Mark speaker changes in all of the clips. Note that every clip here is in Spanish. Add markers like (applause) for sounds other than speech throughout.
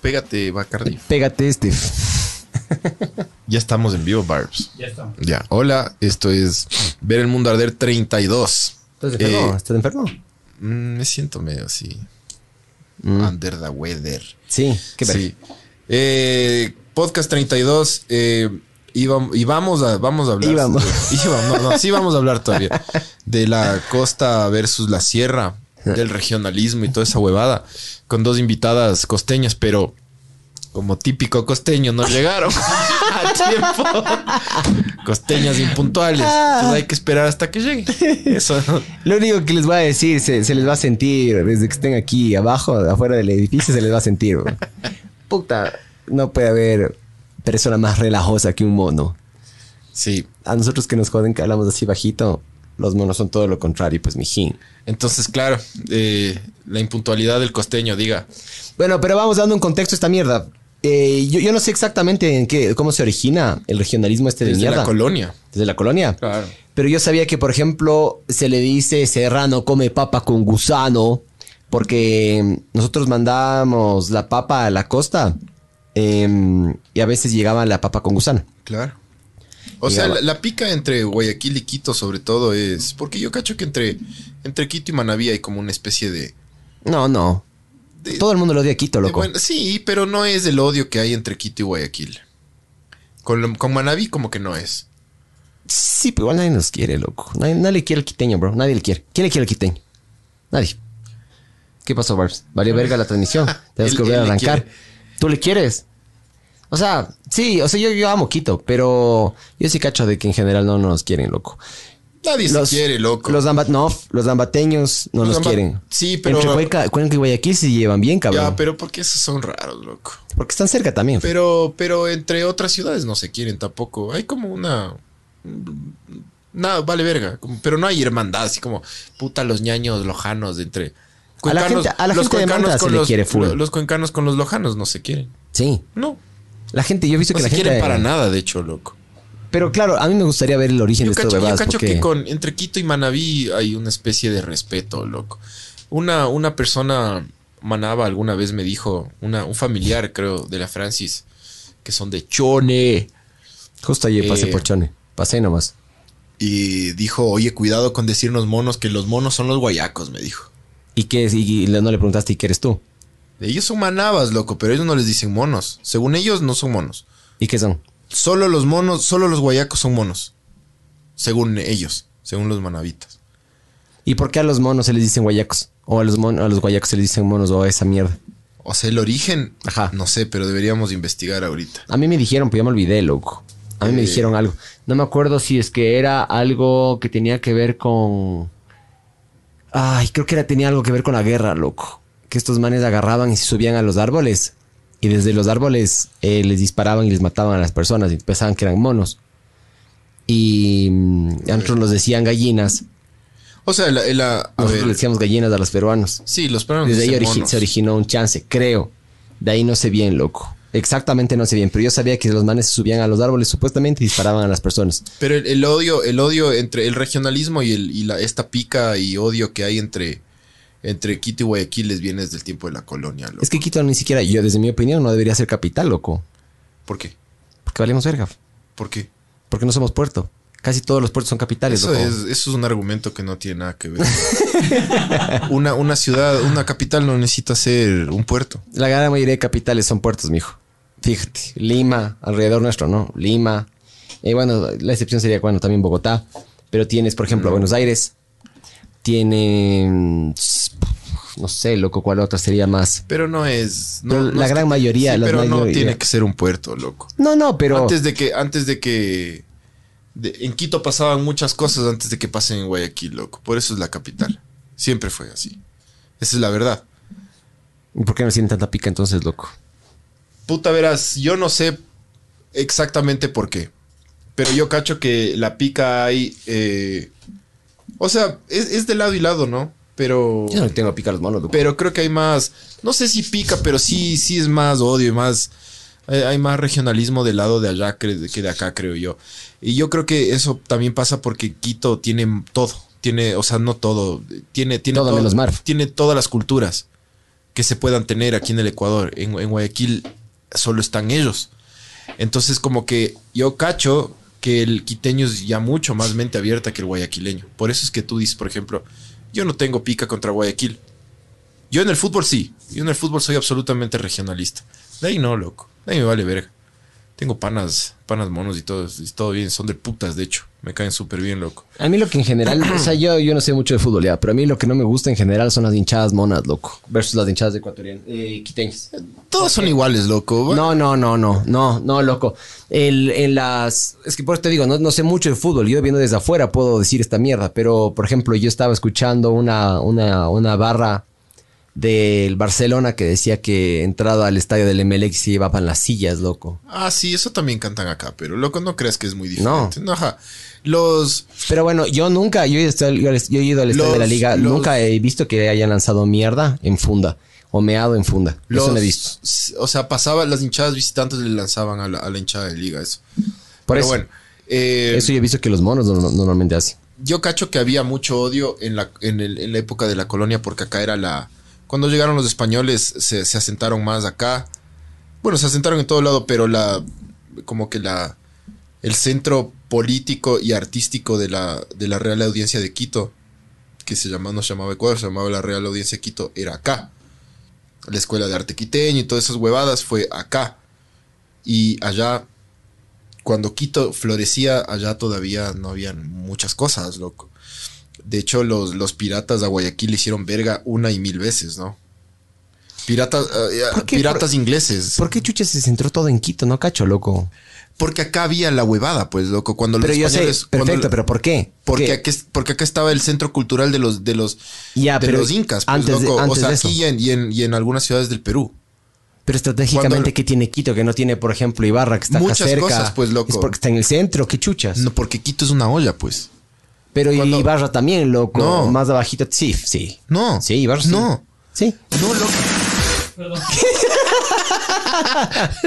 Speaker 1: Pégate, Bacardi.
Speaker 2: Pégate, Steve.
Speaker 1: Ya estamos en vivo, Barbs.
Speaker 3: Ya está.
Speaker 1: Ya, hola, esto es Ver el Mundo Arder 32.
Speaker 2: ¿Estás enfermo?
Speaker 1: Eh,
Speaker 2: ¿Estás enfermo?
Speaker 1: Mm, Me siento medio así. Under the weather.
Speaker 2: Sí, qué ver.
Speaker 1: Sí. Eh, podcast 32. eh, íbam- y vamos a, vamos a hablar.
Speaker 2: Íbamos.
Speaker 1: (laughs) Íbam- no, no, sí, vamos a hablar todavía. De la costa versus la sierra,
Speaker 2: Ah.
Speaker 1: del regionalismo y toda esa huevada. Con dos invitadas costeñas, pero como típico costeño, no llegaron (laughs) a tiempo. Costeñas impuntuales.
Speaker 2: Ah.
Speaker 1: Entonces hay que esperar hasta que llegue. Eso.
Speaker 2: Lo único que les voy a decir, se, se les va a sentir, desde que estén aquí abajo, afuera del edificio, se les va a sentir. (laughs) bro. Puta, no puede haber persona más relajosa que un mono.
Speaker 1: Sí.
Speaker 2: A nosotros que nos joden que hablamos así bajito, los monos son todo lo contrario, pues mijín.
Speaker 1: Entonces, claro, eh, la impuntualidad del costeño, diga.
Speaker 2: Bueno, pero vamos dando un contexto a esta mierda. Eh, yo, yo no sé exactamente en qué, cómo se origina el regionalismo este de
Speaker 1: Desde
Speaker 2: mierda.
Speaker 1: la colonia.
Speaker 2: desde la colonia.
Speaker 1: Claro.
Speaker 2: Pero yo sabía que, por ejemplo, se le dice serrano come papa con gusano, porque nosotros mandábamos la papa a la costa em, y a veces llegaba la papa con gusano.
Speaker 1: Claro. O
Speaker 2: Y
Speaker 1: sea, la,
Speaker 2: ahora-
Speaker 1: la pica entre Guayaquil y Quito, sobre todo, es. Porque yo cacho que entre, entre Quito y Manabí hay como una especie de.
Speaker 2: No, no.
Speaker 1: de-
Speaker 2: Todo el mundo lo odia a Quito,
Speaker 1: de
Speaker 2: loco.
Speaker 1: buen- sí, pero no es el odio que hay entre Quito y Guayaquil. Con, lo- con Manabí, como que no es.
Speaker 2: Sí, pero igual nadie nos quiere, loco. Nadie, nadie quiere al quiteño, bro. Nadie le quiere. ¿Quién le quiere al quiteño? Nadie. ¿Qué pasó, Barbs? Valió verga la
Speaker 1: (laughs)
Speaker 2: transmisión. Tenemos
Speaker 1: Él-
Speaker 2: que volver a
Speaker 1: él le
Speaker 2: arrancar.
Speaker 1: quiere.
Speaker 2: ¿Tú le quieres? O sea, sí, o sea, yo, yo amo Quito, pero yo sí cacho de que en general no nos quieren, loco.
Speaker 1: Nadie
Speaker 2: Los-
Speaker 1: se quiere, loco.
Speaker 2: Los ambat, no, los ambateños no
Speaker 1: Los
Speaker 2: nos
Speaker 1: amba-
Speaker 2: quieren.
Speaker 1: Sí, pero-
Speaker 2: Entre Cuenca, Cuenca y Guayaquil se llevan bien, cabrón.
Speaker 1: ya, pero porque esos son raros, loco.
Speaker 2: Porque están cerca también.
Speaker 1: Pero, pero entre otras ciudades no se quieren tampoco. Hay como una. Nada, vale verga. Como- Pero no hay hermandad, así como puta los ñaños lojanos de entre.
Speaker 2: A la gente- a la gente de Manta se le
Speaker 1: los,
Speaker 2: quiere full.
Speaker 1: lo- los cuencanos con los lojanos no se quieren.
Speaker 2: sí.
Speaker 1: No.
Speaker 2: La gente, yo he visto
Speaker 1: No
Speaker 2: que
Speaker 1: se
Speaker 2: la gente. eh,
Speaker 1: quieren para nada, de hecho, loco.
Speaker 2: Pero claro, a mí me gustaría ver el origen
Speaker 1: Yo
Speaker 2: de estos
Speaker 1: cacho, yo
Speaker 2: huevadas.
Speaker 1: cacho
Speaker 2: porque-
Speaker 1: que con, entre Quito y Manabí hay una especie de respeto, loco. Una, una persona manaba alguna vez me dijo, una, un familiar, creo, de la Francis, que son de Chone.
Speaker 2: Justo ayer pasé
Speaker 1: Eh,
Speaker 2: por Chone. Pasé nomás.
Speaker 1: Y dijo, oye, cuidado con decirnos monos, que los monos son los guayacos, me dijo.
Speaker 2: ¿Y qué es? Y, y le- no le preguntaste, ¿y qué eres tú?
Speaker 1: Ellos son manabas, loco, pero ellos no les dicen monos. Según ellos, no son monos.
Speaker 2: ¿Y qué son?
Speaker 1: Solo los monos, solo los guayacos son monos. Según ellos, según los manabitas.
Speaker 2: ¿Y por qué a los monos se les dicen guayacos? O a los, mon- a los guayacos se les dicen monos o esa mierda.
Speaker 1: O sea, el origen,
Speaker 2: Ajá.
Speaker 1: no sé, pero deberíamos investigar ahorita.
Speaker 2: A mí me dijeron, pues ya me olvidé, loco. A mí me
Speaker 1: Eh.
Speaker 2: dijeron algo. No me acuerdo si es que era algo que tenía que ver con. Ay, creo que era, tenía algo que ver con la guerra, loco. Que estos manes agarraban y se subían a los árboles. Y desde los árboles eh, les disparaban y les mataban a las personas y pensaban que eran monos. Y mm, a nosotros nos decían gallinas.
Speaker 1: O sea, la, la- a
Speaker 2: Nosotros
Speaker 1: ver,
Speaker 2: le decíamos gallinas a los peruanos.
Speaker 1: sí, los peruanos
Speaker 2: Desde ahí
Speaker 1: dicen
Speaker 2: origi-
Speaker 1: monos.
Speaker 2: se originó un chance, creo. De ahí no sé bien, loco. Exactamente no sé bien, pero yo sabía que los manes se subían a los árboles supuestamente y disparaban a las personas.
Speaker 1: Pero el, el odio, el odio entre el regionalismo y, el, y la, esta pica y odio que hay entre, entre Quito y Guayaquil les viene desde el tiempo de la colonia, loco.
Speaker 2: Es que Quito ni siquiera, yo desde mi opinión, no debería ser capital, loco.
Speaker 1: ¿Por qué?
Speaker 2: Porque valemos verga.
Speaker 1: ¿Por qué?
Speaker 2: Porque no somos puerto. Casi todos los puertos son capitales,
Speaker 1: Eso
Speaker 2: loco.
Speaker 1: es, eso es un argumento que no tiene nada que ver. (laughs) una, una ciudad, una capital no necesita ser un puerto.
Speaker 2: La gran mayoría de capitales son puertos, mijo. Fíjate, Lima, alrededor nuestro, ¿no? Lima. Eh, bueno, la excepción sería, bueno, también Bogotá. Pero tienes, por ejemplo, Buenos Aires. Tienes. No sé, loco, cuál otra sería más.
Speaker 1: Pero no es. no-
Speaker 2: Pero
Speaker 1: no
Speaker 2: la
Speaker 1: es
Speaker 2: gran
Speaker 1: que-
Speaker 2: mayoría,
Speaker 1: sí,
Speaker 2: la
Speaker 1: pero no
Speaker 2: mayoría.
Speaker 1: tiene que ser un puerto, loco.
Speaker 2: No, no, pero.
Speaker 1: Antes de que, antes de que. de- en Quito pasaban muchas cosas antes de que pasen en Guayaquil, loco. Por eso es la capital. Siempre fue así. Esa es la verdad.
Speaker 2: ¿Por qué no tienen tanta pica entonces, loco?
Speaker 1: Puta, verás, yo no sé exactamente por qué. Pero yo cacho que la pica hay. eh, o sea, es, es de lado y lado, ¿no? Pero.
Speaker 2: Yo no le tengo pica a los malos, loco.
Speaker 1: Pero creo que hay más. No sé si pica, pero sí, sí es más odio y más. eh, Hay más regionalismo del lado de allá cre- que de acá, creo yo. Y yo creo que eso también pasa porque Quito tiene todo. Tiene, o sea, no todo. Tiene, tiene
Speaker 2: Todo menos Marf.
Speaker 1: Tiene todas las culturas que se puedan tener aquí en el Ecuador. En, en Guayaquil solo están ellos. Entonces, como que yo cacho que el quiteño es ya mucho más mente abierta que el guayaquileño. Por eso es que tú dices, por ejemplo, yo no tengo pica contra Guayaquil. Yo en el fútbol sí. Yo en el fútbol soy absolutamente regionalista. De ahí no, loco. De ahí me vale verga. Tengo panas, panas monos y todo, y todo bien. Son de putas, de hecho. Me caen súper bien, loco.
Speaker 2: A mí lo que en general, o sea, yo, yo no sé mucho de fútbol ya, pero a mí lo que no me gusta en general son las hinchadas monas, loco, versus las hinchadas ecuatorianas, eh, quiteñas.
Speaker 1: Todos son iguales, loco.
Speaker 2: No, no, no, no, no, no, loco. El, en las. Es que por eso te digo, no, no sé mucho de fútbol. Yo viendo desde afuera puedo decir esta mierda. Pero, por ejemplo, yo estaba escuchando una, una, una barra del Barcelona que decía que entrada al estadio del MLX se llevaban las sillas, loco.
Speaker 1: Ah, sí, eso también cantan acá, pero loco, no creas que es muy diferente. No. ajá. Los.
Speaker 2: Pero bueno, yo nunca, yo he, estado- yo he ido al estadio
Speaker 1: Los-
Speaker 2: de la liga,
Speaker 1: los-
Speaker 2: nunca he visto que hayan lanzado mierda en funda o meado en funda.
Speaker 1: los
Speaker 2: Eso no he visto.
Speaker 1: O sea, pasaba, las hinchadas visitantes le lanzaban a la, a la hinchada de liga, eso.
Speaker 2: Por
Speaker 1: pero
Speaker 2: eso,
Speaker 1: bueno. eh,
Speaker 2: eso yo he visto que los monos no- no- normalmente hacen.
Speaker 1: yo cacho que había mucho odio en la, en, el- en la época de la colonia porque acá era la... Cuando llegaron los españoles se, se asentaron más acá. Bueno, se asentaron en todo lado, pero la... Como que la... El centro político y artístico de la, de la Real Audiencia de Quito, que se llamaba, no se llamaba Ecuador, se llamaba la Real Audiencia de Quito, era acá. La Escuela de Arte Quiteño y todas esas huevadas fue acá. Y allá cuando Quito florecía, allá todavía no habían muchas cosas, loco. De hecho, los, los piratas de Guayaquil hicieron verga una y mil veces, ¿no? Piratas, eh,
Speaker 2: ¿Por qué?
Speaker 1: piratas ingleses.
Speaker 2: ¿Por qué chucha se centró todo en Quito? No cacho, loco.
Speaker 1: Porque acá había la huevada, pues, loco. Cuando
Speaker 2: Pero
Speaker 1: los
Speaker 2: yo sé,
Speaker 1: españoles.
Speaker 2: perfecto,
Speaker 1: cuando-
Speaker 2: pero ¿por qué?
Speaker 1: porque,
Speaker 2: ¿Qué?
Speaker 1: acá, es- porque acá estaba el centro cultural de los, de los,
Speaker 2: Ya,
Speaker 1: de
Speaker 2: pero
Speaker 1: los incas, pues,
Speaker 2: antes de-
Speaker 1: loco.
Speaker 2: antes
Speaker 1: o sea,
Speaker 2: de eso.
Speaker 1: aquí y en, y en- y en algunas ciudades del Perú.
Speaker 2: Pero
Speaker 1: cuando
Speaker 2: estratégicamente,
Speaker 1: el-
Speaker 2: ¿qué tiene Quito? Que no tiene, por ejemplo, Ibarra, que está acá
Speaker 1: Muchas
Speaker 2: cerca.
Speaker 1: cosas, pues, loco.
Speaker 2: Es porque está en el centro, qué chuchas.
Speaker 1: No, porque Quito es una olla, pues.
Speaker 2: pero y
Speaker 1: cuando-
Speaker 2: Ibarra también, loco.
Speaker 1: No.
Speaker 2: Más abajito, sí, sí.
Speaker 1: No.
Speaker 2: Sí, Ibarra sí.
Speaker 1: No.
Speaker 2: Sí.
Speaker 1: No, loco. (laughs)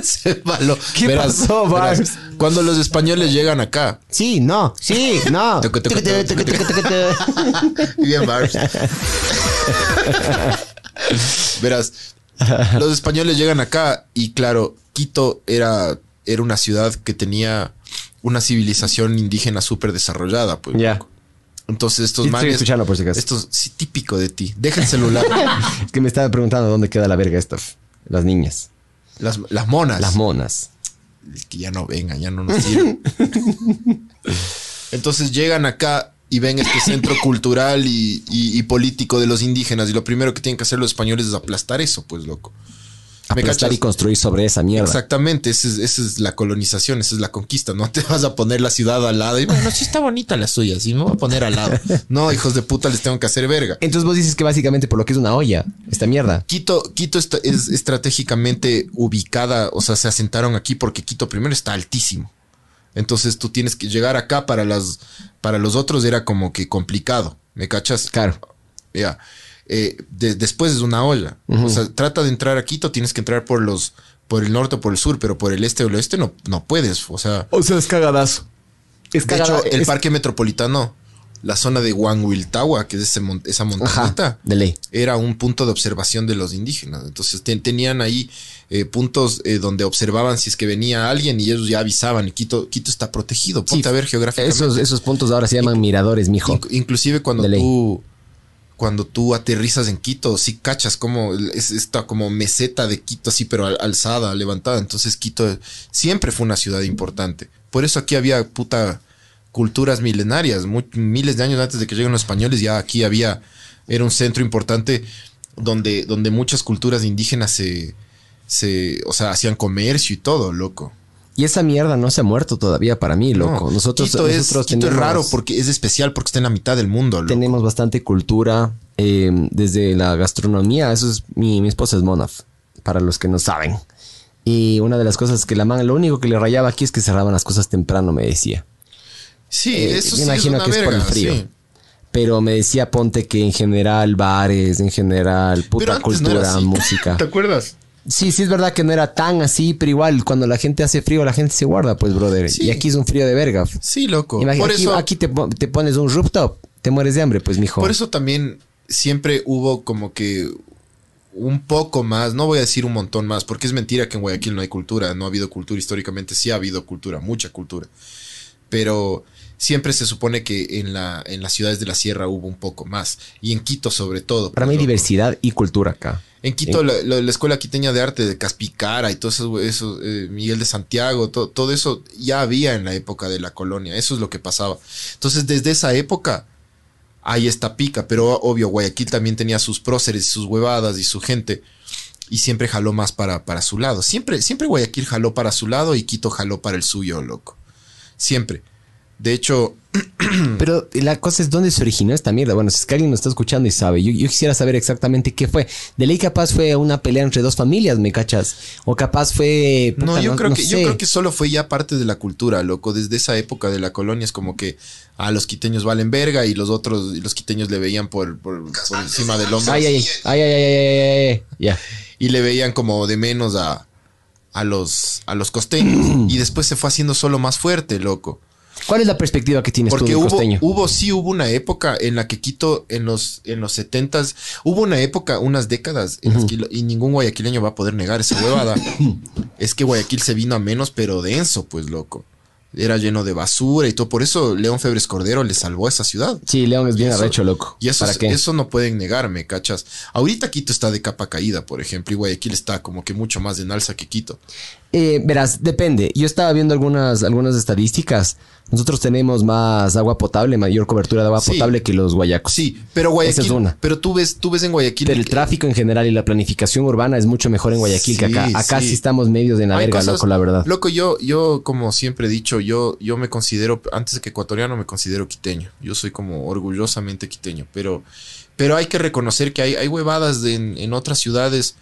Speaker 1: Se baló.
Speaker 2: ¿Qué pasó, Barnes?
Speaker 1: verás, Cuando los españoles llegan acá.
Speaker 2: Sí, no, sí,
Speaker 1: (laughs)
Speaker 2: no.
Speaker 1: Tucu, tucu, tucu, tucu, Bien, Barnes. Verás, los españoles llegan acá y claro, Quito era, era una ciudad que tenía una civilización indígena súper desarrollada. Pues,
Speaker 2: (laughs) ya.
Speaker 1: Entonces estos
Speaker 2: Yo te estoy
Speaker 1: manes...
Speaker 2: escuchando, por si acaso.
Speaker 1: Estos, sí, típico de ti. Deja el
Speaker 2: (laughs)
Speaker 1: celular.
Speaker 2: Es que me estaba preguntando dónde queda la verga esto. Las niñas.
Speaker 1: las, las monas.
Speaker 2: Las monas.
Speaker 1: Es que ya no vengan, ya no nos sirven. Entonces llegan acá y ven este centro cultural y, y- y político de los indígenas. Y lo primero que tienen que hacer los españoles es aplastar eso, pues loco. ¿Me
Speaker 2: Aplastar
Speaker 1: cachas?
Speaker 2: y construir sobre esa mierda.
Speaker 1: Exactamente, esa es, esa es la colonización, esa es la conquista. No te vas a poner la ciudad al lado y bueno, sí está bonita la suya, sí me voy a poner al lado. No, hijos de puta, les tengo que hacer verga.
Speaker 2: Entonces vos dices que básicamente por lo que es una olla, esta mierda.
Speaker 1: Quito, Quito está- es estratégicamente ubicada, o sea, se asentaron aquí porque Quito primero está altísimo. Entonces tú tienes que llegar acá para las, para los otros era como que complicado, ¿me cachas?
Speaker 2: Claro.
Speaker 1: Ya. Eh, de- después es una olla. O sea, trata de entrar a Quito, tienes que entrar por los, por el norte o por el sur, pero por el este o el oeste no, no puedes. O sea,
Speaker 2: O sea, es cagadazo. Es
Speaker 1: de hecho, el
Speaker 2: es-
Speaker 1: parque metropolitano, la zona de Huanhuiltahua, que es ese mon- esa montañita
Speaker 2: Ajá, de ley.
Speaker 1: era un punto de observación de los indígenas. Entonces te- tenían ahí eh, puntos eh, donde observaban si es que venía alguien y ellos ya avisaban. Y Quito, Quito está protegido. Ponte a ver geográficamente.
Speaker 2: Esos, esos puntos ahora se llaman miradores, mijo.
Speaker 1: Inc- inclusive cuando
Speaker 2: De ley.
Speaker 1: tú cuando tú aterrizas en Quito, sí cachas como el- es esta como meseta de Quito así, pero al- alzada, levantada. Entonces Quito siempre fue una ciudad importante. Por eso aquí había puta culturas milenarias, mu- miles de años antes de que lleguen los españoles, ya aquí había, era un centro importante donde, donde muchas culturas indígenas se, se, o sea, hacían comercio y todo, loco.
Speaker 2: Y esa mierda no se ha muerto todavía para mí, loco.
Speaker 1: No,
Speaker 2: nosotros
Speaker 1: Quito,
Speaker 2: nosotros
Speaker 1: es, Quito es
Speaker 2: tenemos-
Speaker 1: raro porque es especial porque está en la mitad del mundo, loco.
Speaker 2: tenemos bastante cultura eh, desde la gastronomía. Eso es mi, mi esposa es Monaf, para los que no saben. Y una de las cosas que la man, lo único que le rayaba aquí es que cerraban las cosas temprano, me decía.
Speaker 1: Sí,
Speaker 2: Eh,
Speaker 1: eso sí
Speaker 2: me imagino
Speaker 1: es una
Speaker 2: que es por el
Speaker 1: verga,
Speaker 2: frío.
Speaker 1: sí.
Speaker 2: Pero me decía Ponte que en general bares, en general
Speaker 1: Pero
Speaker 2: puta
Speaker 1: antes no era
Speaker 2: cultura,
Speaker 1: así. (laughs)
Speaker 2: música.
Speaker 1: ¿Te acuerdas?
Speaker 2: Sí, sí es verdad que no era tan así, pero igual cuando la gente hace frío, la gente se guarda, pues, brother.
Speaker 1: Sí.
Speaker 2: Y aquí es un frío de verga.
Speaker 1: Sí, loco.
Speaker 2: Imagina-
Speaker 1: por
Speaker 2: aquí
Speaker 1: eso,
Speaker 2: aquí te, pon- te pones un rooftop, te mueres de hambre, pues, mijo.
Speaker 1: por eso también siempre hubo como que un poco más, no voy a decir un montón más, porque es mentira que en Guayaquil no hay cultura, no ha habido cultura históricamente, sí ha habido cultura, mucha cultura. Pero siempre se supone que en, la, en las ciudades de la sierra hubo un poco más, y en Quito sobre todo.
Speaker 2: Para mí hay
Speaker 1: loco.
Speaker 2: diversidad y cultura acá.
Speaker 1: En Quito, la, la- la escuela quiteña de arte de Caspicara y todo eso, eso, eh, Miguel de Santiago, to- todo eso ya había en la época de la colonia. Eso es lo que pasaba. Entonces, desde esa época hay esta pica, pero obvio, Guayaquil también tenía sus próceres, sus huevadas y su gente. Y siempre jaló más para, para su lado. Siempre, siempre Guayaquil jaló para su lado y Quito jaló para el suyo, loco. Siempre. De hecho,
Speaker 2: Pero la cosa es dónde se originó esta mierda. Bueno, si es que alguien nos está escuchando y sabe, yo, yo quisiera saber exactamente qué fue. De ley capaz fue una pelea entre dos familias, ¿me cachas? O capaz fue... puta,
Speaker 1: no, yo, creo que, yo
Speaker 2: sé.
Speaker 1: creo que solo fue ya parte de la cultura, loco. Desde esa época de la colonia es como que a los quiteños valen verga y los otros, y los quiteños le veían por, por- por encima del hombro
Speaker 2: Ay, ay, ay, ay, ay, ay, ay, ay, ay, Ya.
Speaker 1: y le veían como de menos a, a, los, a los
Speaker 2: (clears throat)
Speaker 1: costeños. y después se fue haciendo solo más fuerte, loco.
Speaker 2: ¿Cuál es la perspectiva que tienes
Speaker 1: Porque
Speaker 2: tú, mi
Speaker 1: hubo,
Speaker 2: costeño?
Speaker 1: hubo, sí, hubo una época en la que Quito, en los, en los 70 hubo una época, unas décadas, en las que lo- y ningún guayaquileño va a poder negar esa
Speaker 2: (coughs)
Speaker 1: huevada. es que Guayaquil se vino a menos, pero denso, pues loco. Era lleno de basura y todo. Por eso León Febres Cordero le salvó a esa ciudad.
Speaker 2: Sí, León es bien
Speaker 1: eso-
Speaker 2: arrecho, loco.
Speaker 1: Y eso,
Speaker 2: ¿Para
Speaker 1: es-
Speaker 2: qué?
Speaker 1: eso no pueden negarme, cachas. Ahorita Quito está de capa caída, por ejemplo, y Guayaquil está como que mucho más en alza que Quito.
Speaker 2: Eh, verás, depende. Yo estaba viendo algunas, algunas estadísticas. Nosotros tenemos más agua potable, mayor cobertura de agua
Speaker 1: Sí.
Speaker 2: potable que los guayacos.
Speaker 1: Sí, pero
Speaker 2: Esa
Speaker 1: Guayaquil.
Speaker 2: es una.
Speaker 1: Pero tú ves, tú ves en Guayaquil.
Speaker 2: Pero el tráfico en general y la planificación urbana es mucho mejor en Guayaquil que acá.
Speaker 1: Sí,
Speaker 2: Acá sí,
Speaker 1: sí.
Speaker 2: estamos medios de la
Speaker 1: Hay
Speaker 2: verga,
Speaker 1: cosas-
Speaker 2: loco, la verdad.
Speaker 1: Loco, yo, yo, como siempre he dicho, yo, yo me considero, antes de que ecuatoriano, me considero quiteño. Yo soy como orgullosamente quiteño. Pero, pero hay que reconocer que hay, hay huevadas de- en, en otras ciudades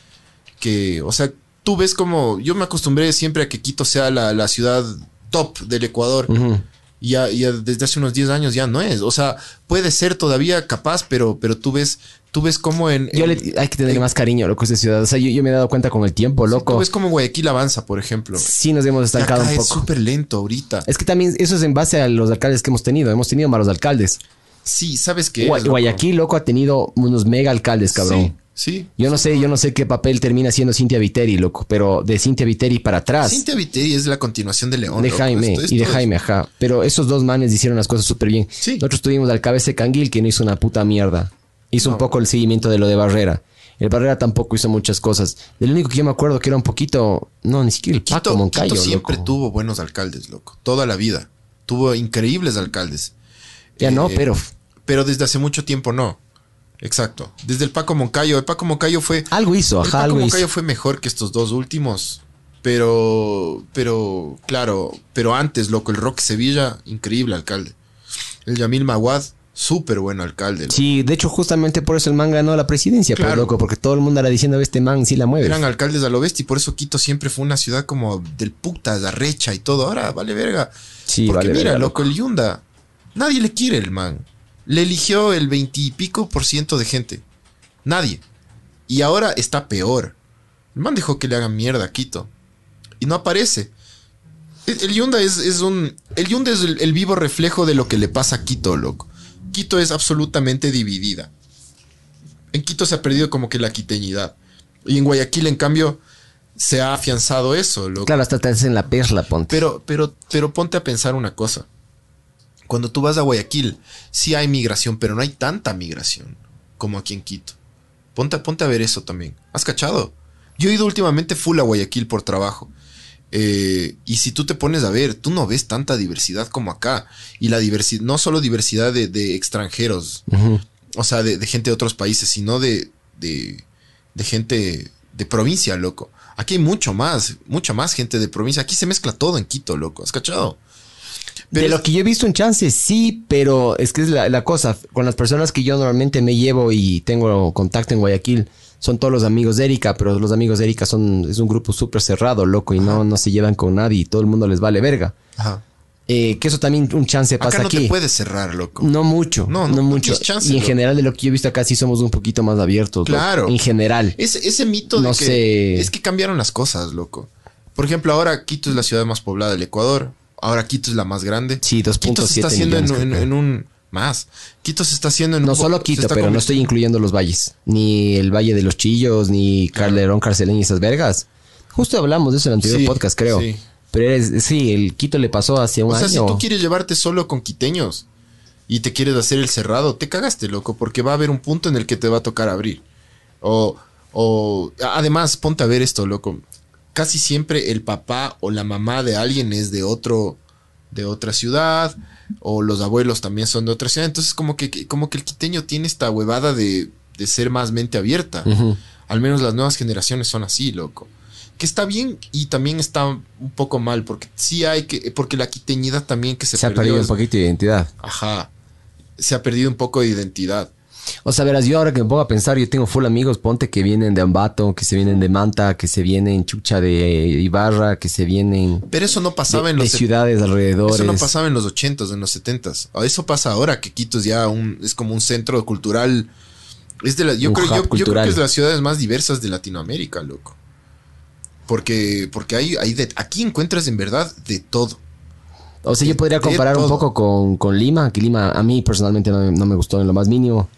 Speaker 1: que, o sea, tú ves como, yo me acostumbré siempre a que Quito sea la, la ciudad top del Ecuador.
Speaker 2: Ujú.
Speaker 1: Y ya, ya desde hace unos 10 años ya no es. O sea, puede ser todavía capaz, pero, pero tú ves, tú ves como en...
Speaker 2: Yo
Speaker 1: en-
Speaker 2: le- hay que tener más cariño, loco, a esta ciudad. O sea, yo, yo me he dado cuenta con el tiempo,
Speaker 1: Tú
Speaker 2: loco.
Speaker 1: ves como Guayaquil avanza, por ejemplo.
Speaker 2: Sí nos hemos
Speaker 1: Y
Speaker 2: estancado
Speaker 1: acá
Speaker 2: un
Speaker 1: es
Speaker 2: poco.
Speaker 1: súper lento ahorita.
Speaker 2: Es que también eso es en base a los alcaldes que hemos tenido. Hemos tenido malos alcaldes.
Speaker 1: Sí, ¿sabes qué?
Speaker 2: Guay-
Speaker 1: es, loco?
Speaker 2: Guayaquil, loco, ha tenido unos mega alcaldes, cabrón.
Speaker 1: Sí, sí.
Speaker 2: Yo no sé, yo no sé qué papel termina siendo Cintia Viteri, loco, pero de Cintia Viteri para atrás,
Speaker 1: Cintia Viteri es la continuación de León.
Speaker 2: de
Speaker 1: loco.
Speaker 2: Jaime
Speaker 1: Esto- esto
Speaker 2: y de
Speaker 1: es-
Speaker 2: Jaime, ajá. Pero esos dos manes hicieron las cosas súper bien.
Speaker 1: Sí.
Speaker 2: Nosotros tuvimos al cabeza de Canguil que no hizo una puta mierda. Hizo un poco el seguimiento de lo de Barrera. El Barrera tampoco hizo muchas cosas. Del único que yo me acuerdo que era un poquito, no, ni siquiera el
Speaker 1: Quito,
Speaker 2: Paco Moncayo,
Speaker 1: Quito siempre
Speaker 2: loco.
Speaker 1: tuvo buenos alcaldes, loco. Toda la vida. Tuvo increíbles alcaldes.
Speaker 2: Ya no,
Speaker 1: Eh,
Speaker 2: pero
Speaker 1: Pero desde hace mucho tiempo no. Exacto. Desde el Paco Moncayo. El Paco Moncayo fue...
Speaker 2: algo
Speaker 1: El
Speaker 2: hizo, ajá,
Speaker 1: Paco
Speaker 2: algo hizo.
Speaker 1: Moncayo fue mejor que estos dos últimos. Pero, pero, claro, pero antes, loco, el Roque Sevilla, increíble alcalde. El Yamil Maguad, súper buen alcalde. loco.
Speaker 2: Sí, de hecho, justamente por eso el man ganó la presidencia, pues,
Speaker 1: Claro.
Speaker 2: loco, porque todo el mundo era diciendo, este man sí la mueve.
Speaker 1: Eran alcaldes a lo bestia y por eso Quito siempre fue una ciudad como del puta, de arrecha y todo. Ahora, vale verga.
Speaker 2: Sí,
Speaker 1: Porque
Speaker 2: vale
Speaker 1: mira,
Speaker 2: verga,
Speaker 1: loco, el Yunda, nadie le quiere el man. Le eligió el veintipico por ciento de gente. Nadie. Y ahora está peor. El man dejó que le hagan mierda a Quito. Y no aparece. El, el Yunda es, es un. El Yunda es el, el vivo reflejo de lo que le pasa a Quito, loco. Quito es absolutamente dividida. En Quito se ha perdido como que la quiteñidad. Y en Guayaquil, en cambio, se ha afianzado eso, loco.
Speaker 2: Claro, hasta te hacen la perla, ponte.
Speaker 1: Pero, pero, pero ponte a pensar una cosa. Cuando tú vas a Guayaquil, sí hay migración, pero no hay tanta migración como aquí en Quito. Ponte, ponte a ver eso también. ¿Has cachado? Yo he ido últimamente full a Guayaquil por trabajo. Eh, y si tú te pones a ver, tú no ves tanta diversidad como acá. Y la diversidad, no solo diversidad de, de extranjeros,
Speaker 2: Ujú.
Speaker 1: o sea, de, de gente de otros países, sino de, de, de gente de provincia, loco. Aquí hay mucho más, mucha más gente de provincia. Aquí se mezcla todo en Quito, loco. ¿Has cachado? Pero
Speaker 2: de
Speaker 1: es-
Speaker 2: lo que yo he visto en chances, sí, pero es que es la, la cosa. Con las personas que yo normalmente me llevo y tengo contacto en Guayaquil, son todos los amigos de Erika, pero los amigos de Erika son, es un grupo súper cerrado, loco, y no, no se llevan con nadie y todo el mundo les vale verga.
Speaker 1: Ajá.
Speaker 2: Eh, que eso también un chance pasa
Speaker 1: Acá no
Speaker 2: aquí.
Speaker 1: te puedes cerrar, loco.
Speaker 2: No mucho,
Speaker 1: No,
Speaker 2: no,
Speaker 1: no, no
Speaker 2: mucho.
Speaker 1: tienes chance,
Speaker 2: y en
Speaker 1: loco.
Speaker 2: general de lo que yo he visto acá sí somos un poquito más abiertos. loco,
Speaker 1: Claro.
Speaker 2: En general.
Speaker 1: Ese, ese mito de
Speaker 2: No
Speaker 1: que
Speaker 2: sé.
Speaker 1: es que cambiaron las cosas, loco. Por ejemplo, ahora Quito es la ciudad más poblada del Ecuador. Ahora Quito es la más grande.
Speaker 2: Sí,
Speaker 1: Quito se está
Speaker 2: 2.7
Speaker 1: haciendo en,
Speaker 2: millones.
Speaker 1: en-
Speaker 2: creo.
Speaker 1: en un más. Quito se está haciendo en
Speaker 2: no
Speaker 1: un-
Speaker 2: solo
Speaker 1: se
Speaker 2: Quito,
Speaker 1: está
Speaker 2: pero no
Speaker 1: convirti-
Speaker 2: estoy incluyendo los valles. Ni el Valle de los Chillos, ni Carlerón, Carcelén y esas vergas. Justo hablamos de eso en el anterior
Speaker 1: Sí,
Speaker 2: podcast, creo.
Speaker 1: sí.
Speaker 2: Pero es- sí, el Quito le pasó hace un
Speaker 1: O sea,
Speaker 2: año.
Speaker 1: si tú quieres llevarte solo con quiteños y te quieres hacer el cerrado, te cagaste, loco, porque va a haber un punto en el que te va a tocar abrir. O, o además, ponte a ver esto, loco. Casi siempre el papá o la mamá de alguien es de otro, de otra ciudad, o los abuelos también son de otra ciudad. Entonces, como que, como que el quiteño tiene esta huevada de, de ser más mente abierta.
Speaker 2: Ujú.
Speaker 1: Al menos las nuevas generaciones son así, loco. Que está bien y también está un poco mal, porque sí hay que. Porque la quiteñidad también que se,
Speaker 2: Se ha
Speaker 1: perdió.
Speaker 2: perdido un
Speaker 1: es-
Speaker 2: poquito de identidad.
Speaker 1: Ajá. Se ha perdido un poco de identidad.
Speaker 2: O sea, verás, yo ahora que me pongo a pensar, yo tengo full amigos, ponte que vienen de Ambato, que se vienen de Manta, que se vienen Chucha de Ibarra, que se vienen
Speaker 1: Pero eso no
Speaker 2: de,
Speaker 1: pasaba en
Speaker 2: de
Speaker 1: los. set-
Speaker 2: ciudades alrededores.
Speaker 1: Eso no pasaba en los 80s, en los 70s. Eso pasa ahora, que Quito es ya un, es como un centro cultural. Es de la, yo,
Speaker 2: Un
Speaker 1: creo,
Speaker 2: hub
Speaker 1: yo- yo, creo
Speaker 2: cultural.
Speaker 1: que es de las ciudades más diversas de Latinoamérica, loco. Porque, porque hay, hay de- aquí encuentras en verdad de todo.
Speaker 2: O sea, yo podría
Speaker 1: de
Speaker 2: comparar un
Speaker 1: todo.
Speaker 2: poco con, con Lima, que Lima a mí personalmente no, no me gustó en lo más mínimo.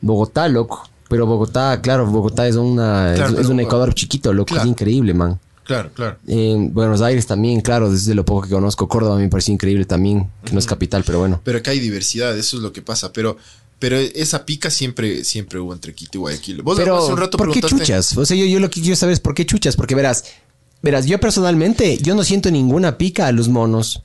Speaker 2: Bogotá, loco. Pero Bogotá, claro, Bogotá es, una,
Speaker 1: Claro,
Speaker 2: es- es,
Speaker 1: pero-
Speaker 2: un Ecuador chiquito, loco.
Speaker 1: Claro.
Speaker 2: Es increíble, man.
Speaker 1: Claro, claro.
Speaker 2: En Buenos Aires también, claro, desde lo poco que conozco. Córdoba me pareció increíble también, que no es capital, pero bueno.
Speaker 1: Pero que hay diversidad, eso es lo que pasa. Pero, pero esa pica siempre, siempre hubo entre Quito y Guayaquil. Vos
Speaker 2: Pero,
Speaker 1: hace un rato
Speaker 2: ¿por qué
Speaker 1: preguntaste-
Speaker 2: chuchas? O sea, yo, yo lo que quiero saber es por qué chuchas, porque verás, verás, yo personalmente, yo no siento ninguna pica a los monos.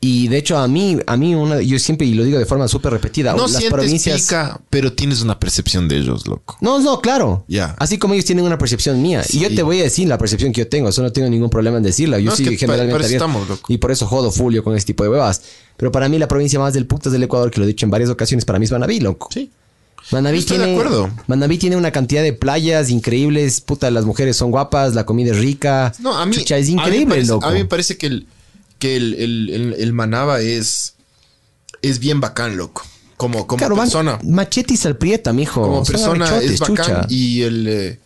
Speaker 2: Y de hecho, a mí, a mí, una, yo siempre, y lo digo de forma súper repetida,
Speaker 1: No
Speaker 2: las
Speaker 1: sientes
Speaker 2: provincias.
Speaker 1: pica, pero tienes una percepción de ellos, loco.
Speaker 2: No, no, claro.
Speaker 1: Ya.
Speaker 2: Así como ellos tienen una percepción mía. Y yo
Speaker 1: Sí.
Speaker 2: te voy a decir la percepción que yo tengo. Eso no tengo ningún problema en decirla. Yo
Speaker 1: No, es
Speaker 2: sí
Speaker 1: que pa-
Speaker 2: generalmente
Speaker 1: para eso
Speaker 2: abierto.
Speaker 1: estamos, loco.
Speaker 2: Y por eso jodo fulio con ese tipo de huevas. Pero para mí la provincia más del putas del Ecuador, que lo he dicho en varias ocasiones, para mí es Manabí, loco.
Speaker 1: Sí.
Speaker 2: Manaví
Speaker 1: Estoy
Speaker 2: tiene,
Speaker 1: de acuerdo.
Speaker 2: Manabí tiene una cantidad de playas increíbles. Puta, las mujeres son guapas, la comida es rica.
Speaker 1: No, a mí.
Speaker 2: Chucha, es
Speaker 1: a mí me
Speaker 2: increíble,
Speaker 1: parece-
Speaker 2: loco.
Speaker 1: A mí me parece que el, que el, el- el- el Manaba es, es bien bacán, loco. Como, como
Speaker 2: claro, van-
Speaker 1: persona.
Speaker 2: Machete y salprieta, mijo.
Speaker 1: como
Speaker 2: Son
Speaker 1: persona es
Speaker 2: arrechotes,
Speaker 1: bacán.
Speaker 2: chucha.
Speaker 1: Y el. eh,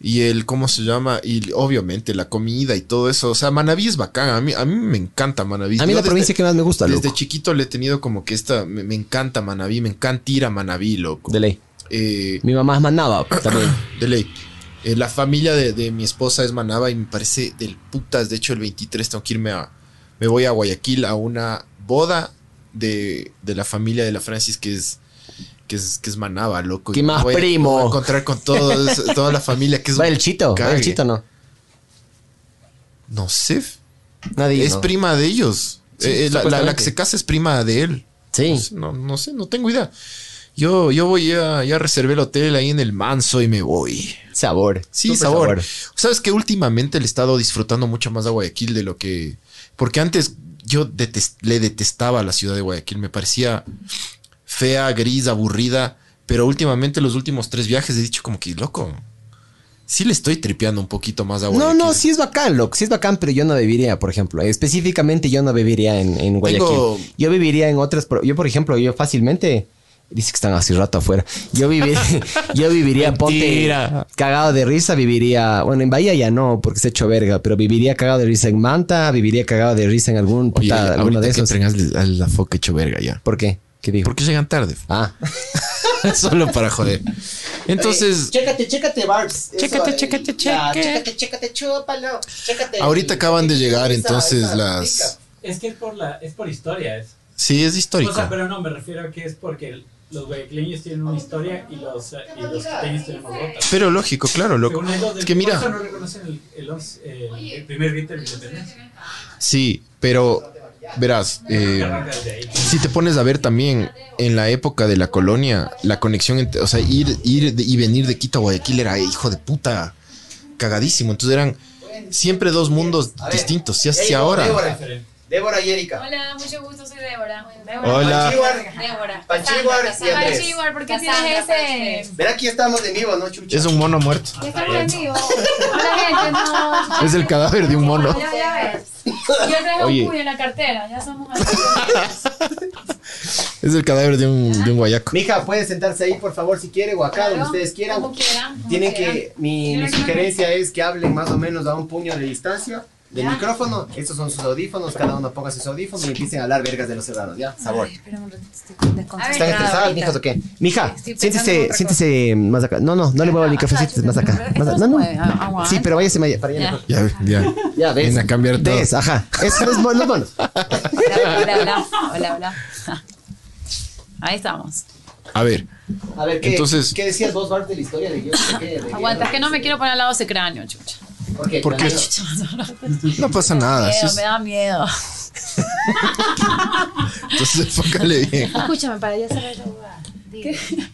Speaker 1: y el, ¿cómo se llama? Y obviamente la comida y todo eso. O sea, Manaví es bacán. A mí, a mí me encanta Manaví.
Speaker 2: A mí
Speaker 1: Yo
Speaker 2: la
Speaker 1: desde-
Speaker 2: provincia que más me gusta,
Speaker 1: Desde
Speaker 2: loco.
Speaker 1: chiquito le he tenido como que esta. Me, me encanta Manaví, me encanta ir a Manaví, loco.
Speaker 2: De ley.
Speaker 1: Eh,
Speaker 2: Mi mamá es Manaba también.
Speaker 1: de ley. Eh, la familia de, de mi esposa es Manaba y me parece del putas. De hecho, el 23 tengo que irme a. Me voy a Guayaquil a una boda de, de la familia de la Francis que es. Que es, que es Manaba, loco.
Speaker 2: ¿Qué
Speaker 1: Y me
Speaker 2: más,
Speaker 1: voy a-
Speaker 2: primo?
Speaker 1: me voy a encontrar con
Speaker 2: (laughs)
Speaker 1: todos, toda la familia que es
Speaker 2: ¿Va
Speaker 1: un
Speaker 2: el chito? ¿Va
Speaker 1: cague.
Speaker 2: el chito no?
Speaker 1: No sé.
Speaker 2: Nadie.
Speaker 1: Es
Speaker 2: no.
Speaker 1: prima de ellos.
Speaker 2: Sí,
Speaker 1: Eh, eh, la, la- la
Speaker 2: supuestamente.
Speaker 1: que se casa es prima de él. No
Speaker 2: Sí.
Speaker 1: sé, No, no sé, no tengo idea. Yo, yo voy a, ya reservé el hotel ahí en el Manso y me voy.
Speaker 2: Sabor.
Speaker 1: Sí,
Speaker 2: Súper
Speaker 1: sabor. Sabes que últimamente le he estado disfrutando mucho más de Guayaquil de lo que. Porque antes yo detest- le detestaba la ciudad de Guayaquil. Me parecía fea, gris, aburrida. Pero últimamente, los últimos tres viajes, he dicho como que loco. Sí le estoy tripeando un poquito más a
Speaker 2: No,
Speaker 1: Guayaquil.
Speaker 2: no, sí es bacán, loco. Sí es bacán, pero yo no viviría, por ejemplo. Específicamente yo no viviría en, en Guayaquil.
Speaker 1: Tengo-
Speaker 2: Yo viviría en otras... pro- Yo, por ejemplo, yo fácilmente... Dice que están así rato afuera. Yo, vivir, (laughs) yo viviría, ponte,
Speaker 1: Mentira.
Speaker 2: cagado de risa, viviría... Bueno, en Bahía ya no, porque se ha hecho verga, pero viviría cagado de risa en Manta, viviría cagado de risa en algún...
Speaker 1: Oye,
Speaker 2: puta, alguno
Speaker 1: ahorita
Speaker 2: de
Speaker 1: que
Speaker 2: esos.
Speaker 1: entregas a la foca hecho verga ya.
Speaker 2: ¿Por qué? ¿Qué digo?
Speaker 1: ¿Por qué llegan
Speaker 2: (laughs)
Speaker 1: tarde? (laughs)
Speaker 2: Ah.
Speaker 1: Solo para joder. Entonces,
Speaker 2: Eh, Chécate, chécate, Barbs. eh,
Speaker 4: Chécate, chécate, chécate.
Speaker 5: Chécate, chécate, chúpalo. Chécate.
Speaker 1: ahorita acaban de llegar, entonces las.
Speaker 4: Es que es por la, es por historia. Es.
Speaker 1: Sí, es
Speaker 4: O
Speaker 1: histórico.
Speaker 4: sea, pero no, me refiero a que es porque el- los guayaquileños tienen una historia y los, eh, y los quiteños tenemos otra.
Speaker 1: Pero lógico, claro, loco.
Speaker 4: Según ellos,
Speaker 1: Es que mira.
Speaker 4: por eso no reconocen el, el, once- el- el primer grito de la independencia.
Speaker 1: Sí, pero verás, eh,
Speaker 4: Desde ahí.
Speaker 1: si te pones a ver también en la época de la colonia, la conexión, entre, o sea, ir, ir de- y venir de Quito a Guayaquil era eh, hijo de puta, cagadísimo. Entonces eran siempre dos mundos distintos. Si así ahora,
Speaker 4: Diferente.
Speaker 2: Débora y Erika.
Speaker 6: Hola, mucho gusto, soy Débora.
Speaker 1: Hola.
Speaker 2: Hola.
Speaker 6: Débora.
Speaker 2: Panchiguar y
Speaker 6: Ay,
Speaker 2: Andrés.
Speaker 6: Chihuahua, ¿por qué
Speaker 7: Cassandra,
Speaker 6: tienes
Speaker 7: Parchís.
Speaker 6: ese?
Speaker 2: Ver, aquí estamos en vivo, ¿no, Chucha?
Speaker 1: Es un mono muerto.
Speaker 7: Ya estamos en vivo. Hola, gente, no.
Speaker 1: Es el cadáver de un mono.
Speaker 7: Ya, ya ves.
Speaker 6: Yo traigo
Speaker 1: Oye.
Speaker 6: un cuyo en la cartera, ya somos así.
Speaker 1: Es el cadáver de un, de un guayaco.
Speaker 2: Mija, pueden sentarse ahí, por favor, si quiere, o acá,
Speaker 6: Claro,
Speaker 2: donde ustedes quieran.
Speaker 6: Como quieran. como
Speaker 2: Tienen
Speaker 6: quieran.
Speaker 2: que, mi, mi sugerencia es que hablen más o menos a un puño de distancia del
Speaker 6: Ya.
Speaker 2: micrófono. Estos son sus audífonos, cada uno ponga sus audífonos y empiecen a hablar vergas de los cerrados, ¿ya? Sabor.
Speaker 7: Espera un ratito, estoy con-
Speaker 2: ¿Están
Speaker 7: desconcentrada
Speaker 2: estresadas,
Speaker 7: ahorita.
Speaker 2: mijas, o qué? Mija,
Speaker 7: Estoy pensando en
Speaker 2: siéntese,
Speaker 7: otra
Speaker 2: siéntese más acá. No, no, no le mueva el micrófono, siéntese más acá. Más-
Speaker 7: Esto
Speaker 2: no,
Speaker 7: se
Speaker 2: no.
Speaker 7: mueve, ah, aguanta.
Speaker 2: Sí, pero váyase ma- para allá.
Speaker 7: Ya.
Speaker 2: mejor.
Speaker 1: Ya, ya.
Speaker 2: Ya ves.
Speaker 1: Viene a cambiar todo.
Speaker 2: Ves, ajá. Eso no es bueno, no es bueno.
Speaker 7: Hola, hola, hola. Hola, hola. Ahí estamos.
Speaker 1: A ver,
Speaker 2: A ver, ¿qué,
Speaker 1: Entonces-
Speaker 2: ¿qué decías vos, Bart, de la historia de Dios? ¿De qué? ¿De qué?
Speaker 7: Aguanta, es que no me quiero poner al lado de ese cráneo, chucha.
Speaker 2: ¿Por qué?
Speaker 1: ¿Por qué?
Speaker 2: Ay,
Speaker 7: Chucha, no, no,
Speaker 1: no pasa nada.
Speaker 7: miedo,
Speaker 1: eso es-
Speaker 7: me da miedo.
Speaker 1: entonces (laughs) enfócale bien.
Speaker 8: Escúchame, para ya cerrar la duda. Digo, Es que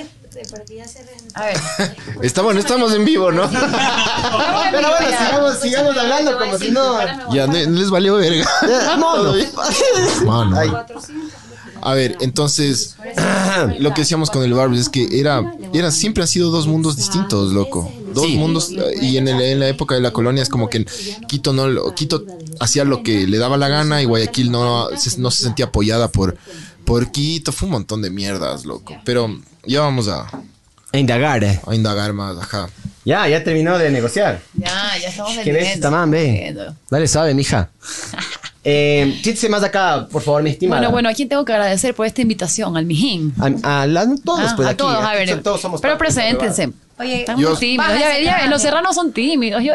Speaker 8: eh, para que ya cerres.
Speaker 6: Ah,
Speaker 7: A ver.
Speaker 1: Estamos, no estamos en vivo, ¿no?
Speaker 2: Pero bueno, sigamos, sigamos hablando como si no.
Speaker 1: Ya no, no les valió verga.
Speaker 2: Mono.
Speaker 1: Mano.
Speaker 2: Ay.
Speaker 8: 400.
Speaker 1: A ver, entonces, (clears throat) lo que decíamos con el Barbies es que era, era siempre han sido dos mundos distintos, loco. Dos
Speaker 8: Sí.
Speaker 1: mundos eh, y en, el- en la época de la colonia es como que Quito no lo- Quito hacía lo que le daba la gana y Guayaquil no se, no se sentía apoyada por por Quito, fue un montón de mierdas, loco. Pero ya vamos a,
Speaker 2: A (laughs) indagar. eh.
Speaker 1: a indagar más, ajá.
Speaker 2: Ya, ya terminó de negociar.
Speaker 7: Ya, ya estamos
Speaker 2: ¿Quién es esta man, ve? Dale, sabe, mija. (laughs) Eh, siéntese más acá, por favor, mi estimada.
Speaker 7: Bueno, bueno, ¿a quién tengo que agradecer por esta invitación? Al Mijín.
Speaker 2: A, a las- todos,
Speaker 7: Ah,
Speaker 2: pues,
Speaker 7: a
Speaker 2: aquí,
Speaker 7: todos, a
Speaker 2: aquí
Speaker 7: ver.
Speaker 2: son- todos somos
Speaker 7: pero
Speaker 2: parte de este la
Speaker 7: preséntense.
Speaker 8: Oye,
Speaker 7: Están muy
Speaker 1: Dios.
Speaker 7: tímidos. Ya,
Speaker 8: Bájense,
Speaker 7: ya,
Speaker 8: cráneo.
Speaker 7: los serranos son tímidos. Yo,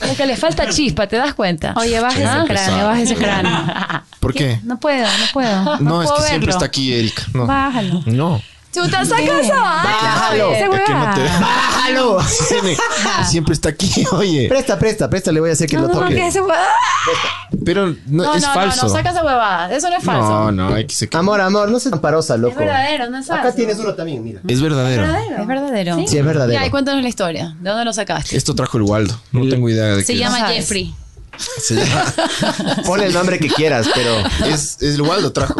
Speaker 7: como que les falta chispa, ¿te das cuenta?
Speaker 8: Oye, baja
Speaker 1: Ya
Speaker 8: ese cráneo,
Speaker 1: empezaron.
Speaker 8: baja ese cráneo.
Speaker 7: (laughs)
Speaker 1: ¿Por qué?
Speaker 8: No puedo, no puedo.
Speaker 1: No, es que
Speaker 7: puedo
Speaker 1: siempre
Speaker 7: verlo.
Speaker 1: está aquí Erika. No.
Speaker 8: Bájalo.
Speaker 1: No.
Speaker 7: Chuta, saca esa
Speaker 2: Bájalo.
Speaker 7: vaina.
Speaker 8: Ese
Speaker 1: Ya que no te-
Speaker 8: hueva.
Speaker 7: (laughs)
Speaker 2: ¡Bájalo!
Speaker 1: Tiene- Siempre está aquí, (laughs) oye.
Speaker 2: Presta, presta, presta, le voy a hacer que
Speaker 8: No,
Speaker 2: lo
Speaker 8: no, no,
Speaker 2: toque.
Speaker 8: que ese hueva.
Speaker 1: Pero no,
Speaker 7: No,
Speaker 1: es
Speaker 7: no,
Speaker 1: falso.
Speaker 7: no, no, saca esa huevada. Eso no es falso.
Speaker 1: No, no, hay que se-
Speaker 2: Amor, amor, no seas tan parosa,
Speaker 8: Es
Speaker 2: loco.
Speaker 8: verdadero, no es falso.
Speaker 2: Acá tienes uno también, mira.
Speaker 1: Es verdadero.
Speaker 8: Es
Speaker 7: Es
Speaker 8: verdadero.
Speaker 7: verdadero.
Speaker 2: Sí, es verdadero.
Speaker 7: Ya, y cuéntanos la historia. ¿De dónde lo sacaste?
Speaker 1: Esto trajo el Waldo. No tengo idea de
Speaker 6: Se
Speaker 1: qué
Speaker 6: llama
Speaker 7: ¿Sabes?
Speaker 6: Jeffrey.
Speaker 1: Se llama-
Speaker 7: (laughs)
Speaker 2: Ponle el nombre que quieras, pero.
Speaker 1: Es, es el Waldo trajo.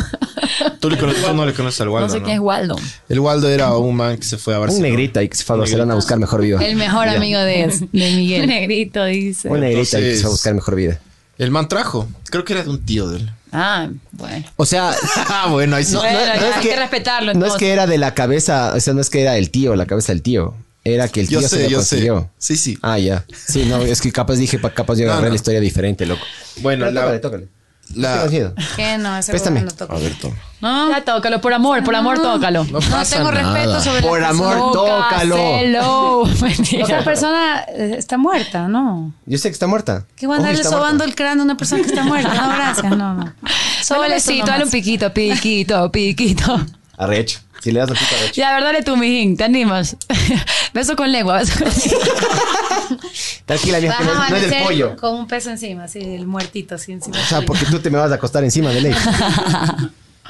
Speaker 1: Tú, le conoces- tú no le conoces al Waldo.
Speaker 7: no sé
Speaker 1: ¿no?
Speaker 7: quién es Waldo.
Speaker 1: El Waldo era un man que se fue a
Speaker 2: (laughs) Un
Speaker 1: Barcelona.
Speaker 2: negrita y que se fue a Barcelona a buscar mejor vida.
Speaker 7: El mejor amigo de, de (laughs) Miguel.
Speaker 6: Negrito, dice.
Speaker 2: Un negrita y que se fue a
Speaker 1: Entonces-
Speaker 2: buscar mejor vida.
Speaker 1: El man trajo. Creo que era de un tío
Speaker 2: (laughs)
Speaker 1: de él.
Speaker 7: Ah, bueno.
Speaker 2: O sea,
Speaker 1: Ah, bueno, ahí sí.
Speaker 7: Bueno,
Speaker 2: no
Speaker 7: ya,
Speaker 2: es
Speaker 7: hay
Speaker 2: que-
Speaker 7: que, respetarlo.
Speaker 2: no es
Speaker 7: entonces.
Speaker 2: que era de la cabeza, o sea, no es que era el tío, la cabeza del tío. Era que el
Speaker 1: (laughs)
Speaker 2: tío
Speaker 1: yo
Speaker 2: se
Speaker 1: sé,
Speaker 2: lo
Speaker 1: yo
Speaker 2: consiguió.
Speaker 1: sé. Sí, sí.
Speaker 2: Ah, ya. Sí, no, es que capaz dije, pa- capaz yo
Speaker 1: No,
Speaker 2: agarré
Speaker 1: no.
Speaker 2: la historia diferente, loco.
Speaker 1: Bueno,
Speaker 2: Pero
Speaker 1: la,
Speaker 2: tócale, tócale.
Speaker 1: la-
Speaker 2: Tengo miedo.
Speaker 6: ¿Qué? No, ese
Speaker 2: Préstame.
Speaker 6: huevón no toca.
Speaker 1: A ver, toma.
Speaker 7: No, Ah. ya tócalo, por amor, por amor, tócalo.
Speaker 1: No pasa
Speaker 6: tengo respeto
Speaker 1: nada.
Speaker 6: sobre
Speaker 2: Por
Speaker 6: la
Speaker 2: amor,
Speaker 6: persona.
Speaker 2: tócalo.
Speaker 7: (laughs) Hello.
Speaker 2: Ah.
Speaker 7: Mentira.
Speaker 6: Esa persona eh, está muerta, ¿no?
Speaker 2: Yo sé que está muerta.
Speaker 6: ¿Qué voy a
Speaker 2: Ojo,
Speaker 6: andarle
Speaker 2: está
Speaker 6: sobando
Speaker 2: muerta.
Speaker 6: el cráneo a una persona que está muerta? No, gracias, no, no.
Speaker 7: Solecito, dale un piquito, (laughs) piquito, piquito.
Speaker 2: Arrecho. Si le das un pico arrecho.
Speaker 7: Ya, verdad, dale tú, mijín, te animas. (laughs) Beso con lengua, beso con
Speaker 2: Tranquila, mija, que
Speaker 6: Vas
Speaker 2: no,
Speaker 6: a
Speaker 2: es- no es del
Speaker 6: amanecer
Speaker 2: pollo.
Speaker 6: con un peso encima, así, el muertito, así encima.
Speaker 2: O sea, porque tú te me vas a acostar encima de ley.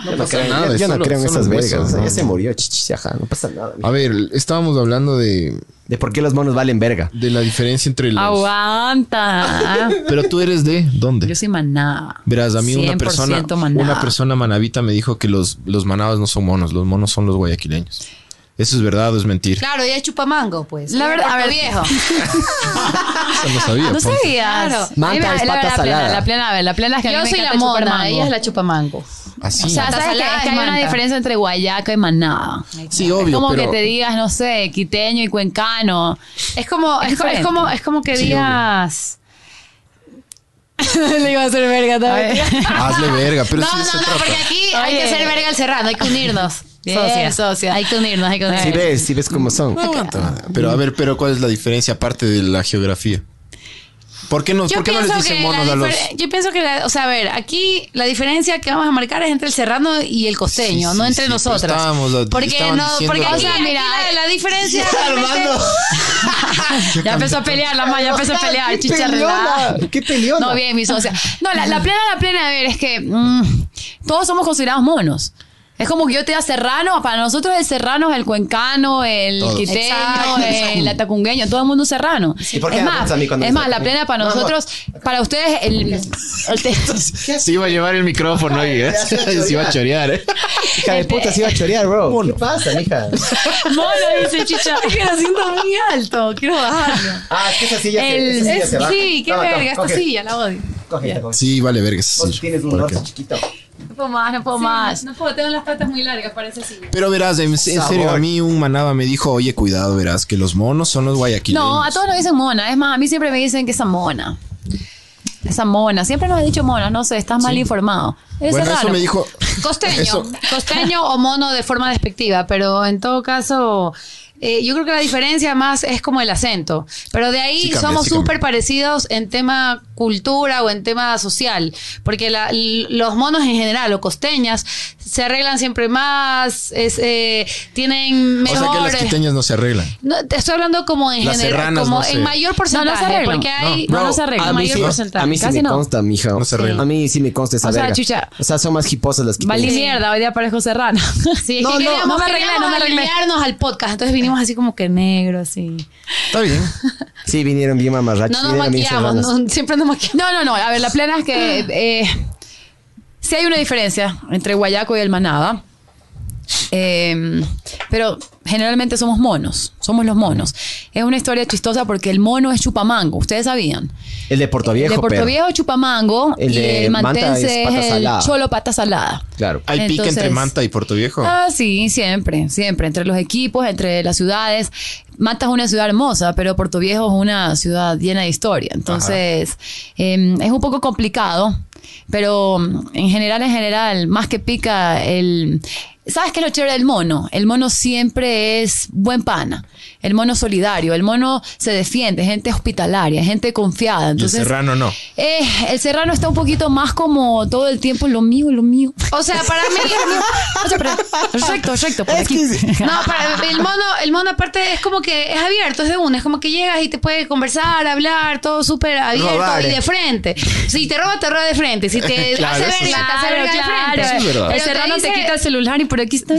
Speaker 2: Yo no
Speaker 1: pasa
Speaker 2: creo,
Speaker 1: nada,
Speaker 2: yo- yo no
Speaker 1: solo-
Speaker 2: creo en
Speaker 1: solo
Speaker 2: esas
Speaker 1: huesos,
Speaker 2: vergas. o sea,
Speaker 1: ¿no?
Speaker 2: ya se murió, chichis, ajá, no pasa nada. mija.
Speaker 1: A ver, estábamos hablando de,
Speaker 2: De por qué los monos valen verga.
Speaker 1: de la diferencia entre (laughs) los. (laughs)
Speaker 7: Aguanta.
Speaker 1: Pero tú eres de dónde?
Speaker 7: Yo soy maná.
Speaker 1: Verás, a mí una
Speaker 7: 100%
Speaker 1: persona,
Speaker 7: maná.
Speaker 1: una persona manavita me dijo que los, los manabas no son monos, los monos son los guayaquileños. Eso es verdad o es mentira.
Speaker 8: Claro, ya chupa mango, pues.
Speaker 7: La verdad, a ver.
Speaker 8: viejo.
Speaker 1: Eso no sabía.
Speaker 7: Ah,
Speaker 1: pues.
Speaker 7: No
Speaker 1: ponte.
Speaker 7: sabías.
Speaker 8: Claro.
Speaker 2: Manta
Speaker 7: Ahí
Speaker 2: es
Speaker 7: va,
Speaker 2: pata
Speaker 7: la, plena,
Speaker 2: salada.
Speaker 7: la plena, a ver, la plena es que a mí
Speaker 6: Yo
Speaker 7: me
Speaker 6: soy la
Speaker 7: encanta chupar
Speaker 6: mona,
Speaker 7: mango.
Speaker 6: ella es la chupamango.
Speaker 1: Así.
Speaker 7: O sea,
Speaker 6: Manta
Speaker 7: sabes que,
Speaker 6: salada
Speaker 7: que
Speaker 6: es
Speaker 7: hay una
Speaker 6: manta.
Speaker 7: diferencia entre guayaca y maná.
Speaker 1: sí, obvio,
Speaker 7: como
Speaker 1: pero
Speaker 7: que te digas, no sé, quiteño y cuencano.
Speaker 6: Es como,
Speaker 7: Es
Speaker 6: es, co- es
Speaker 7: diferente.
Speaker 6: como, es como que
Speaker 1: Sí,
Speaker 6: digas. (laughs) Le iba a hacer verga también.
Speaker 1: Ah, hazle verga, pero
Speaker 8: No,
Speaker 1: sí
Speaker 8: no,
Speaker 1: de eso
Speaker 8: no,
Speaker 1: trata.
Speaker 8: porque aquí hay
Speaker 6: Oye.
Speaker 8: que ser verga al serrano, hay que unirnos.
Speaker 7: (laughs) Bien, socia.
Speaker 8: Hay que unirnos, hay que
Speaker 2: Si
Speaker 8: unirnos.
Speaker 2: ves, si ves cómo son.
Speaker 1: No aguanta. Pero a ver, pero ¿cuál es la diferencia aparte de la geografía? ¿Por qué no,
Speaker 6: Yo
Speaker 1: ¿por qué no
Speaker 6: pienso
Speaker 1: les
Speaker 6: que
Speaker 1: dicen
Speaker 6: la
Speaker 1: monos a los
Speaker 6: difer- Yo pienso que, la- o sea, a ver, aquí la diferencia que vamos a marcar es entre el serrano y el costeño,
Speaker 1: Sí,
Speaker 6: no
Speaker 1: sí,
Speaker 6: entre
Speaker 1: sí, pero
Speaker 6: nosotras.
Speaker 1: estábamos a-
Speaker 6: porque
Speaker 1: estaban
Speaker 6: no,
Speaker 1: diciendo
Speaker 6: porque
Speaker 1: lo-
Speaker 6: aquí,
Speaker 1: O sea,
Speaker 6: aquí
Speaker 7: mira,
Speaker 6: la,
Speaker 1: (laughs)
Speaker 6: la diferencia realmente- (laughs)
Speaker 7: Ya empezó a pelear la ma, ya empezó a pelear, chicharrelada.
Speaker 2: ¡Qué peleona!
Speaker 7: No, bien, mi socia. No, la, la plena, la plena, a ver, es que mm, todos somos considerados monos. Es como que yo te diga serrano, para nosotros el serrano es el cuencano, el
Speaker 1: Todos.
Speaker 7: quiteño, eh,
Speaker 6: Exacto.
Speaker 7: el atacungueño, todo el mundo serrano.
Speaker 2: ¿Y por qué
Speaker 7: es
Speaker 2: me
Speaker 7: más,
Speaker 2: apuntas a mí cuando
Speaker 7: es
Speaker 2: me-
Speaker 7: más, la plena para
Speaker 2: No, no.
Speaker 7: nosotros, para ustedes el, el te-
Speaker 1: Se iba a llevar el micrófono ahí, ¿eh?
Speaker 2: (laughs) Ya se
Speaker 1: (laughs)
Speaker 2: iba a
Speaker 1: Se iba a chorear, ¿eh?
Speaker 2: Hija de puta, se iba a chorear, bro. ¿Qué pasa, mija?
Speaker 7: mono dice Chicha.
Speaker 6: que lo siento muy alto, quiero bajarlo.
Speaker 2: Ah, es que esa silla se-
Speaker 7: El-
Speaker 2: esa silla
Speaker 6: Es-
Speaker 2: se baja.
Speaker 6: sí, qué
Speaker 2: Toma, toma,
Speaker 6: verga, esta
Speaker 2: coge,
Speaker 6: silla, la odio.
Speaker 2: coge, coge.
Speaker 1: Sí, vale verga esa
Speaker 2: Vos
Speaker 1: silla.
Speaker 2: tienes un
Speaker 1: ¿Para
Speaker 2: rostro
Speaker 1: qué?
Speaker 2: chiquito.
Speaker 7: No puedo más, no puedo
Speaker 6: Más.
Speaker 7: más.
Speaker 6: No puedo, tengo las patas muy largas, parece así.
Speaker 1: Pero verás, en, en serio, a mí un manaba me dijo, oye, cuidado, verás, que los monos son los guayaquileños.
Speaker 7: No, a todos nos dicen mona. Es más, a mí siempre me dicen que esa mona. Esa mona. Siempre nos ha dicho mona. No sé, estás mal informado. Es
Speaker 1: Bueno, eso
Speaker 7: raro.
Speaker 1: me dijo...
Speaker 6: Costeño,
Speaker 1: Eso.
Speaker 6: costeño o mono de forma despectiva, pero en todo caso, eh, yo creo que la diferencia más es como el acento. Pero de ahí
Speaker 1: Sí cambia,
Speaker 6: somos
Speaker 1: sí cambia.
Speaker 6: súper parecidos en tema cultura o en tema social, porque la- l- los monos en general o costeñas se arreglan siempre más, es, eh, tienen
Speaker 1: O sea, que las
Speaker 6: mejores...
Speaker 1: quiteñas no se arreglan.
Speaker 6: No, te estoy hablando como en
Speaker 1: Las
Speaker 6: general,
Speaker 1: serranas,
Speaker 6: como
Speaker 1: no sé.
Speaker 6: en mayor
Speaker 7: No, no se
Speaker 6: porcentaje,
Speaker 7: arreglan.
Speaker 6: porque hay
Speaker 7: No, no se arreglan.
Speaker 6: en
Speaker 7: A mí
Speaker 6: mayor
Speaker 7: sí-
Speaker 6: porcentaje.
Speaker 7: a mí sí
Speaker 6: Casi
Speaker 7: me
Speaker 6: no.
Speaker 2: consta, mija.
Speaker 1: No se arreglan.
Speaker 2: A mí sí me consta esa
Speaker 7: O sea,
Speaker 2: verga.
Speaker 7: chucha.
Speaker 2: O sea, son más hiposas las que
Speaker 7: Valí mierda, hoy día parezco serrana.
Speaker 6: Sí,
Speaker 7: (laughs)
Speaker 6: es
Speaker 7: no,
Speaker 6: que
Speaker 7: no,
Speaker 6: queríamos,
Speaker 7: no me arreglé, no me arreglé.
Speaker 6: alinearnos al podcast, entonces vinimos así como que negro, así.
Speaker 1: Está bien.
Speaker 2: Sí, vinieron bien mamarrachos.
Speaker 6: No nos
Speaker 2: vinieron bien
Speaker 6: maquillamos,
Speaker 2: serranas.
Speaker 6: no- siempre nos maquillamos.
Speaker 7: No, no, no. A ver, la plena es que eh, sí hay una diferencia entre Guayaco y el Manaba. Eh, pero generalmente somos monos, somos los monos. Es una historia chistosa porque el mono es chupamango, ustedes sabían.
Speaker 2: El de Puerto Viejo,
Speaker 7: de Puerto
Speaker 2: perro.
Speaker 7: Viejo es chupamango
Speaker 2: El
Speaker 7: y
Speaker 2: de
Speaker 7: el
Speaker 2: Manta
Speaker 7: mantense
Speaker 2: es
Speaker 7: es,
Speaker 2: pata
Speaker 7: el
Speaker 2: salada.
Speaker 7: cholo pata salada.
Speaker 2: Claro.
Speaker 1: Hay pique
Speaker 7: Entonces-
Speaker 1: entre Manta y Puerto Viejo.
Speaker 7: Ah, sí, siempre, siempre. Entre los equipos, entre las ciudades. Manta es una ciudad hermosa, pero Puerto Viejo es una ciudad llena de historia. Entonces, eh, es un poco complicado, pero mm, en general, en general, más que pica el... ¿Sabes qué es lo chévere del mono? El mono siempre es buen pana, el mono solidario, el mono se defiende, gente hospitalaria, gente confiada.
Speaker 1: y el
Speaker 7: Entonces,
Speaker 1: serrano no.
Speaker 7: eh, el serrano está un poquito más como todo el tiempo lo mío, lo mío.
Speaker 6: O sea, para mí.
Speaker 7: O sea, pero- Perfecto, perfecto. Por aquí.
Speaker 6: No, para el mono, el mono aparte es como que es abierto, es de una, es como que llegas y te puede conversar, hablar, todo súper abierto
Speaker 1: Robar,
Speaker 6: y
Speaker 1: eh.
Speaker 6: de frente. Si te roba, te roba de frente. Si
Speaker 1: (laughs)
Speaker 6: te
Speaker 1: Claro,
Speaker 6: hace
Speaker 1: eso sí.
Speaker 6: verga, te hace verga de frente.
Speaker 1: Eso es verdad.
Speaker 7: El
Speaker 6: Pero
Speaker 7: serrano te
Speaker 6: dice-
Speaker 7: quita el celular y por aquí está.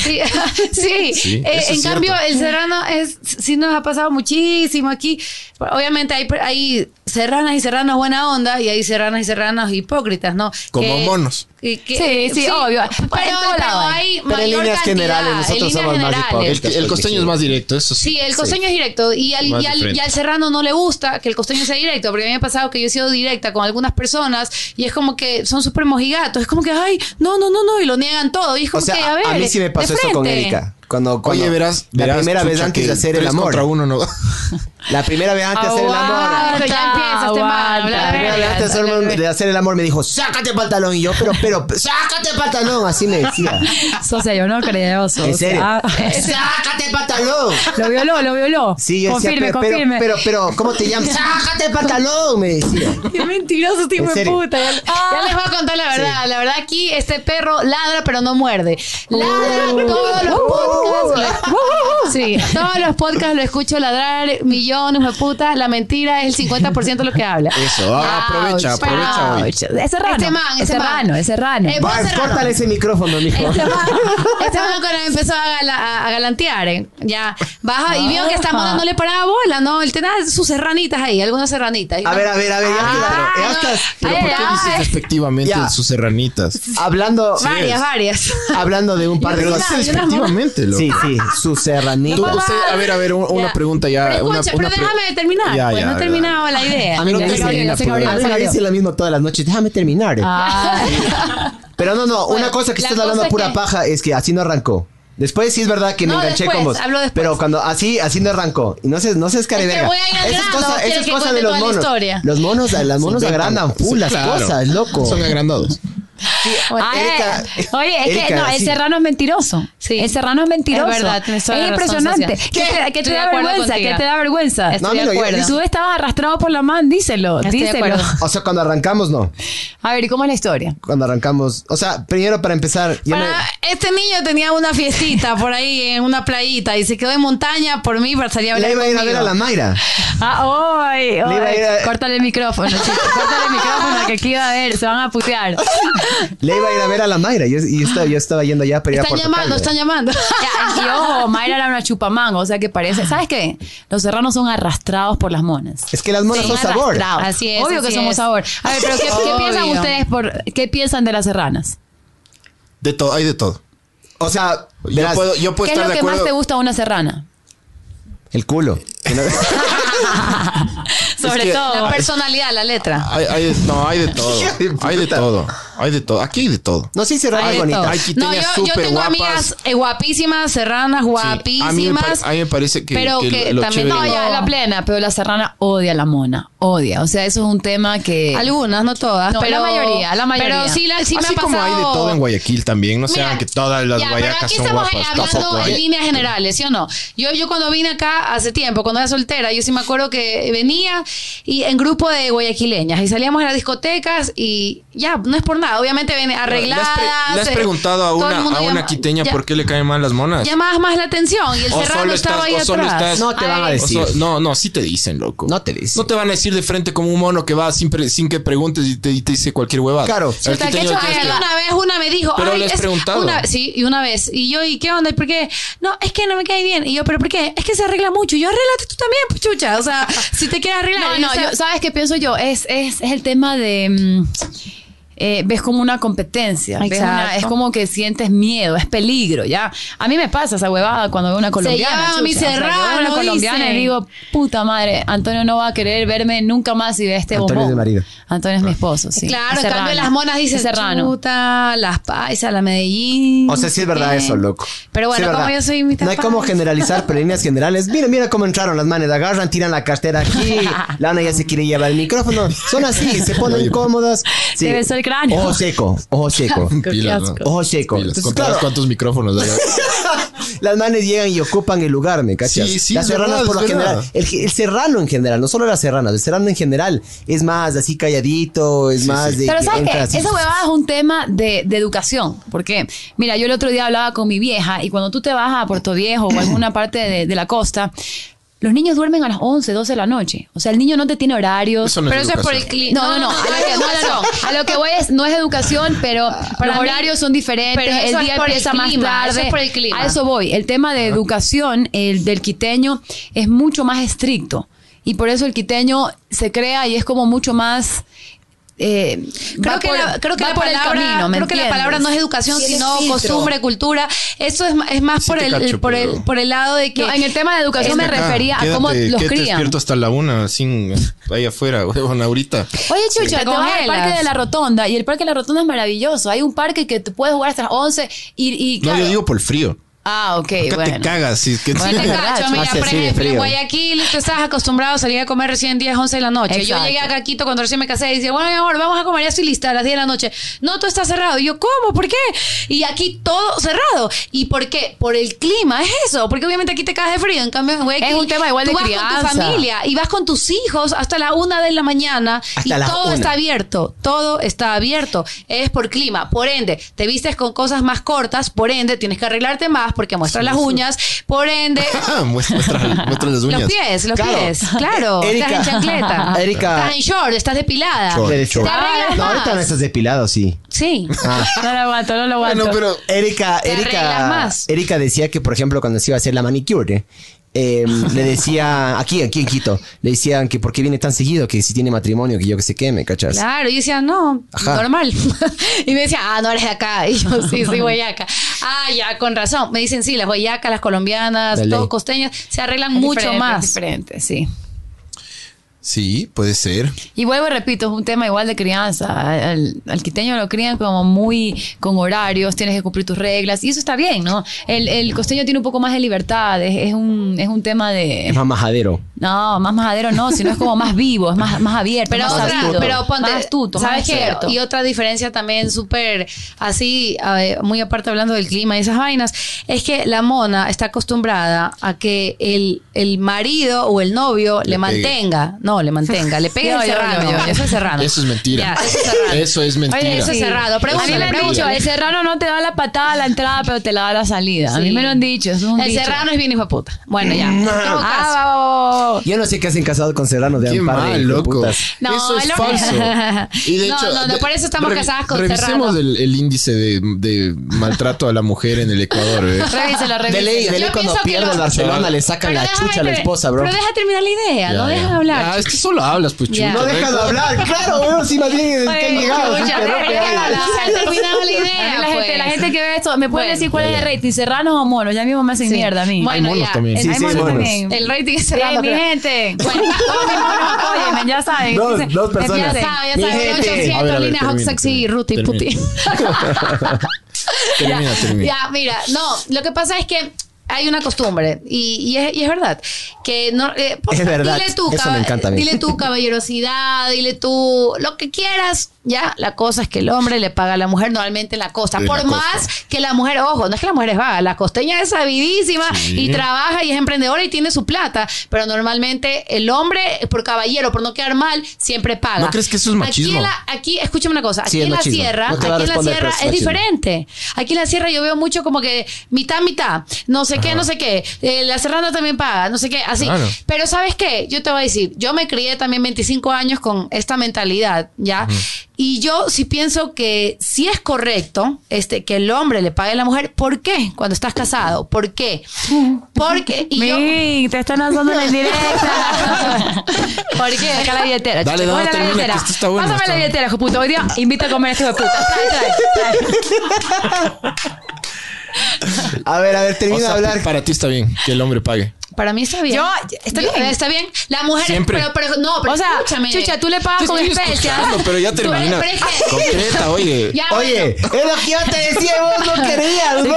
Speaker 6: Sí, (laughs) sí.
Speaker 1: Sí,
Speaker 6: Eh,
Speaker 1: eso es
Speaker 6: en
Speaker 1: cierto.
Speaker 6: cambio, el serrano es, sí nos ha pasado muchísimo aquí. Pues, Obviamente hay, hay serranas y serranos buena onda y hay serranas y serranos hipócritas, ¿no?
Speaker 1: Como
Speaker 6: Que-
Speaker 1: monos.
Speaker 6: y que-
Speaker 7: Sí, sí, obvio.
Speaker 6: Pero,
Speaker 7: Pues en todo
Speaker 6: pero
Speaker 7: lado hay.
Speaker 6: hay
Speaker 2: Pero en
Speaker 6: mayor
Speaker 2: líneas
Speaker 6: cantidad,
Speaker 2: generales,
Speaker 6: en
Speaker 2: nosotros
Speaker 6: líneas
Speaker 2: somos más
Speaker 6: generales.
Speaker 1: El,
Speaker 2: hipócritas.
Speaker 1: el costeño es más directo, eso sí.
Speaker 6: Sí, el costeño es directo y al,
Speaker 1: Más
Speaker 6: y, al,
Speaker 1: diferente.
Speaker 6: y al serrano no le gusta que el costeño sea directo, porque a mí me ha pasado que yo he sido directa con algunas personas y es como que son súper mojigatos, es como que, ay, no, no, no, no, y lo niegan todo. Y es
Speaker 2: O
Speaker 6: como
Speaker 2: sea,
Speaker 6: que,
Speaker 2: a,
Speaker 6: a ver,
Speaker 2: mí sí me
Speaker 6: de
Speaker 2: pasó eso con
Speaker 6: frente.
Speaker 2: Erika. Cuando, cuando
Speaker 1: Oye, verás,
Speaker 2: la
Speaker 1: verás,
Speaker 2: primera vez
Speaker 1: chucha,
Speaker 2: antes
Speaker 1: que
Speaker 2: de hacer el
Speaker 1: tres
Speaker 2: amor. Ah,
Speaker 1: contra uno no.
Speaker 2: La primera vez antes de
Speaker 7: Oh,
Speaker 2: hacer el amor.
Speaker 6: Aguanta,
Speaker 7: Ya empieza este man,
Speaker 6: aguanta.
Speaker 2: La primera vez antes de hacer- de hacer el amor me dijo, sácate el pantalón. Y yo, pero, pero, sácate el pantalón. Así me decía.
Speaker 7: O sea, yo no creo. socia.
Speaker 2: ¿En serio? (laughs)
Speaker 7: Ah,
Speaker 2: ¡Sácate el pantalón!
Speaker 7: Lo violó, lo violó.
Speaker 2: Sí, yo
Speaker 7: confirme,
Speaker 2: decía, pero, pero,
Speaker 7: confirme.
Speaker 2: pero, pero, ¿cómo te llamas? ¡Sácate el pantalón! Me decía.
Speaker 7: Qué mentiroso,
Speaker 6: este
Speaker 2: ¿En
Speaker 7: tipo de
Speaker 2: serio?
Speaker 7: puta. Ya-
Speaker 6: Ya les voy a contar la verdad. La verdad, aquí este perro ladra, pero no muerde. Ladra todos los podcasts. Sí, todos los podcasts lo escucho ladrar millones de puta. La mentira es el 50% de lo que habla.
Speaker 1: Eso, (laughs) ah, aprovecha,
Speaker 6: Ouch,
Speaker 1: aprovecha hoy.
Speaker 6: ouch.
Speaker 7: Es serrano.
Speaker 6: Este man,
Speaker 7: es
Speaker 6: este man.
Speaker 7: serrano, es serrano.
Speaker 6: Eh, vos,
Speaker 2: Va,
Speaker 6: Serrano.
Speaker 2: córtale ese micrófono, mijo.
Speaker 6: Este man, este man cuando me empezó a, gala- a galantear, eh, ya baja y vio que esta mona no le paraba bola, ¿no? Él tenía sus serranitas ahí, algunas serranitas. Y
Speaker 2: A ver, a ver, a ver. Ya,
Speaker 6: Ah,
Speaker 2: claro, ya estás
Speaker 1: Pero
Speaker 6: Ay,
Speaker 1: ¿por qué
Speaker 6: ay.
Speaker 1: dices despectivamente
Speaker 2: Ya.
Speaker 1: de sus serranitas?
Speaker 2: hablando, (laughs)
Speaker 6: varias, varias.
Speaker 2: hablando de un par de
Speaker 1: Pero
Speaker 2: cosas.
Speaker 1: dices despectivamente, loco.
Speaker 2: Sí, sí, su serranito.
Speaker 1: Tú, o sea, eh, a ver, a ver, un- una
Speaker 6: Ya.
Speaker 1: pregunta ya.
Speaker 6: Pero,
Speaker 1: una,
Speaker 6: escucha,
Speaker 1: una
Speaker 6: pero
Speaker 1: pre-
Speaker 6: déjame terminar.
Speaker 1: Ya,
Speaker 6: pues
Speaker 1: ya,
Speaker 6: no he
Speaker 1: dale.
Speaker 6: terminaba la idea.
Speaker 2: A mí no
Speaker 6: Ya,
Speaker 2: me
Speaker 6: ya,
Speaker 2: dicen
Speaker 6: ya,
Speaker 2: Gabriela,
Speaker 6: ya,
Speaker 2: por
Speaker 6: Gabriela,
Speaker 2: favor. A mí me
Speaker 6: Gabriela.
Speaker 2: dicen lo mismo todas las noches. Déjame terminar.
Speaker 7: Ah,
Speaker 2: (laughs) Pero no, no,
Speaker 6: Bueno,
Speaker 2: una cosa que
Speaker 6: la
Speaker 2: estás
Speaker 6: cosa
Speaker 2: hablando
Speaker 6: es
Speaker 2: pura
Speaker 6: que-
Speaker 2: paja es que así no arrancó. Después sí es verdad que me
Speaker 6: No,
Speaker 2: enganché
Speaker 6: después,
Speaker 2: con vos.
Speaker 6: hablo después.
Speaker 2: Pero cuando así, así no arrancó. Y no se, no se escare
Speaker 6: Es que
Speaker 2: verga.
Speaker 6: voy a ir al
Speaker 2: Esa es
Speaker 6: grano,
Speaker 2: cosa,
Speaker 6: ¿quieres
Speaker 2: esa es
Speaker 6: que
Speaker 2: cosa de
Speaker 6: cuente
Speaker 2: los
Speaker 6: toda la
Speaker 2: monos.
Speaker 6: historia?
Speaker 2: Los monos, las monos agrandan full las
Speaker 1: Claro.
Speaker 2: cosas, loco.
Speaker 1: Son agrandados.
Speaker 7: ah,
Speaker 2: Erika-
Speaker 7: eh, Oye, es que
Speaker 2: Erika,
Speaker 7: no, el
Speaker 2: sí.
Speaker 7: serrano es mentiroso.
Speaker 6: Sí.
Speaker 7: El serrano es mentiroso.
Speaker 6: Es verdad, tienes toda
Speaker 7: Es
Speaker 6: la razón,
Speaker 7: impresionante.
Speaker 6: socia.
Speaker 7: Que te, que te
Speaker 6: Estoy de
Speaker 7: da
Speaker 6: acuerdo
Speaker 7: vergüenza,
Speaker 6: contigo.
Speaker 7: que te da vergüenza.
Speaker 6: Estoy
Speaker 2: No,
Speaker 6: de
Speaker 2: mira, yo-
Speaker 6: acuerdo.
Speaker 7: Si tú estabas arrastrado por la man, díselo,
Speaker 6: Estoy de
Speaker 7: díselo.
Speaker 6: acuerdo.
Speaker 2: O sea, cuando arrancamos, no.
Speaker 7: A ver, ¿y cómo es la historia?
Speaker 2: Cuando arrancamos. O sea, primero para empezar, yo
Speaker 6: Para- Este niño tenía una fiestita por ahí en una playita y se quedó en montaña por mí para salir a
Speaker 2: me, le
Speaker 6: hablar
Speaker 2: iba a ir a ver a
Speaker 6: conmigo.
Speaker 2: la Mayra.
Speaker 7: Ah, hoy,
Speaker 2: iba a ir a-
Speaker 7: (laughs) Córtale el micrófono, chicos. Córtale el micrófono que aquí va a ver, se van a putear.
Speaker 2: Le iba a ir a ver a la Mayra. Yo, y estaba, yo estaba yendo allá para ir a
Speaker 6: Están
Speaker 2: Puerto
Speaker 6: llamando,
Speaker 2: Calvo.
Speaker 6: están llamando.
Speaker 7: Ya, y ojo, Mayra era una chupamanga, o sea que parece. ¿Sabes qué? Los serranos son arrastrados por las monas.
Speaker 2: Es que las monas son sabor.
Speaker 7: Arrastrados.
Speaker 6: Así es,
Speaker 7: Obvio que
Speaker 6: así
Speaker 7: somos
Speaker 6: es.
Speaker 7: sabor. A ver, pero ¿qué, qué piensan
Speaker 6: Obvio.
Speaker 7: ustedes por qué piensan de las serranas?
Speaker 1: De todo, hay de todo.
Speaker 2: O sea,
Speaker 1: Yo
Speaker 2: verás,
Speaker 1: puedo, yo puedo
Speaker 7: ¿Qué es
Speaker 1: estar
Speaker 7: lo
Speaker 1: de
Speaker 7: que más
Speaker 1: acuerdo.
Speaker 7: te gusta de una serrana?
Speaker 2: el culo. Que no-
Speaker 7: Sobre
Speaker 1: que-
Speaker 7: todo.
Speaker 6: La personalidad, la letra.
Speaker 1: Hay, hay de, no, hay
Speaker 2: (laughs)
Speaker 1: de todo. hay de todo. Hay de todo. Aquí hay de todo.
Speaker 2: No, sí, serrano
Speaker 6: Hay
Speaker 2: es
Speaker 6: de
Speaker 2: bonito.
Speaker 6: todo.
Speaker 1: Hay
Speaker 6: No,
Speaker 1: quiteñas
Speaker 6: yo, yo
Speaker 1: súper
Speaker 6: tengo
Speaker 1: guapas.
Speaker 6: amigas eh, guapísimas, serranas,
Speaker 1: Sí. A mí, me
Speaker 6: guapísimas.
Speaker 1: pare- a mí me parece que,
Speaker 6: pero
Speaker 1: que
Speaker 6: que
Speaker 1: lo
Speaker 6: también-
Speaker 1: chévere-
Speaker 7: No, ya, la plena, pero la serrana odia a la mona. Odia. O sea, eso es un tema que.
Speaker 6: Algunas, no todas.
Speaker 7: No, la
Speaker 6: pero,
Speaker 7: mayoría, la mayoría.
Speaker 6: Pero sí, la, sí me
Speaker 1: Así
Speaker 6: ha pasado.
Speaker 1: como hay de todo en Guayaquil también. No
Speaker 6: Mira,
Speaker 1: sean que todas las
Speaker 6: ya, pero
Speaker 1: guayacas
Speaker 6: aquí
Speaker 1: son
Speaker 6: estamos
Speaker 1: guapas.
Speaker 6: hablando
Speaker 1: Tampoco
Speaker 6: en
Speaker 1: hay.
Speaker 6: líneas generales, ¿sí o no? Yo, yo cuando vine acá hace tiempo, cuando era soltera, yo sí me acuerdo que venía y en grupo de guayaquileñas y salíamos a las discotecas y ya, no es por nada. Obviamente ven
Speaker 1: ¿Le
Speaker 6: arregladas.
Speaker 1: has, pre- le has
Speaker 6: eh,
Speaker 1: preguntado a
Speaker 6: todo el
Speaker 1: una,
Speaker 6: mundo
Speaker 1: a una
Speaker 6: llama-
Speaker 1: quiteña
Speaker 6: ya-
Speaker 1: por qué le caen mal las monas?
Speaker 6: Llamabas más la atención y el
Speaker 1: O
Speaker 6: serrano
Speaker 1: solo
Speaker 6: estaba
Speaker 1: estás-
Speaker 6: ahí
Speaker 1: o solo
Speaker 6: atrás.
Speaker 1: estás-
Speaker 2: No te van a
Speaker 6: Ay,
Speaker 1: O
Speaker 2: decir.
Speaker 1: so- no, no, sí te dicen, loco.
Speaker 2: No te dicen.
Speaker 1: No te van a decir de frente como un mono que va sin, pre- sin que preguntes y te, y te dice cualquier huevada.
Speaker 2: Claro.
Speaker 1: El
Speaker 6: Chuta,
Speaker 1: quiteño
Speaker 6: que
Speaker 1: tienes
Speaker 6: ay,
Speaker 1: que-
Speaker 6: una vez una me dijo,
Speaker 1: Pero
Speaker 6: ay,
Speaker 1: le has
Speaker 6: es-
Speaker 1: preguntado.
Speaker 6: una- sí, y una vez. Y yo, ¿y qué onda? ¿Y por qué? No, es que no me cae bien. Y yo, ¿pero por qué? Es que se arregla mucho. Y yo, arréglate tú también, pues, chucha. O (laughs) sea, si te quieres arreglar.
Speaker 7: No,
Speaker 6: Y,
Speaker 7: no,
Speaker 6: o sea,
Speaker 7: yo- ¿sabes qué pienso yo? Es, es, es el tema de... mm, eh, ves como una competencia, ves
Speaker 6: Exacto.
Speaker 7: una- es como que sientes miedo, es peligro, ya. A mí me pasa esa huevada cuando veo una colombiana.
Speaker 6: llevan a mi
Speaker 7: chucha. yo veo
Speaker 6: serrano,
Speaker 7: una colombiana
Speaker 6: dicen.
Speaker 7: y digo, puta madre, Antonio no va a querer verme nunca más si ve este
Speaker 2: Antonio es
Speaker 7: bombón.
Speaker 2: Ah. mi marido.
Speaker 7: Antonio es mi esposo, sí.
Speaker 6: Claro, en
Speaker 7: Serrano.
Speaker 6: cambio las monas dicen
Speaker 7: serrano.
Speaker 6: chuta, las paisas, la Medellín.
Speaker 2: O sea,
Speaker 6: no
Speaker 2: sí
Speaker 6: sé
Speaker 2: es verdad
Speaker 6: qué.
Speaker 2: eso, loco.
Speaker 6: Pero
Speaker 2: Sí
Speaker 6: bueno,
Speaker 2: es
Speaker 6: como
Speaker 2: verdad.
Speaker 6: yo soy mitad
Speaker 2: No hay como
Speaker 6: paisa.
Speaker 2: generalizar, pero en líneas generales. Mira, mira cómo entraron las manes. Agarran, tiran la cartera
Speaker 6: (laughs)
Speaker 2: aquí. Lana ya se quiere llevar el micrófono. Son así, se ponen cómodas. Sí.
Speaker 7: Debe ser el cráneo.
Speaker 2: Ojo seco,
Speaker 1: (laughs)
Speaker 2: ojo seco.
Speaker 1: Pilas,
Speaker 7: asco.
Speaker 1: ¿no?
Speaker 2: Ojo seco.
Speaker 1: Pilas.
Speaker 2: Entonces,
Speaker 1: Contarás
Speaker 2: claro,
Speaker 1: cuántos micrófonos
Speaker 7: (laughs)
Speaker 1: hay.
Speaker 2: (laughs) las manes llegan y ocupan el lugar, ¿me cachas?
Speaker 1: Sí, sí,
Speaker 2: las
Speaker 1: es
Speaker 2: serranas
Speaker 1: verdad,
Speaker 2: por lo
Speaker 1: es
Speaker 2: general.
Speaker 1: verdad.
Speaker 2: El, el serrano en general, no solo las serranas, el serrano en general es más así calladito, es más de.
Speaker 7: Pero
Speaker 2: que
Speaker 7: ¿sabes
Speaker 2: entras
Speaker 7: qué?
Speaker 2: y-
Speaker 7: Esa huevada es un tema de, de educación. Porque, mira, yo el otro día hablaba con mi vieja y cuando tú te vas a Puerto Viejo o
Speaker 2: (clears throat)
Speaker 7: a alguna parte de, de la costa, los niños duermen a las 11, 12 de la noche. O sea, el niño no te tiene horarios.
Speaker 1: Eso no
Speaker 6: Pero
Speaker 1: es
Speaker 6: eso es por el
Speaker 1: educación.
Speaker 6: clima.
Speaker 7: No, no, no. A lo que, no,
Speaker 6: (laughs)
Speaker 7: no, no. A lo que voy es, no es educación, pero
Speaker 6: Para
Speaker 7: los
Speaker 6: mí-
Speaker 7: horarios son diferentes.
Speaker 6: Ah. pero eso
Speaker 7: el día
Speaker 6: es por el
Speaker 7: empieza más
Speaker 6: clima,
Speaker 7: tarde.
Speaker 6: eso es por el clima.
Speaker 7: A eso voy. El tema
Speaker 1: Ah.
Speaker 7: de educación, el del quiteño, es mucho más estricto. Y por eso el quiteño se crea y es como mucho más. eh,
Speaker 6: Creo
Speaker 7: va
Speaker 6: que,
Speaker 7: por-
Speaker 6: la, creo que
Speaker 7: va
Speaker 6: la
Speaker 7: por el
Speaker 6: palabra,
Speaker 7: camino, ¿me
Speaker 6: creo que la
Speaker 7: entiendes?
Speaker 6: palabra no es educación,
Speaker 5: Tiene
Speaker 6: sino
Speaker 5: filtro.
Speaker 6: costumbre, cultura. Eso es, ma- es más
Speaker 1: Sí
Speaker 6: por,
Speaker 1: te
Speaker 6: el,
Speaker 1: cacho,
Speaker 6: por, el,
Speaker 1: pero-
Speaker 6: por el lado de que.
Speaker 7: No, en el tema de educación me
Speaker 1: Acá,
Speaker 7: refería a cómo
Speaker 1: Este, ah, quédate-
Speaker 7: los
Speaker 1: quédate
Speaker 7: crían.
Speaker 1: despierto hasta la una, sin ahí afuera, (laughs) huevón, ahorita.
Speaker 7: Oye, Chucha,
Speaker 6: Te
Speaker 7: te vas al
Speaker 6: congelas.
Speaker 7: parque de la Rotonda y el parque de la Rotonda es maravilloso. Hay un parque que tú puedes jugar hasta las 11 y, y
Speaker 1: No,
Speaker 7: claro.
Speaker 1: yo digo por el frío.
Speaker 7: ah, ok,
Speaker 1: Acá
Speaker 7: bueno.
Speaker 1: te cagas. si es que-
Speaker 7: Bueno,
Speaker 6: Te cacho,
Speaker 7: borracho.
Speaker 6: mira,
Speaker 2: Hace
Speaker 6: por
Speaker 2: así de
Speaker 6: ejemplo, en
Speaker 2: frío.
Speaker 6: Guayaquil tú estás acostumbrado a salir a comer recién 10, 11 de la noche. Yo
Speaker 7: Exacto.
Speaker 6: llegué acá a Quito cuando recién me casé y dije, bueno, mi amor, vamos a comer, ya estoy lista a las 10 de la noche. No, todo está cerrado. Y yo, ¿cómo? ¿Por qué? Y aquí todo cerrado. ¿Y por qué? Por el clima, es eso. Porque obviamente aquí te cagas de frío. En cambio, en Guayaquil.
Speaker 7: Es un tema igual
Speaker 6: tú
Speaker 7: de
Speaker 6: vas con
Speaker 7: crianza.
Speaker 6: tu familia y vas con tus hijos hasta la 1 de la mañana
Speaker 2: Hasta
Speaker 6: y
Speaker 2: la
Speaker 6: todo
Speaker 2: una.
Speaker 6: está abierto. Todo está abierto. Es por clima. Por ende, te vistes con cosas más cortas. Por ende, tienes que arreglarte más porque muestras las uñas.
Speaker 2: (laughs)
Speaker 6: Por ende,
Speaker 1: Ah, muestra,
Speaker 7: (laughs)
Speaker 1: muestra- muestra las uñas.
Speaker 6: los pies, los
Speaker 2: Claro. E-,
Speaker 6: pies, claro.
Speaker 2: Erika.
Speaker 6: Estás en chancleta.
Speaker 2: (laughs) Erika.
Speaker 6: Estás en short, estás depilada.
Speaker 1: Short.
Speaker 2: Te
Speaker 6: Te arreglas
Speaker 2: No, ahorita Ah,
Speaker 6: más.
Speaker 2: no estás depilado, sí.
Speaker 6: Sí.
Speaker 7: (laughs) No lo aguanto, (laughs) no lo aguanto.
Speaker 1: Bueno, pero
Speaker 2: Erika,
Speaker 6: Te
Speaker 2: Erika,
Speaker 6: arreglas más.
Speaker 2: Erika decía que, por ejemplo, cuando se iba a hacer la manicure, eh,
Speaker 7: (laughs)
Speaker 2: le decía, aquí, aquí en Quito, le decían que por qué viene tan seguido, que si tiene matrimonio, que yo que sé qué, ¿me cachas?
Speaker 6: Claro, y yo decía, no,
Speaker 2: Ajá.
Speaker 6: normal. (laughs) Y me decía, ah, no eres de acá. (laughs) Y yo, sí, soy guayaca. Ah, ya, con razón. Me dicen, sí, las guayacas, las colombianas,
Speaker 2: Dale.
Speaker 6: todos costeños, se arreglan
Speaker 7: Es
Speaker 6: mucho
Speaker 7: diferente,
Speaker 6: más.
Speaker 7: es diferente, sí.
Speaker 1: sí, puede ser.
Speaker 7: Y vuelvo y repito, es un tema igual de crianza. Al, al quiteño lo crían como muy con horarios, tienes que cumplir tus reglas. Y eso está bien, ¿no? El, el costeño tiene un poco más de libertad, es, es un, es un tema
Speaker 2: Es
Speaker 7: de...
Speaker 2: más majadero.
Speaker 7: No, más majadero no, sino es como más vivo, es más, más abierto,
Speaker 6: Pero,
Speaker 7: más
Speaker 6: otra-
Speaker 7: sabido,
Speaker 6: pero ponte,
Speaker 7: más astuto, más
Speaker 6: ¿sabes qué?
Speaker 7: abierto.
Speaker 6: Y otra diferencia también súper así, eh, muy aparte hablando del clima y esas vainas, es que la mona está acostumbrada a que el, el marido o el novio le,
Speaker 1: pegue.
Speaker 6: mantenga, No, le mantenga. Le
Speaker 7: (laughs)
Speaker 6: pegue
Speaker 7: Yo,
Speaker 6: al
Speaker 7: yo,
Speaker 6: serrano.
Speaker 7: yo, yo.
Speaker 6: Eso es serrano.
Speaker 1: Eso es mentira.
Speaker 6: Ya, eso es serrano.
Speaker 1: Eso es mentira.
Speaker 6: Oye, eso es serrano.
Speaker 7: A mí
Speaker 6: Pregúntale,
Speaker 7: me han dicho,
Speaker 6: pregúntale.
Speaker 7: el serrano no te da la patada a la entrada, pero te la da a la salida. A mí
Speaker 6: Sí.
Speaker 7: me lo han dicho, eso es (laughs) un
Speaker 6: El
Speaker 7: dicho.
Speaker 6: serrano es bien hijo de puta. Bueno, ya. Todo
Speaker 7: Ah,
Speaker 6: caso.
Speaker 7: va, va, va, va, va.
Speaker 2: Yo no sé qué hacen casados con serranos de
Speaker 1: Qué
Speaker 2: Amparo.
Speaker 1: mal, loco.
Speaker 6: No,
Speaker 1: eso es
Speaker 6: el hombre- (laughs)
Speaker 1: falso. Y de
Speaker 6: No,
Speaker 1: hecho,
Speaker 6: no, no,
Speaker 1: de-
Speaker 6: por eso estamos casadas con
Speaker 1: Revisemos
Speaker 6: Serrano.
Speaker 1: el, el índice de, de maltrato a la mujer en el Ecuador. ¿eh?
Speaker 6: Revísela,
Speaker 2: De ley, de
Speaker 6: revísela.
Speaker 2: ley
Speaker 6: Yo
Speaker 2: cuando
Speaker 6: pienso que
Speaker 2: pierde
Speaker 6: lo-
Speaker 2: el Barcelona le sacan
Speaker 6: Pero
Speaker 2: la
Speaker 6: déjame
Speaker 2: chucha a la
Speaker 6: terminar-
Speaker 2: esposa, bro.
Speaker 6: Pero deja terminar la idea, no
Speaker 1: Ya,
Speaker 6: dejas
Speaker 1: ya.
Speaker 6: hablar.
Speaker 1: Ya, es que solo hablas, pues
Speaker 6: Ya.
Speaker 1: chulo.
Speaker 6: No
Speaker 2: Deja de hablar, claro, weón, si más bien
Speaker 6: Oye,
Speaker 2: que han llegado.
Speaker 6: chucha,
Speaker 2: sí, pero-
Speaker 6: déjala, ha
Speaker 7: (laughs)
Speaker 6: terminado
Speaker 7: A
Speaker 6: la idea.
Speaker 7: mí la, gente,
Speaker 6: pues.
Speaker 7: la gente que ve esto, ¿me pueden
Speaker 6: Bueno.
Speaker 7: decir cuál es el rating? ¿Serranos o monos? Ya mismo me hacen
Speaker 6: Sí.
Speaker 7: mierda a mí.
Speaker 6: Bueno,
Speaker 1: monos
Speaker 6: ya.
Speaker 1: también.
Speaker 7: El-
Speaker 2: Sí,
Speaker 7: hay
Speaker 2: sí,
Speaker 7: monos
Speaker 2: monos.
Speaker 7: también.
Speaker 6: El rating es
Speaker 7: Sí,
Speaker 6: cerrado.
Speaker 7: mi
Speaker 6: creo.
Speaker 7: gente.
Speaker 6: Bueno,
Speaker 7: Todos mis monos, apóyenme, ya saben.
Speaker 2: Dos-
Speaker 7: Dicen-
Speaker 2: dos personas.
Speaker 6: ya
Speaker 7: empiecen.
Speaker 6: sabe,
Speaker 2: Mi
Speaker 6: ya sabe.
Speaker 2: gente.
Speaker 6: 800
Speaker 1: A ver, a ver,
Speaker 6: Lina, Hot
Speaker 1: termina,
Speaker 6: Sexy,
Speaker 1: termina,
Speaker 6: Ruti,
Speaker 1: termina.
Speaker 6: Puti.
Speaker 1: Termina, termina.
Speaker 6: (laughs) Ya, mira, no, lo que pasa es que hay una costumbre y, y es, y es verdad que no eh, por-
Speaker 2: Es verdad,
Speaker 6: dile tú,
Speaker 2: eso me encanta a mí.
Speaker 6: dile tu caballerosidad dile tú lo que quieras ya la cosa es que el hombre le paga a la mujer normalmente en la costa
Speaker 1: En la
Speaker 6: por
Speaker 1: costa.
Speaker 6: más que la mujer ojo no es que la mujer es vaga la costeña es sabidísima
Speaker 1: Sí.
Speaker 6: y trabaja y es emprendedora y tiene su plata pero normalmente el hombre por caballero por no quedar mal siempre paga
Speaker 1: ¿No crees que eso es
Speaker 6: aquí,
Speaker 1: machismo?
Speaker 6: en la- aquí escúchame una cosa aquí
Speaker 2: Sí, es
Speaker 6: en la
Speaker 2: machismo.
Speaker 6: sierra
Speaker 2: No te va a
Speaker 6: aquí en la
Speaker 2: responder, pero
Speaker 6: sierra
Speaker 2: es
Speaker 6: es
Speaker 2: machismo.
Speaker 6: diferente diferente. Aquí en la sierra yo veo mucho como que mitad, mitad, no sé qué, no sé qué. Eh, la serrana también paga, no sé qué, así.
Speaker 1: Claro.
Speaker 6: Pero ¿sabes qué? Yo te voy a decir, yo me crié también 25 años con esta mentalidad, ¿ya? Y yo sí pienso que sí es correcto este, que el hombre le pague a la mujer. ¿Por qué? Cuando estás casado. ¿Por qué? Porque... Y yo,
Speaker 7: Min, te están lanzando
Speaker 6: (laughs)
Speaker 7: la indirecta. ¿Por qué? Acá la billetera.
Speaker 1: Dale,
Speaker 7: chico,
Speaker 1: dale, termina,
Speaker 7: la
Speaker 1: que
Speaker 7: billetera.
Speaker 1: esto está bueno,
Speaker 7: Pásame
Speaker 1: está
Speaker 7: la
Speaker 1: bueno.
Speaker 7: billetera, hijo puta. Hoy día invito a comer a este hijo de puta. Trae, trae, trae.
Speaker 2: A ver, a ver,
Speaker 1: O
Speaker 2: termina
Speaker 1: sea,
Speaker 2: de hablar.
Speaker 1: Para ti está bien que el hombre pague.
Speaker 6: para mí está bien.
Speaker 7: Yo- está bien.
Speaker 6: Está bien. La mujer...
Speaker 1: Siempre.
Speaker 6: Pero, pero- no, pero
Speaker 7: O sea,
Speaker 6: escúchame.
Speaker 7: chucha, tú le pagas
Speaker 1: Te
Speaker 7: con
Speaker 1: estoy
Speaker 7: especias.
Speaker 1: escuchando, pero ya
Speaker 6: Tú-
Speaker 1: termina.
Speaker 6: pero es que-
Speaker 1: Concreta,
Speaker 2: (laughs)
Speaker 1: oye.
Speaker 6: Ya,
Speaker 2: Oye, es lo que yo te decía, vos (laughs) no querías, loco.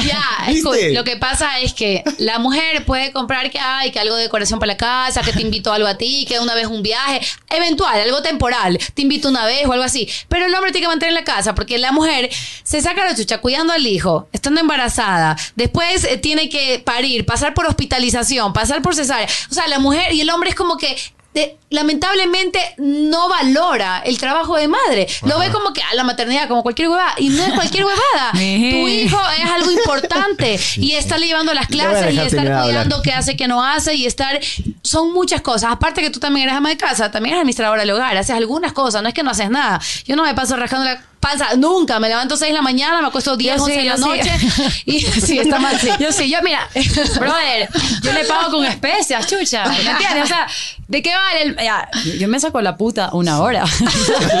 Speaker 6: Ya, ya, escu-
Speaker 2: ¿Viste?
Speaker 6: lo que pasa es que la mujer puede comprar que hay que algo de decoración para la casa, que te invito algo a ti, que una vez un viaje, eventual, algo temporal, te invito una vez o algo así. Pero el hombre tiene que mantener en la casa porque la mujer se saca la chucha cuidando al hijo, estando embarazada, después eh, tiene que parir, pasar por hospitalización, pasar por cesárea. O sea, la mujer y el hombre es como que de- lamentablemente no valora el trabajo de madre. Lo ve como que a la maternidad, como cualquier huevada. Y no es cualquier huevada. (laughs) tu hijo es
Speaker 2: (laughs)
Speaker 6: algo importante. Y estarle llevando las
Speaker 2: voy a
Speaker 6: clases y
Speaker 2: dejar
Speaker 6: estar
Speaker 2: terminar de hablar.
Speaker 6: cuidando qué hace, qué no hace y estar... Son muchas cosas. Aparte que tú también eres ama de casa, también eres administradora del hogar, haces algunas cosas. No es que no haces nada. Yo no me paso rajando la panza nunca. Me levanto 6 de la mañana, me acuesto 10,
Speaker 7: Yo
Speaker 6: 11
Speaker 7: sí,
Speaker 6: de la
Speaker 7: yo sí.
Speaker 6: noche.
Speaker 7: (laughs)
Speaker 6: Y sí, está mal. (laughs) sí.
Speaker 7: Yo sí, yo mira, brother, yo le pago con especias, chucha. ¿Me entiendes? O sea, ¿de qué vale? el- ya, yo me saco la puta una
Speaker 6: (laughs)
Speaker 7: hora.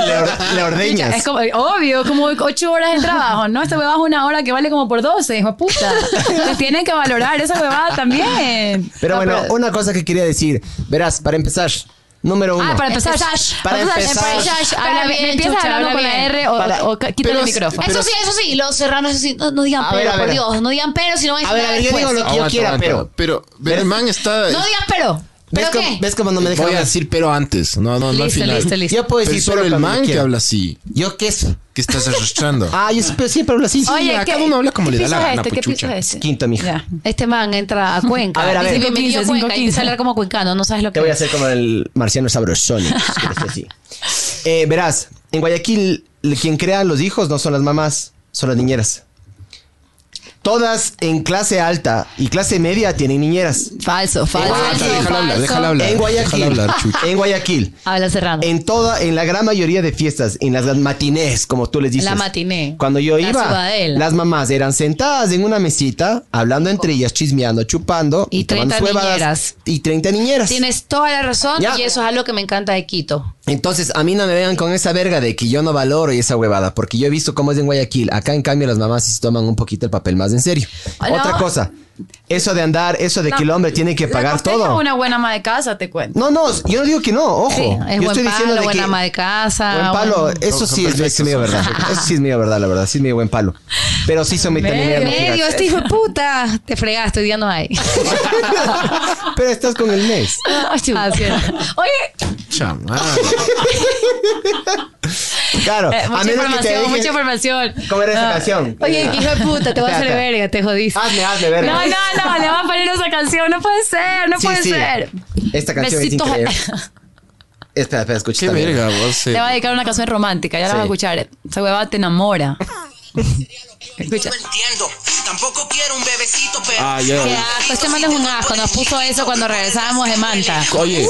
Speaker 2: Le, or- le ordeñas.
Speaker 7: Es como, obvio, como ocho horas de trabajo, ¿no? Esta huevada es una hora que vale como por 12, hijo de puta. Entonces tienen que valorar esa huevada también.
Speaker 2: Pero
Speaker 7: Ah,
Speaker 2: bueno, una cosa que quería decir. Verás, para empezar, número uno.
Speaker 7: Ah, para empezar.
Speaker 2: Para
Speaker 7: O sea,
Speaker 2: empezar.
Speaker 7: Habla bien, empieza
Speaker 6: chucha,
Speaker 7: hablando
Speaker 6: habla
Speaker 7: con la
Speaker 6: bien.
Speaker 7: R o,
Speaker 2: Para-
Speaker 7: o ca- quítale
Speaker 1: Pero-
Speaker 7: el micrófono.
Speaker 6: Eso sí, eso sí, los serranos, eso sí, no, no digan
Speaker 2: A
Speaker 6: pero,
Speaker 2: ver, a
Speaker 6: por
Speaker 2: ver.
Speaker 6: Dios, no digan pero, si no van a
Speaker 2: A ver, a ver, yo
Speaker 6: decir
Speaker 2: digo
Speaker 6: nada
Speaker 2: lo que yo
Speaker 1: Aguanta,
Speaker 2: quiera,
Speaker 1: aguanta.
Speaker 2: pero.
Speaker 1: Pero, pero el man está.
Speaker 6: después. No digan pero,
Speaker 2: ¿Ves,
Speaker 6: pero
Speaker 2: cómo-
Speaker 6: qué?
Speaker 2: ves cómo no me deja
Speaker 1: Voy a
Speaker 2: hablar?
Speaker 1: decir pero antes. No, no, no al
Speaker 6: Listo,
Speaker 1: final.
Speaker 6: listo, listo.
Speaker 2: Yo puedo
Speaker 1: Pero
Speaker 2: decir
Speaker 1: solo
Speaker 2: pero
Speaker 1: el
Speaker 2: cuando yo
Speaker 1: man que
Speaker 2: quiera.
Speaker 1: habla así.
Speaker 2: ¿Yo qué es?
Speaker 1: Que
Speaker 2: (laughs)
Speaker 1: estás arrastrando.
Speaker 2: Ah, yo siempre, siempre hablo así.
Speaker 1: Oye,
Speaker 7: ¿qué-
Speaker 1: cada uno habla como
Speaker 7: qué
Speaker 1: le da
Speaker 7: piso
Speaker 1: la
Speaker 7: es
Speaker 1: gana,
Speaker 7: este? ¿Qué
Speaker 1: puchucha.
Speaker 7: piso es ese?
Speaker 2: Quinto, mija.
Speaker 7: Ya.
Speaker 6: Este man entra a Cuenca.
Speaker 2: A ver, a ver.
Speaker 6: Dice, bienvenido a
Speaker 7: 5:15,
Speaker 6: Cuenca. Y empieza a hablar como cuencano, no sabes lo que
Speaker 2: Te voy a
Speaker 6: es.
Speaker 2: hacer como el marciano sabrosón.
Speaker 6: (laughs)
Speaker 2: así. Eh, verás, en Guayaquil, l- quien crea los hijos no son las mamás, son las niñeras. Todas en clase alta y clase media tienen niñeras.
Speaker 7: Falso, falso.
Speaker 1: Aguanta, déjala hablar, déjala hablar.
Speaker 2: En Guayaquil.
Speaker 1: Déjala hablar, chucha.
Speaker 2: (laughs) en Guayaquil.
Speaker 6: Habla serrano.
Speaker 2: En toda, en la gran mayoría de fiestas, en las matinés, como tú les dices.
Speaker 6: La matiné.
Speaker 2: Cuando yo
Speaker 6: La
Speaker 2: iba,
Speaker 6: ciudadela.
Speaker 2: las mamás eran sentadas en una mesita, hablando entre ellas, chismeando, chupando.
Speaker 6: Y
Speaker 2: tomando
Speaker 6: 30
Speaker 2: su huevada,
Speaker 6: niñeras.
Speaker 2: Y 30 niñeras.
Speaker 6: Tienes toda la razón
Speaker 2: este Ya.
Speaker 6: y eso es algo que me encanta de Quito.
Speaker 2: Entonces, a mí no me vengan con esa verga de que yo no valoro y esa huevada, porque yo he visto cómo es en Guayaquil. Acá, en cambio, las mamás sí se toman un poquito el papel más en serio.
Speaker 7: No.
Speaker 2: Otra cosa, eso de andar, eso de que el hombre tiene que
Speaker 7: La
Speaker 2: pagar
Speaker 7: costeña
Speaker 2: todo.
Speaker 7: es una buena ama de casa, te cuento.
Speaker 2: No, no, yo no digo que no, ojo.
Speaker 6: Sí, es
Speaker 2: yo
Speaker 6: buen
Speaker 2: estoy diciendo
Speaker 6: palo,
Speaker 2: de
Speaker 6: buen
Speaker 2: que
Speaker 6: ama de casa.
Speaker 2: Buen palo,
Speaker 6: buen-
Speaker 2: eso
Speaker 1: Son- son
Speaker 2: sí es, es
Speaker 1: perfectos.
Speaker 2: mío verdad. Eso sí es mío verdad, la verdad. Sí es mío buen palo. Pero sí son mitad
Speaker 6: Medio, este hijo de puta. Te fregaste, hoy día
Speaker 7: (laughs)
Speaker 6: no hay.
Speaker 2: (laughs) Pero estás con el mes.
Speaker 6: Ah, chuta.
Speaker 7: Oye,
Speaker 1: Chamán.
Speaker 2: Claro.
Speaker 7: eh,
Speaker 2: a menos
Speaker 7: mucha
Speaker 2: que te
Speaker 7: información,
Speaker 2: dejen-
Speaker 7: mucha información.
Speaker 2: ¿Cómo era esa
Speaker 7: Ah.
Speaker 2: canción?
Speaker 6: Oye, hijo de puta, te vas a hacer
Speaker 2: Espérate.
Speaker 6: verga, te jodiste.
Speaker 2: Hazme, hazme, verga.
Speaker 7: No, no, no, le van a poner esa canción, no puede ser, no
Speaker 2: Sí,
Speaker 7: puede
Speaker 2: sí.
Speaker 7: ser.
Speaker 2: Esta canción
Speaker 7: Besitos. (laughs)
Speaker 2: es increíble. Espera, espera, escucha.
Speaker 1: Qué
Speaker 2: esta mierda.
Speaker 1: verga, vos. eh. sí.
Speaker 7: Le va a dedicar una canción romántica, ya la
Speaker 2: Sí.
Speaker 7: vas a escuchar. Esa huevada te
Speaker 9: (laughs)
Speaker 7: enamora. Escucha.
Speaker 9: No entiendo. Tampoco quiero un bebecito, pero.
Speaker 1: Ah, ya.
Speaker 6: Qué asco, este man es un asco. Nos puso eso cuando regresábamos de Manta.
Speaker 1: Oye,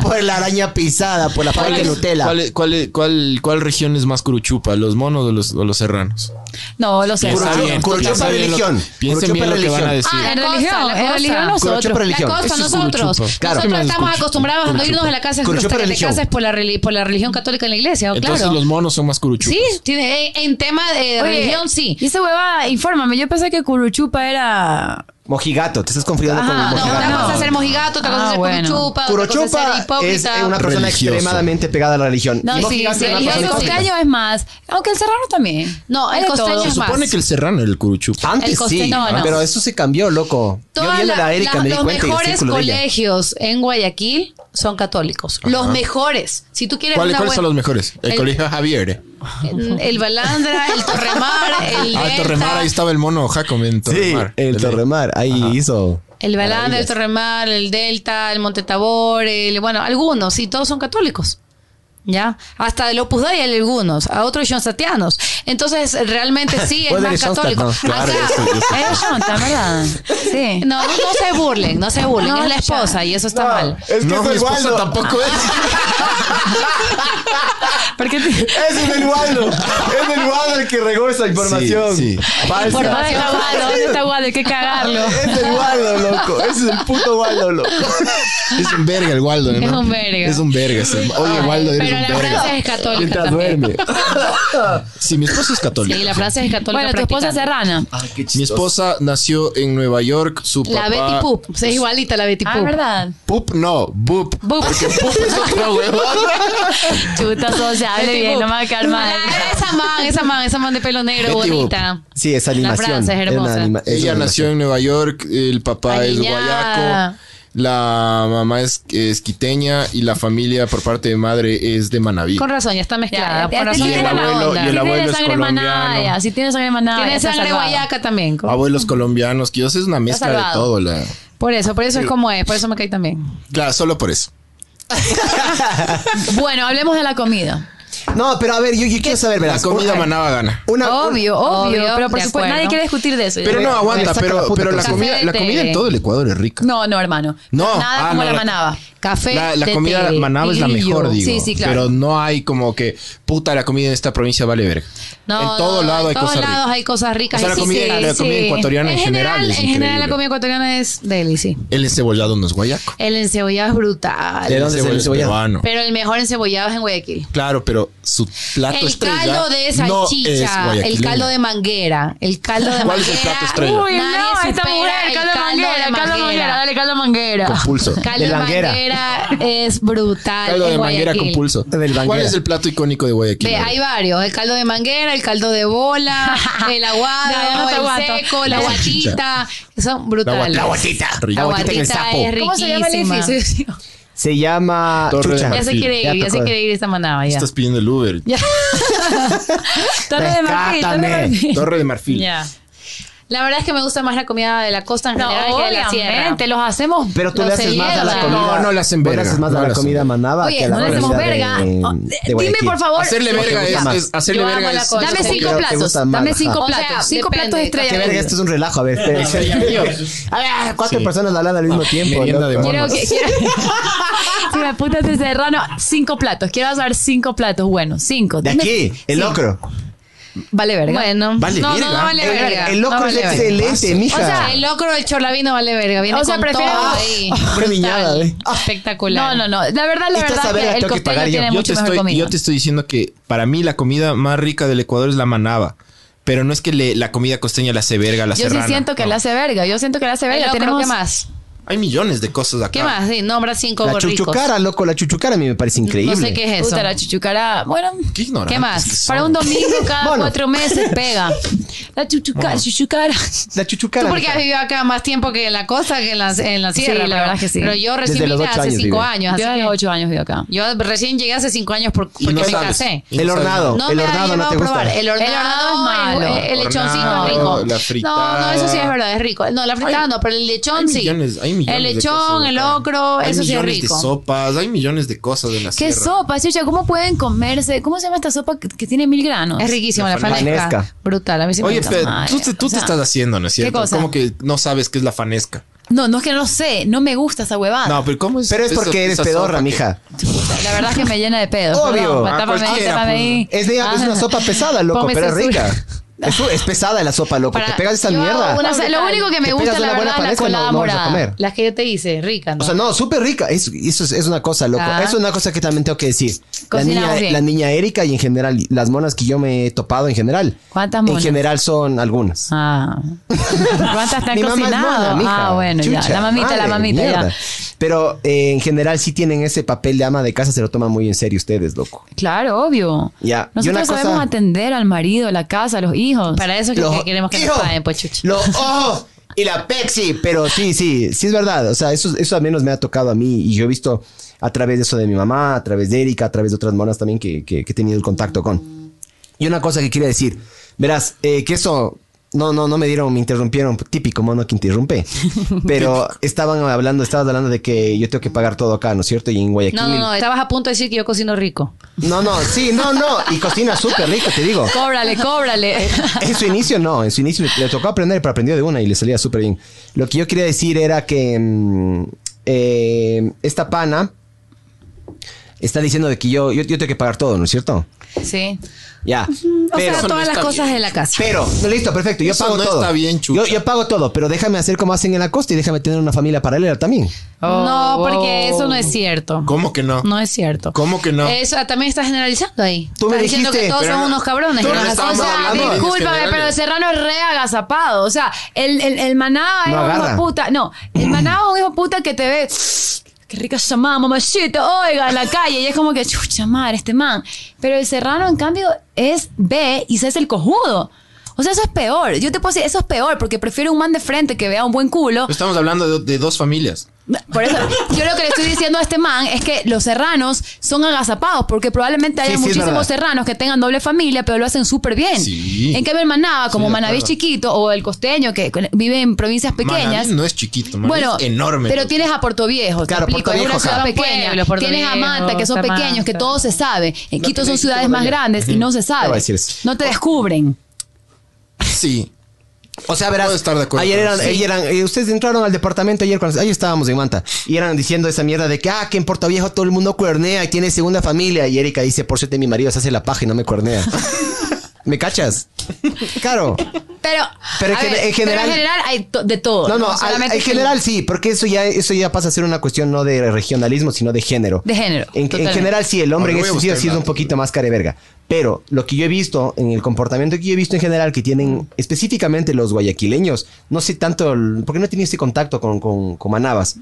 Speaker 2: Por la araña pisada, por la fábrica de Nutella.
Speaker 1: ¿cuál, es- cuál, es- cuál, cuál región es más curuchupa? ¿Los monos o los, o los serranos?
Speaker 7: No, lo sé.
Speaker 1: Piensa
Speaker 2: Curuchupa,
Speaker 1: bien.
Speaker 2: curuchupa
Speaker 1: piensa bien lo-
Speaker 2: religión.
Speaker 1: Piensen
Speaker 2: Curuchupa
Speaker 1: bien lo que van a
Speaker 2: religión.
Speaker 1: decir.
Speaker 6: Ah, en
Speaker 7: La
Speaker 6: religión,
Speaker 7: cosa, la
Speaker 6: en
Speaker 7: cosa.
Speaker 6: religión nosotros.
Speaker 2: Curuchupa religión.
Speaker 6: La cosa,
Speaker 1: Eso es
Speaker 6: Ah, nosotros.
Speaker 1: curuchupa. Eso
Speaker 2: Claro.
Speaker 6: nosotros
Speaker 1: no es
Speaker 6: estamos
Speaker 1: curuchupa.
Speaker 6: acostumbrados a no irnos a la casa hasta
Speaker 2: Curuchupa
Speaker 6: que te
Speaker 2: religión.
Speaker 6: casas por la, reli- por la religión católica en la iglesia,
Speaker 1: Entonces
Speaker 6: claro.
Speaker 1: los monos son más curuchupas.
Speaker 6: Sí, tiene, eh, en, en tema
Speaker 7: Oye,
Speaker 6: de religión, sí.
Speaker 7: Y esa huevada, infórmame. Yo pensé que Curuchupa era.
Speaker 2: Mojigato, te estás confundiendo con un
Speaker 7: Ajá,
Speaker 6: No,
Speaker 2: mojigato.
Speaker 6: una
Speaker 7: no.
Speaker 6: cosa es ser mojigato, otra cosa
Speaker 7: Ah,
Speaker 6: es ser
Speaker 7: bueno.
Speaker 6: curuchupa, otra cosa es ser
Speaker 2: Curuchupa Ah, es eh,
Speaker 6: hipócrita.
Speaker 2: una persona
Speaker 1: Religioso.
Speaker 2: extremadamente pegada a la religión.
Speaker 7: No,
Speaker 2: Y
Speaker 7: sí,
Speaker 2: mojigato
Speaker 7: sí,
Speaker 2: es una
Speaker 7: el
Speaker 2: persona hipócrita.
Speaker 7: costeño es más. Aunque el serrano también.
Speaker 6: No,
Speaker 7: Hay
Speaker 6: el
Speaker 7: de
Speaker 6: costeño
Speaker 7: todo.
Speaker 6: es más.
Speaker 1: Supone que el serrano era el curuchupa.
Speaker 2: Antes
Speaker 6: costeño,
Speaker 2: sí,
Speaker 6: no, no.
Speaker 2: pero eso se cambió, loco. Yo
Speaker 6: Todas
Speaker 2: viendo
Speaker 6: la-
Speaker 2: la Erika
Speaker 6: la-
Speaker 2: me di
Speaker 6: los
Speaker 2: cuenta y el
Speaker 6: mejores
Speaker 2: círculo de ella.
Speaker 6: colegios en Guayaquil son católicos. Los mejores. Si tú quieres
Speaker 1: ¿Cuál-
Speaker 6: una
Speaker 1: ¿Cuáles son los
Speaker 6: buena-
Speaker 1: mejores? El,
Speaker 6: El-
Speaker 1: colegio Javier. eh.
Speaker 6: Mm, El Balandra, el Torremar, el
Speaker 1: Ah,
Speaker 6: Delta,
Speaker 1: Torremar, ahí estaba el mono Jacome en Torremar.
Speaker 2: el Torremar, ahí hizo.
Speaker 6: el Balandra, el Torremar, el Delta, el Montetabor, el bueno, algunos, sí, todos son católicos. ¿Ya? Hasta del Opus Dei hay algunos, a otros son satianos. Entonces, realmente (laughs) sí es
Speaker 2: Bueno,
Speaker 6: más
Speaker 2: eres
Speaker 6: católico.
Speaker 2: Shonsta, ¿no?
Speaker 6: Acá-
Speaker 2: Claro, eso,
Speaker 7: Es Shonta,
Speaker 6: (laughs)
Speaker 7: ¿verdad? Sí.
Speaker 6: no, no, no se burlen, no se burlen,
Speaker 7: No,
Speaker 6: es la esposa y eso está mal.
Speaker 2: Es
Speaker 1: no, mi esposa
Speaker 2: Waldo. Ah,
Speaker 1: tampoco es.
Speaker 7: ¿Por qué te-
Speaker 2: Es el Waldo. Es el Waldo el que regó esa información.
Speaker 1: sí.
Speaker 2: Falsa.
Speaker 1: (laughs)
Speaker 7: ¿Dónde está Guado? ¿Dónde está Guado? Hay que cagarlo.
Speaker 2: Es el Waldo, loco. Ese es el puto Waldo, loco.
Speaker 1: Es un verga el Waldo, ¿no?
Speaker 6: Es un verga.
Speaker 1: Es un verga. ese. Oye, Waldo, eres
Speaker 6: Pero
Speaker 1: un
Speaker 6: la
Speaker 1: verga.
Speaker 6: Francia es católica
Speaker 2: Mientras
Speaker 6: también.
Speaker 2: duerme.
Speaker 1: Sí, mi esposa es católica.
Speaker 6: Sí, la Francia es católica.
Speaker 7: Bueno, tu esposa es
Speaker 6: practicante. Ah,
Speaker 7: serrana.
Speaker 1: Mi esposa nació en Nueva York, su
Speaker 6: La
Speaker 1: papá...
Speaker 6: Betty Poop. Sí, es igualita la Betty
Speaker 7: Ah,
Speaker 6: Poop.
Speaker 7: ¿verdad?
Speaker 1: Poop no, boop.
Speaker 7: (laughs)
Speaker 6: Boop.
Speaker 1: Porque poop es otro huevón.
Speaker 7: Chuta sociable,
Speaker 6: Betty
Speaker 7: bien,
Speaker 6: Boop.
Speaker 7: no me va a quedar mal.
Speaker 6: Ah, Esa man, esa man, esa man de pelo negro,
Speaker 1: Betty
Speaker 6: bonita.
Speaker 2: Sí, es
Speaker 6: La
Speaker 2: animación.
Speaker 6: Francia es
Speaker 2: una
Speaker 6: hermosa.
Speaker 2: anima- es
Speaker 1: Ella
Speaker 2: una
Speaker 1: nació en Nueva York, el papá
Speaker 6: Ay,
Speaker 1: es
Speaker 6: ya.
Speaker 1: guayaco, la mamá es, es quiteña y la familia por parte de madre es de Manaví.
Speaker 6: Con razón, ya está mezclada.
Speaker 7: Ya,
Speaker 6: Con
Speaker 7: ya
Speaker 6: razón
Speaker 7: tiene
Speaker 1: el
Speaker 6: era
Speaker 7: la
Speaker 1: abuelo-
Speaker 6: onda.
Speaker 1: y el
Speaker 7: Si
Speaker 1: abuelo
Speaker 7: tiene
Speaker 1: es
Speaker 7: sangre
Speaker 1: colombiano.
Speaker 7: manaya, si tiene sangre manaya.
Speaker 6: Tiene
Speaker 7: está
Speaker 6: sangre
Speaker 7: salvado.
Speaker 6: guayaca también. co-
Speaker 1: Abuelos colombianos, que yo sé, es una mezcla de
Speaker 7: salvado.
Speaker 1: todo. La...
Speaker 6: Por eso, por eso es como es. Por eso me caí también.
Speaker 1: Claro, solo por eso.
Speaker 7: Bueno, hablemos de la comida.
Speaker 2: animación. No, pero a ver, yo, yo quiero saber,
Speaker 1: La
Speaker 2: verás.
Speaker 1: comida manaba gana.
Speaker 2: Una,
Speaker 7: Obvio,
Speaker 6: obvio,
Speaker 7: obvio, pero por
Speaker 6: de
Speaker 7: supuesto, nadie
Speaker 6: acuerdo.
Speaker 7: quiere discutir de eso.
Speaker 1: Pero
Speaker 6: Eh,
Speaker 1: no, aguanta,
Speaker 2: saca
Speaker 1: pero,
Speaker 2: la puta
Speaker 1: pero la,
Speaker 6: café
Speaker 1: comida,
Speaker 6: de
Speaker 1: la comida en
Speaker 6: té.
Speaker 1: todo el Ecuador es rica.
Speaker 7: No, no, hermano.
Speaker 1: No.
Speaker 7: Nada
Speaker 1: Ah,
Speaker 7: como
Speaker 1: no,
Speaker 7: la
Speaker 1: la-
Speaker 7: manaba.
Speaker 6: Café.
Speaker 1: La, la
Speaker 6: de
Speaker 1: comida
Speaker 6: té.
Speaker 1: manaba es la
Speaker 7: pirillo.
Speaker 1: mejor, digo.
Speaker 7: Sí, sí, claro.
Speaker 1: Pero no hay como que, puta, la comida en esta provincia vale verga.
Speaker 6: No,
Speaker 1: en todo
Speaker 6: no,
Speaker 1: lado hay
Speaker 6: En todos
Speaker 1: cosas ricas.
Speaker 6: lados hay cosas
Speaker 1: O
Speaker 6: ricas.
Speaker 1: sea, la
Speaker 6: y sí,
Speaker 1: comida,
Speaker 6: sí,
Speaker 1: la
Speaker 6: sí.
Speaker 1: comida ecuatoriana en general, es
Speaker 6: en general la
Speaker 1: increíble.
Speaker 6: comida ecuatoriana es deli, sí.
Speaker 1: El encebollado no es guayaco.
Speaker 6: El encebollado es brutal.
Speaker 2: ¿De dónde es el encebollado?
Speaker 1: peruano.
Speaker 6: Pero el mejor encebollado es en Guayaquil.
Speaker 1: Claro, pero su plato
Speaker 6: El
Speaker 1: estrella
Speaker 6: caldo de
Speaker 1: no es
Speaker 6: salchicha, el
Speaker 1: guayaquileño.
Speaker 6: caldo de manguera, el caldo de
Speaker 1: ¿Cuál es el
Speaker 6: manguera.
Speaker 1: plato estrella?
Speaker 7: Uy,
Speaker 6: Nadie
Speaker 7: no, esta
Speaker 6: supera
Speaker 7: mujer,
Speaker 6: el
Speaker 7: caldo manguera, caldo manguera, dale caldo manguera.
Speaker 1: con pulso.
Speaker 6: Caldo
Speaker 2: De
Speaker 6: de
Speaker 2: manguera.
Speaker 6: manguera, (laughs) es brutal.
Speaker 1: caldo de
Speaker 6: en
Speaker 1: manguera con
Speaker 6: Guayaquil.
Speaker 1: pulso.
Speaker 2: Del manguera.
Speaker 1: ¿Cuál es el plato icónico de Guayaquil?
Speaker 6: Ve, hay varios, el caldo de manguera, el caldo
Speaker 7: (laughs)
Speaker 6: de bola, el aguado,
Speaker 7: No, ya no te
Speaker 6: el
Speaker 7: aguanto.
Speaker 6: seco, la
Speaker 1: La
Speaker 6: guatita, son
Speaker 1: La guat-
Speaker 6: brutales.
Speaker 1: la guatita.
Speaker 6: La
Speaker 1: La guatita
Speaker 2: en el
Speaker 6: guatita
Speaker 2: sapo.
Speaker 6: es riquísima.
Speaker 7: ¿Cómo se llama el edificio?
Speaker 2: se llama.
Speaker 1: Torre de
Speaker 2: Chucha.
Speaker 1: Marfil.
Speaker 6: Ya se quiere
Speaker 2: Ya
Speaker 6: ir, ya
Speaker 2: tocó.
Speaker 6: se quiere ir esta manaba ya.
Speaker 1: Estás pidiendo el Uber.
Speaker 6: Ya.
Speaker 7: Torre de Marfil, Torre de
Speaker 2: Rescátame.
Speaker 7: Marfil.
Speaker 1: Torre de Marfil.
Speaker 7: Ya.
Speaker 6: La verdad es que me gusta más la comida de la costa en
Speaker 7: No,
Speaker 6: general que de la sierra.
Speaker 7: obviamente, los hacemos.
Speaker 2: Pero tú le
Speaker 6: No
Speaker 2: haces
Speaker 6: se
Speaker 2: más a la
Speaker 6: lleva.
Speaker 2: comida.
Speaker 1: No, no le hacen
Speaker 2: vos
Speaker 1: verga,
Speaker 2: haces más
Speaker 1: no
Speaker 2: a
Speaker 1: le
Speaker 2: la
Speaker 1: hacen
Speaker 2: comida
Speaker 1: verga.
Speaker 2: manaba que
Speaker 7: Oye,
Speaker 2: a la
Speaker 7: no le hacemos
Speaker 2: comida de-
Speaker 7: verga. Oh,
Speaker 2: de
Speaker 7: Dime,
Speaker 2: Guayaquil.
Speaker 7: por favor.
Speaker 1: Hacerle verga
Speaker 2: gusta
Speaker 1: es,
Speaker 2: más?
Speaker 1: es- hacerle
Speaker 6: Yo amo
Speaker 1: verga este.
Speaker 6: la
Speaker 1: es
Speaker 6: costa.
Speaker 7: Dame
Speaker 2: Creo
Speaker 7: cinco
Speaker 2: que
Speaker 7: platos.
Speaker 2: gusta más,
Speaker 7: Dame
Speaker 2: ajá.
Speaker 7: cinco
Speaker 6: O sea,
Speaker 7: platos. Cinco
Speaker 6: depende.
Speaker 7: platos
Speaker 2: Qué verga, esto
Speaker 7: estrellas.
Speaker 2: es un relajo. A ver, este, espera. este. A ver, cuatro personas hablando al mismo tiempo.
Speaker 1: merienda de
Speaker 2: loco.
Speaker 1: mono.
Speaker 7: Creo que quiero. (laughs) si me putas de serrano, cinco platos. Quiero saber cinco platos buenos. Cinco.
Speaker 2: De
Speaker 7: Dime-
Speaker 2: aquí, el locro.
Speaker 7: Vale, verga.
Speaker 6: Bueno,
Speaker 2: Vale
Speaker 6: no,
Speaker 2: verga.
Speaker 6: no, no vale
Speaker 2: El-
Speaker 6: verga.
Speaker 2: El locro
Speaker 6: no
Speaker 2: es
Speaker 6: vale verga.
Speaker 2: excelente, mija.
Speaker 6: O sea, el locro, el chorlavino vale verga. Viene
Speaker 7: O sea,
Speaker 6: con
Speaker 7: prefiero-
Speaker 6: todo (laughs) ahí.
Speaker 2: Pura miñada,
Speaker 6: Brutal.
Speaker 2: ¿eh?
Speaker 7: No,
Speaker 6: Espectacular.
Speaker 7: no, no. La verdad, la
Speaker 2: Esta
Speaker 7: verdad
Speaker 2: saber la
Speaker 7: que el
Speaker 2: tengo que
Speaker 7: costeño
Speaker 2: pagar yo.
Speaker 7: tiene
Speaker 1: Yo te,
Speaker 7: mucho mejor
Speaker 1: estoy,
Speaker 7: comida.
Speaker 1: yo te estoy diciendo que para mí la comida más rica del Ecuador es la manaba. Pero no es que le- la comida costeña la hace verga, la
Speaker 7: Yo sí
Speaker 1: serrana.
Speaker 7: siento que
Speaker 1: no.
Speaker 7: la hace verga. Yo siento que la hace
Speaker 6: El
Speaker 7: verga.
Speaker 6: locro,
Speaker 7: Tenemos
Speaker 6: ¿qué más?
Speaker 1: Hay millones de cosas acá.
Speaker 6: ¿Qué
Speaker 10: Ah.
Speaker 6: más? Sí, nombra cinco
Speaker 2: La
Speaker 6: ricos.
Speaker 2: chuchucara, loco, la chuchucara a mí me parece increíble.
Speaker 6: No sé qué es eso.
Speaker 7: Puta, la chuchucara. Bueno,
Speaker 1: Qué ignorantes
Speaker 6: ¿Qué más?
Speaker 1: que son.
Speaker 7: para un domingo cada
Speaker 2: Mono.
Speaker 7: cuatro meses pega. La chuchucara. chuchucara.
Speaker 2: La
Speaker 6: Tú
Speaker 2: chuchucara.
Speaker 6: porque has
Speaker 2: mija.
Speaker 6: vivido acá más tiempo que en la costa que en la, en la
Speaker 7: la
Speaker 6: sierra. pero-
Speaker 7: verdad que sí.
Speaker 6: Pero yo
Speaker 2: Desde
Speaker 6: recién
Speaker 2: los
Speaker 6: vine
Speaker 2: ocho
Speaker 6: hace
Speaker 2: años
Speaker 6: cinco
Speaker 2: vive.
Speaker 6: años.
Speaker 7: Yo a
Speaker 6: así
Speaker 7: los
Speaker 6: que-
Speaker 7: ocho años vivo acá.
Speaker 6: yo recién llegué hace cinco años por-
Speaker 1: Y
Speaker 6: porque
Speaker 1: no
Speaker 6: me
Speaker 1: sabes.
Speaker 6: casé.
Speaker 1: Y no
Speaker 2: El
Speaker 1: sabes.
Speaker 2: hornado.
Speaker 6: No
Speaker 2: el
Speaker 6: me ha
Speaker 2: hornado no
Speaker 6: llevado
Speaker 2: te
Speaker 6: a probar.
Speaker 2: gusta.
Speaker 6: El hornado,
Speaker 7: El hornado es malo.
Speaker 6: El, el lechoncito
Speaker 1: Hornado,
Speaker 6: es rico.
Speaker 1: la fritada.
Speaker 6: No, no, eso sí es verdad, es rico. No, la fritada
Speaker 1: Hay-
Speaker 6: no, pero el lechón
Speaker 1: hay
Speaker 6: sí.
Speaker 1: millones, hay hay millones
Speaker 6: El
Speaker 1: de
Speaker 6: lechón,
Speaker 1: cosas,
Speaker 6: el
Speaker 1: loca.
Speaker 6: locro,
Speaker 1: Hay
Speaker 6: eso sí es
Speaker 1: millones
Speaker 6: rico.
Speaker 1: de sopas, hay millones de cosas en la
Speaker 7: ¿Qué
Speaker 1: sierra.
Speaker 7: sopa, chucha? ¿Cómo pueden comerse? ¿Cómo se llama esta sopa que, que tiene mil granos?
Speaker 6: Es riquísima la,
Speaker 1: La
Speaker 6: fanesca.
Speaker 1: fanesca.
Speaker 7: Brutal, a mí se me
Speaker 1: Oye,
Speaker 7: gusta
Speaker 1: Fede,
Speaker 7: madre.
Speaker 1: tú, te, tú
Speaker 7: O sea,
Speaker 1: te estás haciendo, ¿no es cierto?
Speaker 7: cosa?
Speaker 1: Como que no sabes qué es la fanesca.
Speaker 7: No, no es que no sé, no me gusta esa huevada.
Speaker 1: No, pero ¿cómo es?
Speaker 2: Pero es
Speaker 1: esa-
Speaker 2: porque eres
Speaker 1: esa sopa
Speaker 2: pedorra,
Speaker 1: que-
Speaker 2: mija.
Speaker 7: La verdad es que me llena de pedo.
Speaker 2: Obvio.
Speaker 7: Perdón,
Speaker 1: A
Speaker 7: tápame ahí,
Speaker 1: cualquiera,
Speaker 7: tápame
Speaker 1: pues.
Speaker 7: ahí.
Speaker 2: Es, de- es una
Speaker 7: Ah.
Speaker 2: sopa pesada, loco,
Speaker 7: Ponme
Speaker 2: pero es
Speaker 7: censura.
Speaker 2: rica. (laughs) Es, es pesada la sopa, loco.
Speaker 6: Para-
Speaker 2: te pegas esa
Speaker 6: yo hago
Speaker 2: mierda.
Speaker 6: una-
Speaker 7: O sea, lo
Speaker 6: brutal.
Speaker 7: único que me
Speaker 2: Te
Speaker 7: gusta,
Speaker 2: pegas
Speaker 7: la
Speaker 2: una buena
Speaker 7: verdad, es la
Speaker 2: palestra y no-
Speaker 7: colada
Speaker 2: no vas a comer.
Speaker 7: morada.
Speaker 6: Las que yo te hice, rica, ¿no?
Speaker 2: O sea, no, súper rica. Es, eso es, es una cosa, loco.
Speaker 7: Ah.
Speaker 2: Es una cosa que también tengo que decir. La
Speaker 7: Cocinamos
Speaker 2: niña,
Speaker 7: bien.
Speaker 2: la niña Erika y en general, las monas que yo me he topado en general.
Speaker 7: ¿Cuántas
Speaker 2: En
Speaker 7: monas?
Speaker 2: general son algunas.
Speaker 7: Ah.
Speaker 2: (laughs)
Speaker 7: ¿Cuántas están
Speaker 2: Mi mamá es
Speaker 7: cocinadas?
Speaker 2: mona, mija.
Speaker 7: Ah, bueno, ya.
Speaker 2: Chucha,
Speaker 7: La mamita, la
Speaker 2: madre,
Speaker 7: mamita,
Speaker 2: mierda.
Speaker 7: ya.
Speaker 2: Pero eh, en general sí tienen ese papel de ama de casa, se lo toman muy en serio ustedes, loco.
Speaker 7: Claro, obvio.
Speaker 2: Ya, y
Speaker 7: Nosotros
Speaker 2: una cosa-
Speaker 7: sabemos atender al marido, la casa, los hijos.
Speaker 6: Para eso es que,
Speaker 2: Los-
Speaker 6: que queremos que
Speaker 2: ¡Hijo!
Speaker 6: nos paguen, pues, chucha.
Speaker 2: Los ojos y la pexi. Pero sí, sí, sí es verdad. O sea, eso, eso al menos me ha tocado a mí y yo he visto a través de eso de mi mamá, a través de Erika, a través de otras monas también que, que- que he tenido el contacto con. Y una cosa que quería decir, verás, eh, que eso... No, no, no me dieron, me interrumpieron, típico mono que
Speaker 6: (laughs)
Speaker 2: interrumpe. Pero estaban hablando, estabas hablando de que yo tengo que pagar todo acá, ¿no es cierto? Y en Guayaquil.
Speaker 6: No, no, no. Estabas a punto de decir que yo cocino rico.
Speaker 2: No, no, sí, no, no. Y cocina súper rico, te digo.
Speaker 7: Cóbrale, cóbrale.
Speaker 2: (laughs) En su inicio no, en su inicio le tocó aprender, pero aprendió de una y le salía súper bien. Lo que yo quería decir era que mm, eh, esta pana está diciendo de que yo, yo, yo tengo que pagar todo, ¿no es cierto?
Speaker 7: (laughs) Sí.
Speaker 2: Ya.
Speaker 6: O
Speaker 2: Pero,
Speaker 6: sea,
Speaker 1: no
Speaker 6: todas las
Speaker 1: está
Speaker 6: cosas
Speaker 1: bien.
Speaker 6: de la casa.
Speaker 2: pero, no, listo, perfecto, yo
Speaker 1: Eso
Speaker 2: pago
Speaker 1: no
Speaker 2: todo.
Speaker 1: está bien, chucha.
Speaker 2: Yo, yo pago todo, pero déjame hacer como hacen en la costa y déjame tener una familia paralela también.
Speaker 7: Oh,
Speaker 6: no, porque
Speaker 7: wow.
Speaker 6: eso no es cierto.
Speaker 1: ¿Cómo que no?
Speaker 6: No es cierto.
Speaker 1: ¿Cómo que no?
Speaker 7: Eh,
Speaker 6: Eso también estás generalizando ahí.
Speaker 2: Tú me
Speaker 6: estás diciendo
Speaker 2: dijiste,
Speaker 6: que todos
Speaker 1: pero
Speaker 6: son
Speaker 1: no-
Speaker 6: unos cabrones.
Speaker 1: tú no
Speaker 6: ¿no?
Speaker 1: estabas
Speaker 6: O sea,
Speaker 1: hablando de
Speaker 6: di-
Speaker 1: líneas
Speaker 7: discúlpame,
Speaker 1: generales.
Speaker 7: pero Serrano es re agazapado. O sea, el, el, el manaba
Speaker 2: No
Speaker 7: es un hijo
Speaker 2: agarra.
Speaker 7: de puta. No, el manaba es un hijo de puta que te ve. Qué rica llamada, mamacita, oiga, en la calle. Y es como que, chucha madre, este man. Pero el serrano, en cambio, es ve y se hace el cojudo. O sea, eso es peor. Yo te puedo decir, eso es peor, porque prefiero un man de frente que vea un buen culo
Speaker 1: Estamos hablando de, de dos familias.
Speaker 7: por eso, yo lo que le estoy diciendo a este man es que los serranos son agazapados, porque probablemente
Speaker 2: Sí,
Speaker 7: haya
Speaker 2: sí, es verdad.
Speaker 7: muchísimos serranos que tengan doble familia, pero lo hacen súper bien.
Speaker 1: Sí.
Speaker 7: En cambio, el manaba, como
Speaker 1: de
Speaker 7: manabí
Speaker 1: acuerdo.
Speaker 7: chiquito, o el costeño, que vive en provincias pequeñas.
Speaker 1: Manaví no es chiquito, Manaví es enorme.
Speaker 7: Pero tienes a Puerto Viejo,
Speaker 2: Claro,
Speaker 7: claro,
Speaker 2: Puerto
Speaker 7: es
Speaker 2: Viejo,
Speaker 7: una ciudad
Speaker 2: ajá.
Speaker 7: pequeña.
Speaker 6: Pueblos, Puerto
Speaker 7: tienes a
Speaker 6: Viejo,
Speaker 7: Manta, que son
Speaker 6: Tamanta.
Speaker 7: pequeños, que todo se sabe. En Quito son ciudades más grandes y no se
Speaker 2: Te voy a
Speaker 7: sabe.
Speaker 2: decir eso.
Speaker 7: No te descubren.
Speaker 1: (laughs) Sí.
Speaker 2: O sea, verás,
Speaker 1: Puedo estar de acuerdo
Speaker 2: ayer
Speaker 1: con
Speaker 2: eran,
Speaker 1: eso.
Speaker 2: ayer eran- eh, ustedes entraron al departamento ayer, cuando, ayer estábamos en Manta, y eran diciendo esa mierda de que, ah, que en Portaviejo todo el mundo cuernea y tiene segunda familia, y Erika dice, por suerte mi marido se hace la paja y no me
Speaker 7: (laughs)
Speaker 2: cuernea. ¿Me cachas? Claro.
Speaker 7: Pero,
Speaker 2: Pero en
Speaker 7: a
Speaker 2: gen- en
Speaker 7: pero
Speaker 2: general-
Speaker 7: hay to- de todo.
Speaker 2: No, no, al-
Speaker 7: Solamente
Speaker 2: en
Speaker 7: que-
Speaker 2: general sí, porque eso ya, eso ya pasa a ser una cuestión no de regionalismo, sino de género.
Speaker 7: De género,
Speaker 2: En, en
Speaker 7: totalmente.
Speaker 2: general sí, el hombre
Speaker 1: Ahora voy
Speaker 2: en ese
Speaker 1: a
Speaker 2: sentido
Speaker 1: buscar
Speaker 2: sí es
Speaker 1: una-
Speaker 2: un poquito más careverga. Pero lo que yo he visto en el comportamiento que yo he visto en general que
Speaker 6: Mm.
Speaker 2: tienen específicamente los guayaquileños, no sé tanto, el- porque no he tenido ese contacto con, con, con manabas,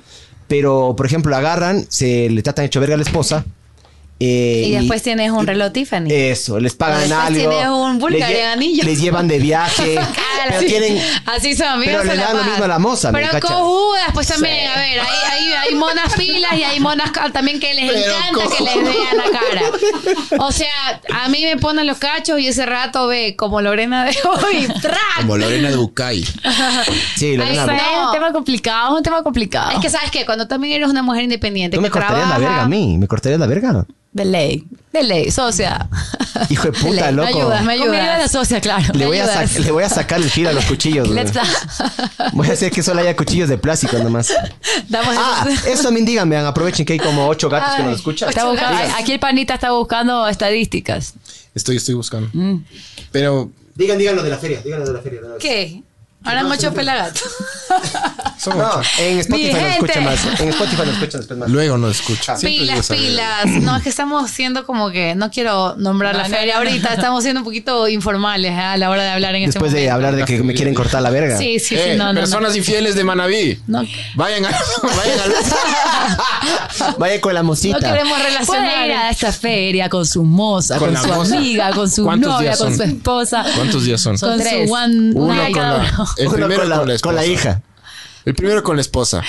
Speaker 2: pero por ejemplo agarran, se le tratan de hecho verga a la esposa. eh,
Speaker 6: Y después tienes un reloj Tiffany.
Speaker 2: eso, les pagan
Speaker 6: Después
Speaker 2: algo.
Speaker 6: tiene un
Speaker 2: les
Speaker 6: Bulgari
Speaker 2: lle-
Speaker 6: anillo.
Speaker 2: Les llevan de
Speaker 6: (laughs)
Speaker 2: viaje. pero
Speaker 6: Claro, sí.
Speaker 2: tienen,
Speaker 6: (laughs) así son, amigos.
Speaker 2: pero le dan lo mismo a la moza, ¿me
Speaker 6: Pero
Speaker 2: cachas?
Speaker 6: cojudas, pues también, a ver, hay, hay, hay monas filas y hay monas ca- también que les
Speaker 1: Pero
Speaker 6: encanta que les
Speaker 1: cojudas.
Speaker 6: vean la cara. O sea, a mí me ponen los cachos y ese rato ve como Lorena de
Speaker 1: (laughs)
Speaker 6: hoy. ¡trac!
Speaker 1: Como Lorena de Bucay.
Speaker 2: Sí, lo
Speaker 6: Ahí
Speaker 2: ganan.
Speaker 6: está.
Speaker 7: Es
Speaker 6: No.
Speaker 7: un tema complicado, es un tema complicado.
Speaker 6: Es que sabes que cuando también eres una mujer independiente
Speaker 2: Tú
Speaker 6: que
Speaker 2: me cortarías
Speaker 6: trabaja,
Speaker 2: la verga a mí, me cortarías la verga.
Speaker 7: De ley, de ley, socia.
Speaker 2: Hijo de puta,
Speaker 7: ley.
Speaker 2: loco.
Speaker 7: Me ayudas, me
Speaker 6: Con mi
Speaker 7: ayudas.
Speaker 6: ayuda de
Speaker 7: socia, claro.
Speaker 2: Le voy, a sac- le voy a sacar el filo a los
Speaker 6: (laughs)
Speaker 2: cuchillos. güey. Voy a hacer que solo haya cuchillos de plástico nomás.
Speaker 7: (laughs) Damos
Speaker 2: Ah, eso también díganme, aprovechen que hay como ocho gatos que nos escuchan.
Speaker 7: Está buscando- aquí el panita está buscando estadísticas.
Speaker 1: Estoy, estoy buscando. Pero
Speaker 2: Digan, digan lo de la feria, digan lo de la feria.
Speaker 6: ¿Qué? Ahora mucho pelagato.
Speaker 1: son
Speaker 2: No,
Speaker 1: ocho.
Speaker 2: en Spotify
Speaker 6: Mi
Speaker 2: nos escuchan
Speaker 6: gente.
Speaker 2: más. En Spotify nos escuchan después más.
Speaker 1: Luego no escucho. Siempre digo
Speaker 6: Pilas,
Speaker 1: esa mierda.
Speaker 6: pilas. No, es que estamos siendo como que, no quiero nombrar
Speaker 7: No,
Speaker 6: la
Speaker 7: no,
Speaker 6: feria
Speaker 7: no, no.
Speaker 6: ahorita, estamos siendo un poquito informales ¿eh? a la hora de hablar en
Speaker 2: Después
Speaker 6: este
Speaker 2: de
Speaker 6: momento.
Speaker 2: hablar de que me quieren cortar la verga.
Speaker 6: Sí, sí, sí,
Speaker 1: Eh,
Speaker 6: no, no, no.
Speaker 1: personas infieles de Manaví.
Speaker 6: No.
Speaker 1: Vayan a. (laughs) Vayan a.
Speaker 2: Vaya con la
Speaker 6: No
Speaker 2: mosita.
Speaker 6: queremos
Speaker 7: Puede ir a
Speaker 6: relacionar.
Speaker 7: esta feria con su moza,
Speaker 1: Con
Speaker 7: con,
Speaker 1: la
Speaker 7: su
Speaker 1: moza.
Speaker 7: amiga, con su
Speaker 1: ¿Cuántos
Speaker 7: novia,
Speaker 1: días son?
Speaker 7: con su esposa.
Speaker 1: ¿Cuántos días son?
Speaker 7: Con
Speaker 6: tres.
Speaker 7: su one,
Speaker 1: Uno
Speaker 7: una de
Speaker 1: con
Speaker 7: cada uno.
Speaker 1: la, el
Speaker 2: Uno
Speaker 1: primero
Speaker 2: con la, con la
Speaker 1: esposa.
Speaker 2: hija.
Speaker 1: El primero con la esposa.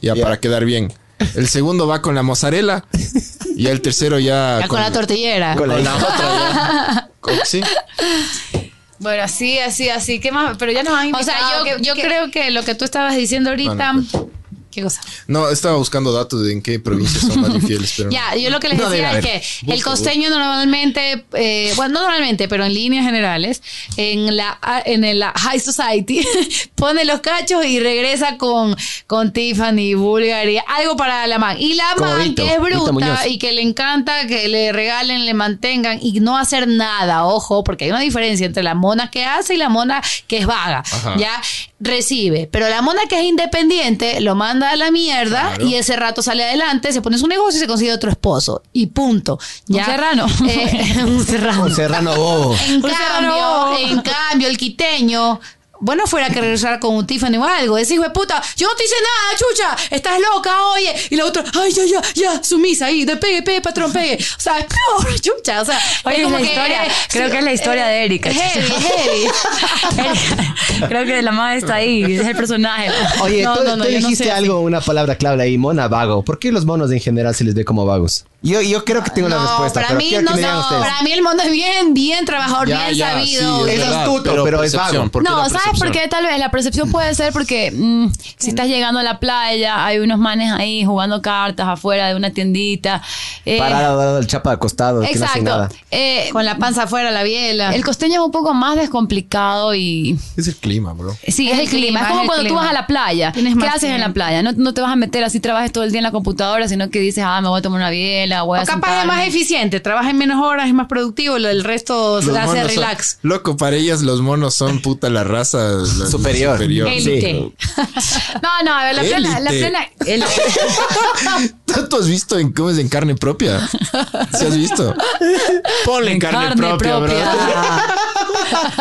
Speaker 1: Ya para quedar bien. El segundo va con la mozzarella. Y el tercero ya.
Speaker 6: Con la tortillera.
Speaker 2: Con la
Speaker 1: con la
Speaker 2: hija.
Speaker 1: otra ya. Con- sí.
Speaker 6: Bueno, así, así, así. ¿Qué más? Pero ya nos han invitado. O sea, yo,
Speaker 7: ¿Qué-
Speaker 6: yo
Speaker 7: qué-
Speaker 6: creo que lo que tú estabas diciendo ahorita,
Speaker 1: Bueno, pues.
Speaker 6: ¿Qué cosa?
Speaker 1: No, estaba buscando datos de en qué provincias son más infieles, pero.
Speaker 6: Ya, yo lo que les
Speaker 1: No,
Speaker 6: decía
Speaker 1: debe
Speaker 6: es
Speaker 1: haber.
Speaker 6: que el
Speaker 1: Busca,
Speaker 6: costeño normalmente, eh, bueno, no normalmente, pero en líneas generales, en la, ah, en la High Society, (laughs) pone los cachos y regresa con, con Tiffany, Bulgari, algo para la man. Y la
Speaker 2: Como
Speaker 6: man,
Speaker 2: Vito,
Speaker 6: que es
Speaker 2: Vito Muñoz.
Speaker 6: bruta y que le encanta que le regalen, le mantengan y no hacer nada, ojo, porque hay una diferencia entre la mona que hace y la mona que es vaga,
Speaker 1: Ajá.
Speaker 6: ¿ya? Recibe, pero la mona que es independiente lo manda a la mierda
Speaker 1: Claro.
Speaker 6: y ese rato sale adelante, se pone su negocio y se consigue otro esposo. Y punto. ¿Ya?
Speaker 7: Un serrano.
Speaker 6: Eh, (laughs) un serrano.
Speaker 2: Un serrano bobo.
Speaker 6: En
Speaker 7: Un serrano.
Speaker 6: cambio, en cambio, el quiteño. Bueno, fuera que regresar con un Tiffany o algo. Ese hijo de puta, yo no te hice nada, chucha. Estás loca, oye. Y la otra, ay, ya, ya, ya, sumisa ahí, de pegue, pegue, patrón, pegue. O sea, (laughs) es peor, chucha. O sea,
Speaker 7: Oye, es
Speaker 6: como
Speaker 7: la historia. Creo que es la historia de Erika,
Speaker 6: es Heavy,
Speaker 7: chucha. (laughs)
Speaker 6: heavy.
Speaker 7: Creo que la madre está ahí, es el personaje.
Speaker 2: Oye, tú, tú
Speaker 7: yo no
Speaker 2: dijiste
Speaker 7: sé.
Speaker 2: algo, una palabra clave ahí, mona vago. ¿Por qué los monos en general se les ve como vagos? Yo, yo creo que tengo la
Speaker 6: No,
Speaker 2: respuesta.
Speaker 6: para
Speaker 2: pero
Speaker 6: mí,
Speaker 2: quiero que
Speaker 6: no,
Speaker 2: me digan
Speaker 6: no,
Speaker 2: ustedes.
Speaker 6: para mí el mundo es bien, bien trabajador,
Speaker 1: Ya,
Speaker 6: bien
Speaker 1: ya,
Speaker 6: sabido.
Speaker 1: sí,
Speaker 2: Es
Speaker 1: verdad,
Speaker 2: astuto, pero es
Speaker 1: percepción,
Speaker 2: vago.
Speaker 1: ¿por qué
Speaker 7: No,
Speaker 1: la
Speaker 7: ¿sabes por
Speaker 1: percepción?
Speaker 6: Eh,
Speaker 7: qué? Tal vez la percepción puede ser porque mm, si estás llegando a la playa, hay unos manes ahí jugando cartas afuera de una tiendita. eh,
Speaker 2: Parado al lado del chapa acostado, que no hace nada.
Speaker 7: exacto. eh,
Speaker 6: Con la panza afuera, la biela.
Speaker 7: el costeño es un poco más descomplicado y
Speaker 1: Es el clima, bro.
Speaker 7: Sí, es, el clima. Es como
Speaker 6: el
Speaker 7: cuando tú
Speaker 6: clima.
Speaker 7: vas a la playa.
Speaker 6: Tienes
Speaker 7: ¿Qué
Speaker 6: más
Speaker 7: haces en la
Speaker 6: tiempo.
Speaker 7: playa? No, no te vas a meter así, trabajes todo el día en la computadora, sino que dices, ah, me voy a tomar una biela, voy a
Speaker 6: o capaz es
Speaker 7: sentarme.
Speaker 6: más eficiente, trabaja en menos horas, es más productivo, lo- el resto se
Speaker 1: Los
Speaker 6: hace
Speaker 1: monos son-
Speaker 6: (laughs) relax.
Speaker 1: loco, para ellas los monos son puta la raza la-
Speaker 2: Superior.
Speaker 6: Élite.
Speaker 7: No, no, a ver, la plena, la
Speaker 1: Élite.
Speaker 7: plena. el-
Speaker 1: (laughs) ¿Tú tú has visto en cómo es en carne propia? ¿Sí has visto? Ponle en carne, propia, bro.
Speaker 7: Ah,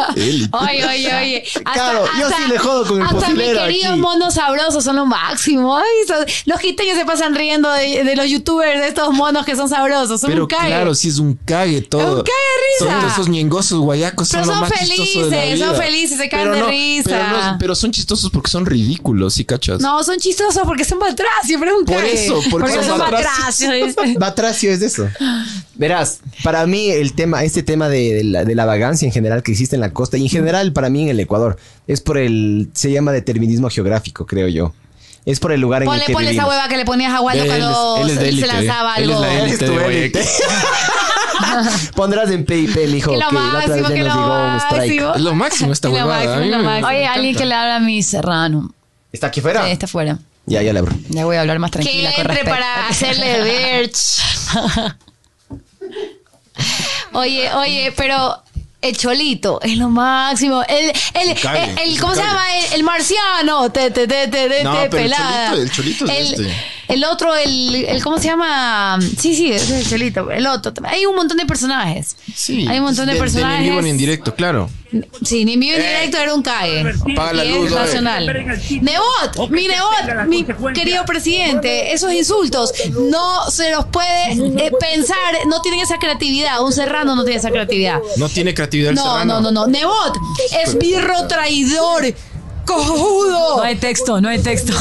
Speaker 6: (laughs)
Speaker 1: Élite.
Speaker 6: (laughs) Oye, oye,
Speaker 1: (laughs)
Speaker 6: oye. Hasta-
Speaker 2: Claro, yo
Speaker 6: hasta-
Speaker 2: sí le jodo con el
Speaker 6: Hasta mis
Speaker 2: posilero
Speaker 6: queridos
Speaker 2: aquí.
Speaker 6: monos sabrosos son lo máximo. Ay, son- los quiteños se pasan riendo de, de los youtubers, de estos monos que son sabrosos. Son
Speaker 1: Pero
Speaker 6: un cague.
Speaker 1: claro, sí es un cague todo.
Speaker 6: Es un cague de
Speaker 1: Son
Speaker 6: risa.
Speaker 1: todos esos ñengosos guayacos.
Speaker 6: Pero
Speaker 1: son, lo
Speaker 6: son
Speaker 1: más chistoso de la
Speaker 6: felices, son
Speaker 1: vida.
Speaker 6: felices, se caen de risa.
Speaker 1: Pero, no- pero son chistosos porque son ridículos, ¿sí cachas?
Speaker 6: No, son chistosos porque son para atrás, siempre es un
Speaker 1: Por
Speaker 6: cague.
Speaker 1: eso, porque son batracios. (laughs)
Speaker 6: dice.
Speaker 2: Batracio es eso. Verás, para mí el tema, este tema de, de la, de la vagancia en general que existe en la costa y en general para mí en el Ecuador es por el, se llama determinismo geográfico, creo yo. Es por el lugar en
Speaker 6: Ponle,
Speaker 2: el que
Speaker 6: ponle esa
Speaker 2: vivimos.
Speaker 6: hueva que le ponías a Waldo
Speaker 1: Él es-
Speaker 6: cuando
Speaker 1: él es de
Speaker 6: se
Speaker 1: élite,
Speaker 6: lanzaba
Speaker 1: él es
Speaker 6: algo.
Speaker 1: la élite.
Speaker 2: Eres
Speaker 1: de
Speaker 2: tu
Speaker 1: Guayaquil.
Speaker 2: élite. (laughs) Pondrás en PIP, mijo, que
Speaker 6: Que lo
Speaker 2: la otra vez
Speaker 6: máximo,
Speaker 2: ya
Speaker 6: que
Speaker 2: nos
Speaker 6: lo
Speaker 2: dijo un strike.
Speaker 6: máximo.
Speaker 1: Es lo máximo esta
Speaker 6: Es lo
Speaker 1: huevada.
Speaker 6: máximo,
Speaker 1: a mí
Speaker 6: es lo
Speaker 1: me-
Speaker 6: máximo.
Speaker 7: Oye, alguien que le habla a mi serrano.
Speaker 2: ¿Está aquí
Speaker 1: Ah.
Speaker 2: fuera?
Speaker 7: Sí, está afuera.
Speaker 2: Ya, ya la abro.
Speaker 7: Ya voy a hablar más
Speaker 6: Que
Speaker 7: este tranquila.
Speaker 6: él
Speaker 7: con
Speaker 6: entre
Speaker 7: respeto. (laughs)
Speaker 6: para hacerle ver. oye, oye, pero el cholito es lo máximo. El, el, el,
Speaker 1: cague, es un
Speaker 6: ¿cómo se
Speaker 1: cague.
Speaker 6: llama? El, el marciano. Te, te, te, te, te,
Speaker 1: No,
Speaker 6: te,
Speaker 1: pero el
Speaker 6: pelada.
Speaker 1: cholito- el cholito es este.
Speaker 6: el otro, el, el, ¿cómo se llama? Sí, sí, ese es el cholito. El otro. Hay un montón de personajes.
Speaker 1: Sí,
Speaker 6: Hay un montón de,
Speaker 1: del- del
Speaker 6: personajes.
Speaker 1: en vivo ni en directo, claro.
Speaker 6: Sí, ni en vivo ni en directo era un cague.
Speaker 1: Eh. Apaga la
Speaker 6: Y
Speaker 1: luz,
Speaker 6: es
Speaker 1: oye.
Speaker 6: nacional. Nebot, mi Nebot, mi querido presidente, esos insultos no se los puede eh, pensar, no tienen esa creatividad, un serrano no tiene esa creatividad.
Speaker 1: No tiene creatividad el
Speaker 6: No,
Speaker 1: serrano.
Speaker 6: no, no, no, Nebot es birro traidor, cojudo.
Speaker 7: No hay texto, no hay texto.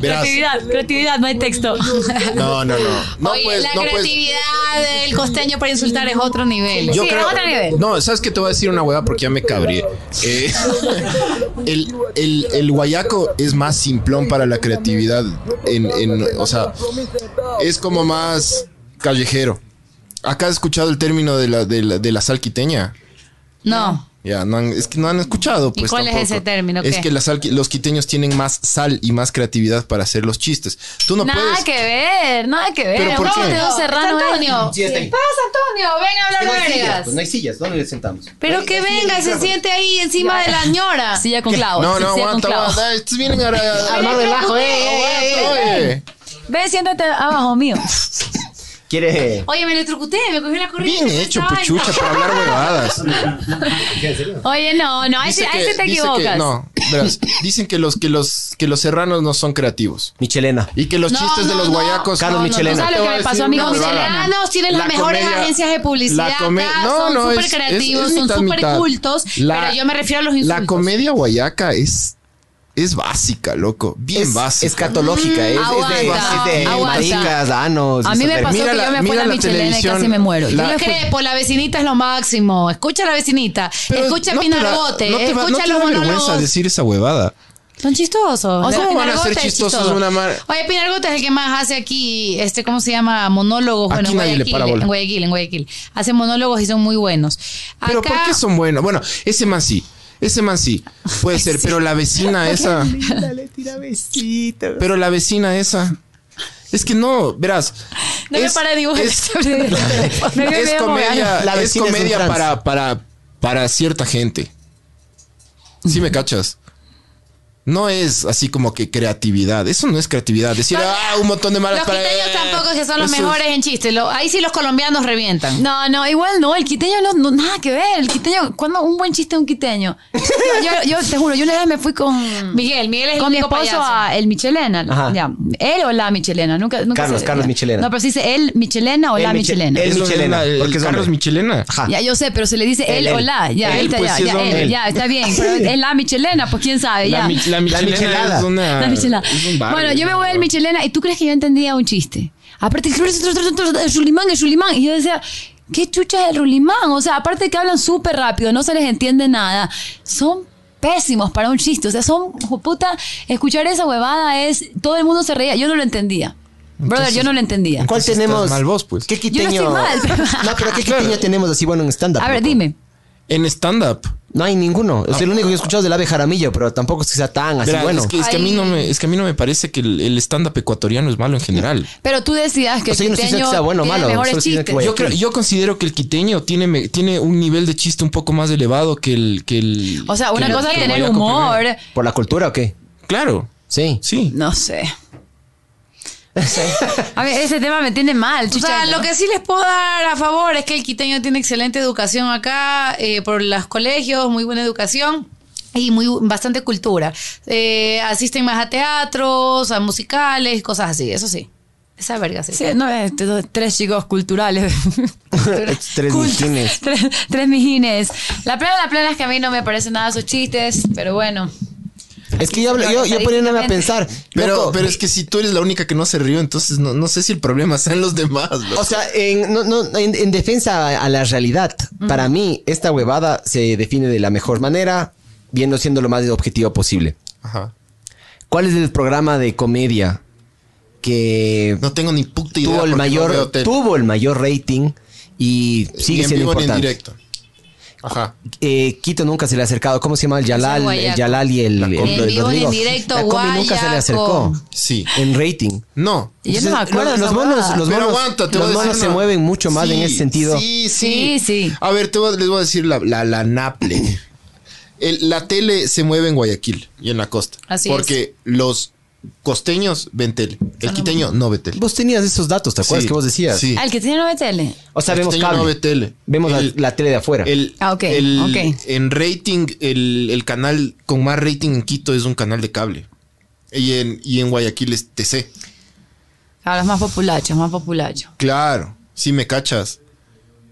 Speaker 1: Verás.
Speaker 7: creatividad, creatividad, no hay texto.
Speaker 1: No, no, no. No,
Speaker 6: Oye,
Speaker 1: pues,
Speaker 6: la
Speaker 1: no, pues.
Speaker 6: creatividad del costeño para insultar es otro nivel.
Speaker 1: Yo
Speaker 7: Sí,
Speaker 1: creo.
Speaker 7: a otro nivel.
Speaker 1: No, sabes que te voy a decir una hueá porque ya me cabré. Eh, el, el- el guayaco es más simplón para la creatividad. En, en- o sea, es como más callejero. Acá has escuchado el término de la, de la, de la sal quiteña.
Speaker 6: No.
Speaker 1: Ya, no han- es que no han escuchado.
Speaker 6: ¿Y
Speaker 1: Pues,
Speaker 6: cuál es
Speaker 1: tampoco.
Speaker 6: ese término?
Speaker 1: Es
Speaker 6: ¿Qué?
Speaker 1: que las sal- los quiteños tienen más sal y más creatividad para hacer los chistes. Tú no
Speaker 7: nada
Speaker 1: puedes.
Speaker 7: que ver, nada que ver.
Speaker 1: ¿Pero por
Speaker 7: Vamos
Speaker 6: Este
Speaker 1: qué?
Speaker 7: de dos serrano,
Speaker 6: Antonio.
Speaker 2: Sí, está ahí.
Speaker 6: Pasa, Antonio, ven a
Speaker 2: No hay
Speaker 6: hablar
Speaker 2: sillas,
Speaker 6: vergas.
Speaker 2: pues, no hay sillas, ¿dónde le sentamos?
Speaker 6: Pero que venga, se siente ahí encima de la ñora.
Speaker 7: Silla con clavos.
Speaker 1: No, no,
Speaker 7: silla con
Speaker 1: aguanta,
Speaker 7: clavos.
Speaker 1: aguanta. Estos vienen a-
Speaker 6: (laughs)
Speaker 1: a- a-
Speaker 2: Armar relajo, eh, eh, eh, eh.
Speaker 1: Oye.
Speaker 7: Ve, siéntate abajo mío.
Speaker 2: ¿Quiere?
Speaker 6: Oye, me electrocuté, me cogió la corriente.
Speaker 1: Bien hecho, puchucha, para hablar huevadas.
Speaker 7: Oye, no, no, ahí sí
Speaker 1: Dice
Speaker 7: ahí sí
Speaker 1: dice
Speaker 7: te
Speaker 1: que-
Speaker 7: equivocas.
Speaker 1: no, verás, dicen que los, que, los, que los serranos no son creativos.
Speaker 2: Michelena.
Speaker 1: Y que los
Speaker 6: No,
Speaker 1: chistes de
Speaker 6: no,
Speaker 1: los
Speaker 6: no.
Speaker 1: guayacos.
Speaker 2: Carlos
Speaker 1: No, no,
Speaker 2: Michelena.
Speaker 1: no,
Speaker 7: ¿Sabes
Speaker 1: te
Speaker 7: lo que
Speaker 1: voy a
Speaker 7: le pasó
Speaker 1: decir
Speaker 7: a mi
Speaker 1: una
Speaker 6: Los
Speaker 7: comida?
Speaker 1: huevada.
Speaker 6: venezolanos tienen las
Speaker 1: La
Speaker 6: mejores
Speaker 1: comedia-
Speaker 6: agencias de publicidad.
Speaker 1: la come-
Speaker 6: acá,
Speaker 1: no,
Speaker 6: son
Speaker 1: no,
Speaker 6: súper
Speaker 1: es-
Speaker 6: creativos,
Speaker 1: es- es
Speaker 6: son
Speaker 1: mitad,
Speaker 6: súper
Speaker 1: mitad.
Speaker 6: cultos.
Speaker 1: La-
Speaker 6: pero yo me refiero a los insultos.
Speaker 1: La comedia guayaca es, es básica, loco. Bien
Speaker 2: Es,
Speaker 1: básica.
Speaker 2: escatológica, es, es de,
Speaker 7: aguanta,
Speaker 2: es de
Speaker 7: aguanta.
Speaker 2: maricas, anos.
Speaker 7: A mí me pasó
Speaker 1: Mira
Speaker 7: que
Speaker 1: la-
Speaker 7: yo me fui
Speaker 1: mira
Speaker 7: a la
Speaker 1: la
Speaker 7: Michelena y
Speaker 1: televisión,
Speaker 7: casi me muero. Yo
Speaker 1: la-
Speaker 7: me
Speaker 6: Yo
Speaker 7: fui-
Speaker 6: Crepo, la vecinita es lo máximo. Escucha a la vecinita,
Speaker 1: Pero
Speaker 6: escucha a
Speaker 1: no te da-
Speaker 6: Pinargote,
Speaker 1: no te va-
Speaker 6: escucha
Speaker 1: no te
Speaker 6: los
Speaker 1: da vergüenza
Speaker 6: monólogos.
Speaker 1: decir esa huevada.
Speaker 6: Son chistosos.
Speaker 7: O sea,
Speaker 1: ¿Cómo van a ser
Speaker 6: Pinargote es
Speaker 1: chistosos
Speaker 6: chistoso.
Speaker 1: una mar-
Speaker 6: Oye, Pinargote es el que más hace aquí, este, ¿cómo se llama? Monólogos.
Speaker 1: Aquí
Speaker 6: Bueno, en
Speaker 1: nadie le
Speaker 6: Guayaquil,
Speaker 1: para bola.
Speaker 6: en Guayaquil, en Guayaquil. Hace monólogos y son muy buenos.
Speaker 1: Pero
Speaker 6: Acá,
Speaker 1: ¿por qué son buenos? Bueno, ese man sí. Ese man sí. Puede ser, pero la
Speaker 6: (laughs)
Speaker 1: vecina esa.
Speaker 2: Le tira besito.
Speaker 1: Pero la vecina esa. Es que no, verás.
Speaker 6: No me
Speaker 1: es,
Speaker 6: para de dibujar.
Speaker 1: es-
Speaker 7: este
Speaker 1: (laughs)
Speaker 6: Me dio
Speaker 1: es
Speaker 6: miedo,
Speaker 1: comedia,
Speaker 2: La
Speaker 1: es
Speaker 2: vecina es un
Speaker 1: comedia
Speaker 2: trans.
Speaker 1: para, para, para cierta gente. Sí me cachas. No es así como que creatividad. Eso no es creatividad. Decir,
Speaker 6: Vale.
Speaker 1: ah, un montón de malas
Speaker 6: Los quiteños tampoco es que son los
Speaker 1: Eso es-
Speaker 6: mejores en chistes. Lo- ahí sí los colombianos revientan.
Speaker 7: No, no, igual no, el quiteño no, no- nada que ver, el quiteño, cuando un buen chiste de un
Speaker 6: (laughs)
Speaker 7: quiteño. Yo, yo te juro, yo una vez me fui con
Speaker 6: Mm. Miguel, Miguel es el
Speaker 7: con mi
Speaker 6: único
Speaker 7: esposo
Speaker 6: payaso.
Speaker 7: a el Michelena,
Speaker 2: Ajá.
Speaker 7: ya, él o la Michelena, nunca, nunca
Speaker 2: Carlos, Carlos
Speaker 7: ya.
Speaker 2: Michelena.
Speaker 7: No, pero se dice él Michelena o
Speaker 2: El
Speaker 7: la
Speaker 2: Miche-
Speaker 7: Michelena.
Speaker 2: el- ah.
Speaker 1: Es lo de
Speaker 2: Michelena,
Speaker 1: la- el
Speaker 2: porque es
Speaker 1: Carlos
Speaker 2: hombre.
Speaker 1: Michelena.
Speaker 2: Ajá.
Speaker 7: Ya, yo sé, pero se le dice él,
Speaker 2: Él,
Speaker 7: o
Speaker 2: él.
Speaker 7: la. Ya,
Speaker 1: Él,
Speaker 7: él,
Speaker 1: pues,
Speaker 7: ya,
Speaker 1: sí es
Speaker 7: ya,
Speaker 1: hombre.
Speaker 7: él, ya, está bien.
Speaker 2: (laughs)
Speaker 7: Pero él, la Michelena, pues quién sabe,
Speaker 1: La,
Speaker 7: ya.
Speaker 1: mi- la Michelena
Speaker 2: michelada.
Speaker 1: es una.
Speaker 7: La Michelena.
Speaker 1: es un barrio,
Speaker 7: bueno, yo me
Speaker 1: ¿no?
Speaker 7: voy al Michelena y tú crees que yo entendía un chiste. Aparte, el Rulimán, el Rulimán. Y yo decía, ¿qué chucha es el Rulimán? O sea, aparte que hablan súper rápido, no se les entiende nada. Son pésimos para un chiste. O sea, son, hijo puta, escuchar esa huevada es, todo el mundo se reía. Yo no lo entendía. Brother,
Speaker 1: Entonces,
Speaker 7: yo no lo entendía.
Speaker 2: ¿Cuál
Speaker 1: Entonces
Speaker 2: tenemos?
Speaker 1: estás mal vos, pues.
Speaker 2: ¿Qué
Speaker 7: Yo no
Speaker 2: quiteño?
Speaker 7: estoy mal, pero-
Speaker 2: No, pero
Speaker 1: (laughs)
Speaker 2: ¿qué quiteño tenemos así bueno en stand-up?
Speaker 7: A ver,
Speaker 2: loco?
Speaker 7: dime.
Speaker 1: En stand-up.
Speaker 2: No hay ninguno. Es el único que he escuchado del ave Jaramillo, pero tampoco es que sea tan así
Speaker 1: Verás,
Speaker 2: bueno.
Speaker 1: es, que, es que a mí no me, es que a mí no me parece que el, el stand-up ecuatoriano es malo en general.
Speaker 7: Pero tú decías que
Speaker 2: O sea, yo no
Speaker 7: el
Speaker 2: estoy diciendo que
Speaker 7: quiteño
Speaker 2: sea bueno o
Speaker 7: tiene
Speaker 2: malo, solo
Speaker 7: mejores
Speaker 2: estoy diciendo que
Speaker 7: chistes.
Speaker 1: Yo, creo- yo considero que el quiteño tiene, me- tiene un nivel de chiste un poco más elevado que el. Que el
Speaker 7: O sea,
Speaker 1: que
Speaker 7: una
Speaker 1: el-
Speaker 7: cosa es
Speaker 1: que el
Speaker 7: tener
Speaker 1: guayaco
Speaker 7: humor.
Speaker 1: primero.
Speaker 2: ¿Por la cultura o qué?
Speaker 1: Claro,
Speaker 2: Sí.
Speaker 1: sí.
Speaker 7: No sé. No sé. A ver, ese tema me tiene mal.
Speaker 6: O sea,
Speaker 7: chucha.
Speaker 6: lo que sí les puedo dar a favor es que el quiteño tiene excelente educación acá, eh, por los colegios, muy buena educación y muy bastante cultura. Eh, asisten más a teatros, a musicales, cosas así, eso sí. Esa verga, sí.
Speaker 7: Sí, no, este, dos- tres chicos culturales.
Speaker 2: Tres
Speaker 7: Cult-
Speaker 2: mijines.
Speaker 7: Tres, tres mijines. La plena, la plena es que a mí no me parecen nada esos chistes, pero bueno.
Speaker 2: Es que yo, hablo- yo, yo poniéndome a pensar.
Speaker 1: Pero,
Speaker 2: loco,
Speaker 1: pero es que si tú eres la única que no se rió, entonces no, no sé si el problema está en los demás. loco.
Speaker 2: O sea, en, no, no, en, en defensa a, a la realidad, para mí esta huevada se define de la mejor manera, viendo siendo lo más objetivo posible.
Speaker 1: Ajá.
Speaker 2: ¿Cuál es el programa de comedia que
Speaker 1: No tengo ni puta idea.
Speaker 2: tuvo
Speaker 1: porque
Speaker 2: el
Speaker 1: no
Speaker 2: mayor
Speaker 1: veo tele.
Speaker 2: tuvo el mayor rating y
Speaker 1: Ni
Speaker 2: sigue
Speaker 1: en
Speaker 2: siendo
Speaker 1: vivo ni en
Speaker 2: importante?
Speaker 1: directo. Ajá.
Speaker 2: Eh, Quito nunca se le ha acercado. ¿Cómo se llama el Yalal? El
Speaker 6: Guayaco.
Speaker 2: Yalal y el,
Speaker 1: La
Speaker 2: el-
Speaker 1: combi.
Speaker 2: el
Speaker 6: Ni en vivo, ni en
Speaker 2: Rodrigo.
Speaker 6: directo,
Speaker 2: La combi nunca se le acercó
Speaker 6: Guayaco.
Speaker 1: Sí.
Speaker 2: en rating.
Speaker 1: No.
Speaker 7: Y Yo no me
Speaker 2: Entonces,
Speaker 7: acuerdo.
Speaker 2: los- Los
Speaker 7: de esa
Speaker 2: monos,
Speaker 7: huevada.
Speaker 2: los
Speaker 1: Pero
Speaker 2: monos,
Speaker 1: aguanta, te
Speaker 2: los
Speaker 1: voy a
Speaker 2: monos
Speaker 1: decir
Speaker 2: se
Speaker 1: una-
Speaker 2: mueve mucho más
Speaker 1: Sí,
Speaker 2: en ese sentido.
Speaker 1: Sí, sí.
Speaker 7: Sí, sí.
Speaker 1: A ver, te voy- les voy a decir la, la, la Naple. El- la tele se mueve en Guayaquil y en la costa.
Speaker 6: Así
Speaker 1: porque los costeños ven tele. El quiteño no ve tele.
Speaker 2: Vos tenías esos datos, ¿te acuerdas
Speaker 1: Sí,
Speaker 2: que vos decías?
Speaker 1: sí.
Speaker 7: Al Ah, que tiene no ve tele.
Speaker 2: O sea,
Speaker 1: El
Speaker 2: vemos
Speaker 1: quiteño
Speaker 2: cable.
Speaker 1: no ve tele.
Speaker 2: Vemos la-
Speaker 1: El-
Speaker 2: la, tele de afuera.
Speaker 1: El,
Speaker 7: Ah, ok,
Speaker 1: el-
Speaker 7: ok.
Speaker 1: En rating, el, el canal con más rating en Quito es un canal de cable. Y en, y en Guayaquil es TC.
Speaker 7: Ahora es más populacho, más populacho.
Speaker 1: Claro, sí me cachas.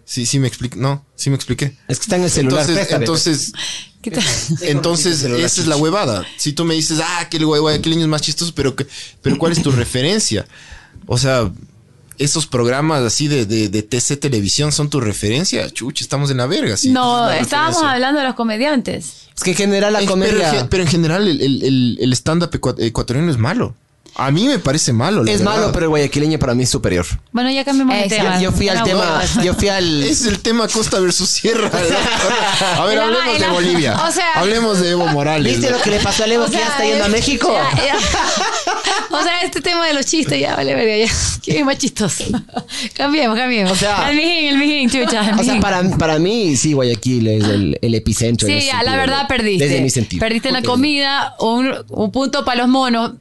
Speaker 1: Sí, sí me expliqué. No, sí me expliqué.
Speaker 2: es que está en el celular.
Speaker 1: Entonces,
Speaker 2: préstame.
Speaker 1: entonces,
Speaker 7: (laughs)
Speaker 1: eh,
Speaker 7: ¿Qué tal?
Speaker 1: entonces esa es la huevada. Si tú me dices, ah, que el guay- guayaquileño es más chistoso, pero, que- pero ¿cuál es tu (laughs) referencia? O sea, esos programas así de, de, de TC Televisión son tu referencia. Chuch, estamos en la verga. sí. Esa es
Speaker 7: no,
Speaker 1: la
Speaker 7: estábamos
Speaker 1: referencia.
Speaker 7: hablando de los comediantes.
Speaker 2: es que en general la
Speaker 1: Eh, Pero, en
Speaker 2: comedia
Speaker 1: gen- pero en general el, el- el- el stand-up ecua- ecuatoriano es malo. A mí me parece malo. la
Speaker 2: es
Speaker 1: verdad.
Speaker 2: malo, pero el guayaquileño para mí es superior.
Speaker 6: Bueno, ya cambiamos de
Speaker 7: Exacto.
Speaker 6: tema.
Speaker 2: Yo fui al
Speaker 6: Una
Speaker 2: tema,
Speaker 6: hueva.
Speaker 2: yo fui al (laughs)
Speaker 1: Es el tema Costa versus Sierra. A ver,
Speaker 6: El ama-
Speaker 1: hablemos
Speaker 6: el
Speaker 1: de
Speaker 6: ama-
Speaker 1: Bolivia.
Speaker 6: o sea-
Speaker 1: hablemos de Evo Morales.
Speaker 2: ¿Viste
Speaker 1: ¿no?
Speaker 2: lo que le pasó a Evo que ya está yendo a
Speaker 6: es-
Speaker 2: México?
Speaker 6: ya, ya. O sea, este tema de los chistes ya vale verga, ya. ¿Quién es más chistoso? cambiemos, cambiemos.
Speaker 2: O sea-
Speaker 6: el mijín, el mijín, chucha. el
Speaker 2: O sea,
Speaker 6: mijín.
Speaker 2: para, para mí sí Guayaquil es el, el epicentro. en
Speaker 6: Sí,
Speaker 2: ese
Speaker 6: ya, la
Speaker 2: sentido,
Speaker 6: verdad
Speaker 2: ¿no?
Speaker 6: perdiste.
Speaker 2: Desde mi sentido.
Speaker 7: Perdiste en la comida, un, un punto para los monos.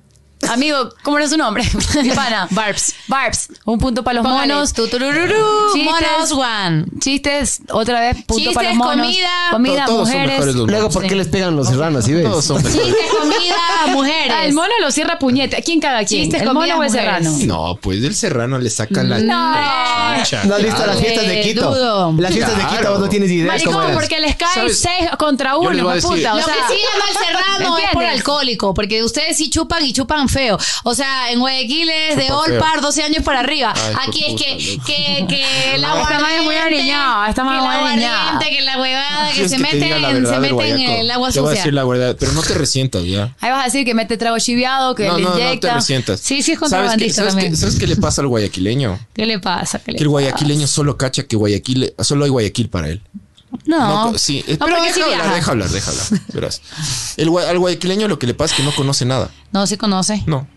Speaker 7: Amigo, ¿cómo era su (laughs) nombre? Mi pana.
Speaker 6: Barbs.
Speaker 7: Barbs. Un punto para los
Speaker 6: Póngale,
Speaker 7: monos.
Speaker 6: tuturururú,
Speaker 7: Chistes.
Speaker 6: monos one.
Speaker 7: Chistes, otra vez, punto
Speaker 6: Chistes,
Speaker 7: para los monos.
Speaker 6: comida.
Speaker 7: comida
Speaker 1: Todos son
Speaker 7: mujeres.
Speaker 1: mejores los
Speaker 2: Luego, ¿por qué les pegan los serranos? ¿sí ves?
Speaker 1: Todos son mejores.
Speaker 6: Chistes, comida, mujeres.
Speaker 7: Ah, el mono lo cierra a puñete. ¿Quién caga a quién?
Speaker 6: Chistes,
Speaker 7: ¿El
Speaker 6: comida,
Speaker 7: mono o el
Speaker 6: mujeres.
Speaker 7: serrano?
Speaker 1: No, pues del Serrano le sacan la
Speaker 6: No.
Speaker 1: chucha.
Speaker 2: (laughs) ¿No has visto las fiestas de
Speaker 6: Eh,
Speaker 2: Quito?
Speaker 6: dudo.
Speaker 2: Las fiestas de
Speaker 1: Claro.
Speaker 2: Quito vos no tienes idea de cómo
Speaker 7: Maricón,
Speaker 2: eran.
Speaker 7: porque les cae
Speaker 1: ¿Sabes?
Speaker 7: seis contra
Speaker 1: Yo les
Speaker 7: uno,
Speaker 1: voy a
Speaker 7: hijo de
Speaker 1: decir-
Speaker 7: puta. O
Speaker 6: Lo
Speaker 7: sea,
Speaker 6: que sí llama el serrano es por
Speaker 7: ¿Entiendes?
Speaker 6: alcohólico, porque ustedes sí chupan y chupan tan feo. O sea, en Guayaquil es de
Speaker 7: Súper
Speaker 6: all
Speaker 7: feo.
Speaker 6: par 12 años para arriba.
Speaker 7: Ay,
Speaker 6: Aquí es
Speaker 7: puta,
Speaker 6: que,
Speaker 7: loco.
Speaker 6: que,
Speaker 7: (laughs)
Speaker 6: que el agua.
Speaker 7: Esta madre es muy oriñada, esta madre es muy oriñada.
Speaker 6: Que la huevada, que
Speaker 1: ¿Quieres
Speaker 6: se
Speaker 1: que te diga
Speaker 6: meten,
Speaker 1: la verdad
Speaker 6: se
Speaker 1: del
Speaker 6: meten en
Speaker 1: Guayaco?
Speaker 6: el agua
Speaker 1: Te voy a
Speaker 6: sucia.
Speaker 1: decir la verdad, pero no te resientas ya.
Speaker 7: Ahí vas a decir que mete trago chiviado, que
Speaker 1: no,
Speaker 7: le
Speaker 1: no,
Speaker 7: inyecta.
Speaker 1: no te resientas.
Speaker 6: Sí, sí
Speaker 1: ¿Sabes
Speaker 6: es
Speaker 1: qué,
Speaker 6: contrabandista
Speaker 1: sabes, qué,
Speaker 6: también.
Speaker 1: ¿Sabes qué le pasa al guayaquileño?
Speaker 6: ¿Qué le pasa? ¿Qué le
Speaker 1: Que el
Speaker 6: pasa?
Speaker 1: guayaquileño solo cacha que Guayaquil, solo hay Guayaquil para él.
Speaker 6: No.
Speaker 1: co- sí, eh,
Speaker 6: No,
Speaker 1: pero
Speaker 6: porque
Speaker 1: deja
Speaker 6: sí
Speaker 1: hablar,
Speaker 6: viaja.
Speaker 1: deja hablar, deja hablar. Verás. El, gua- al guayaquileño lo que le pasa es que no conoce nada.
Speaker 6: No, sí conoce.
Speaker 1: No.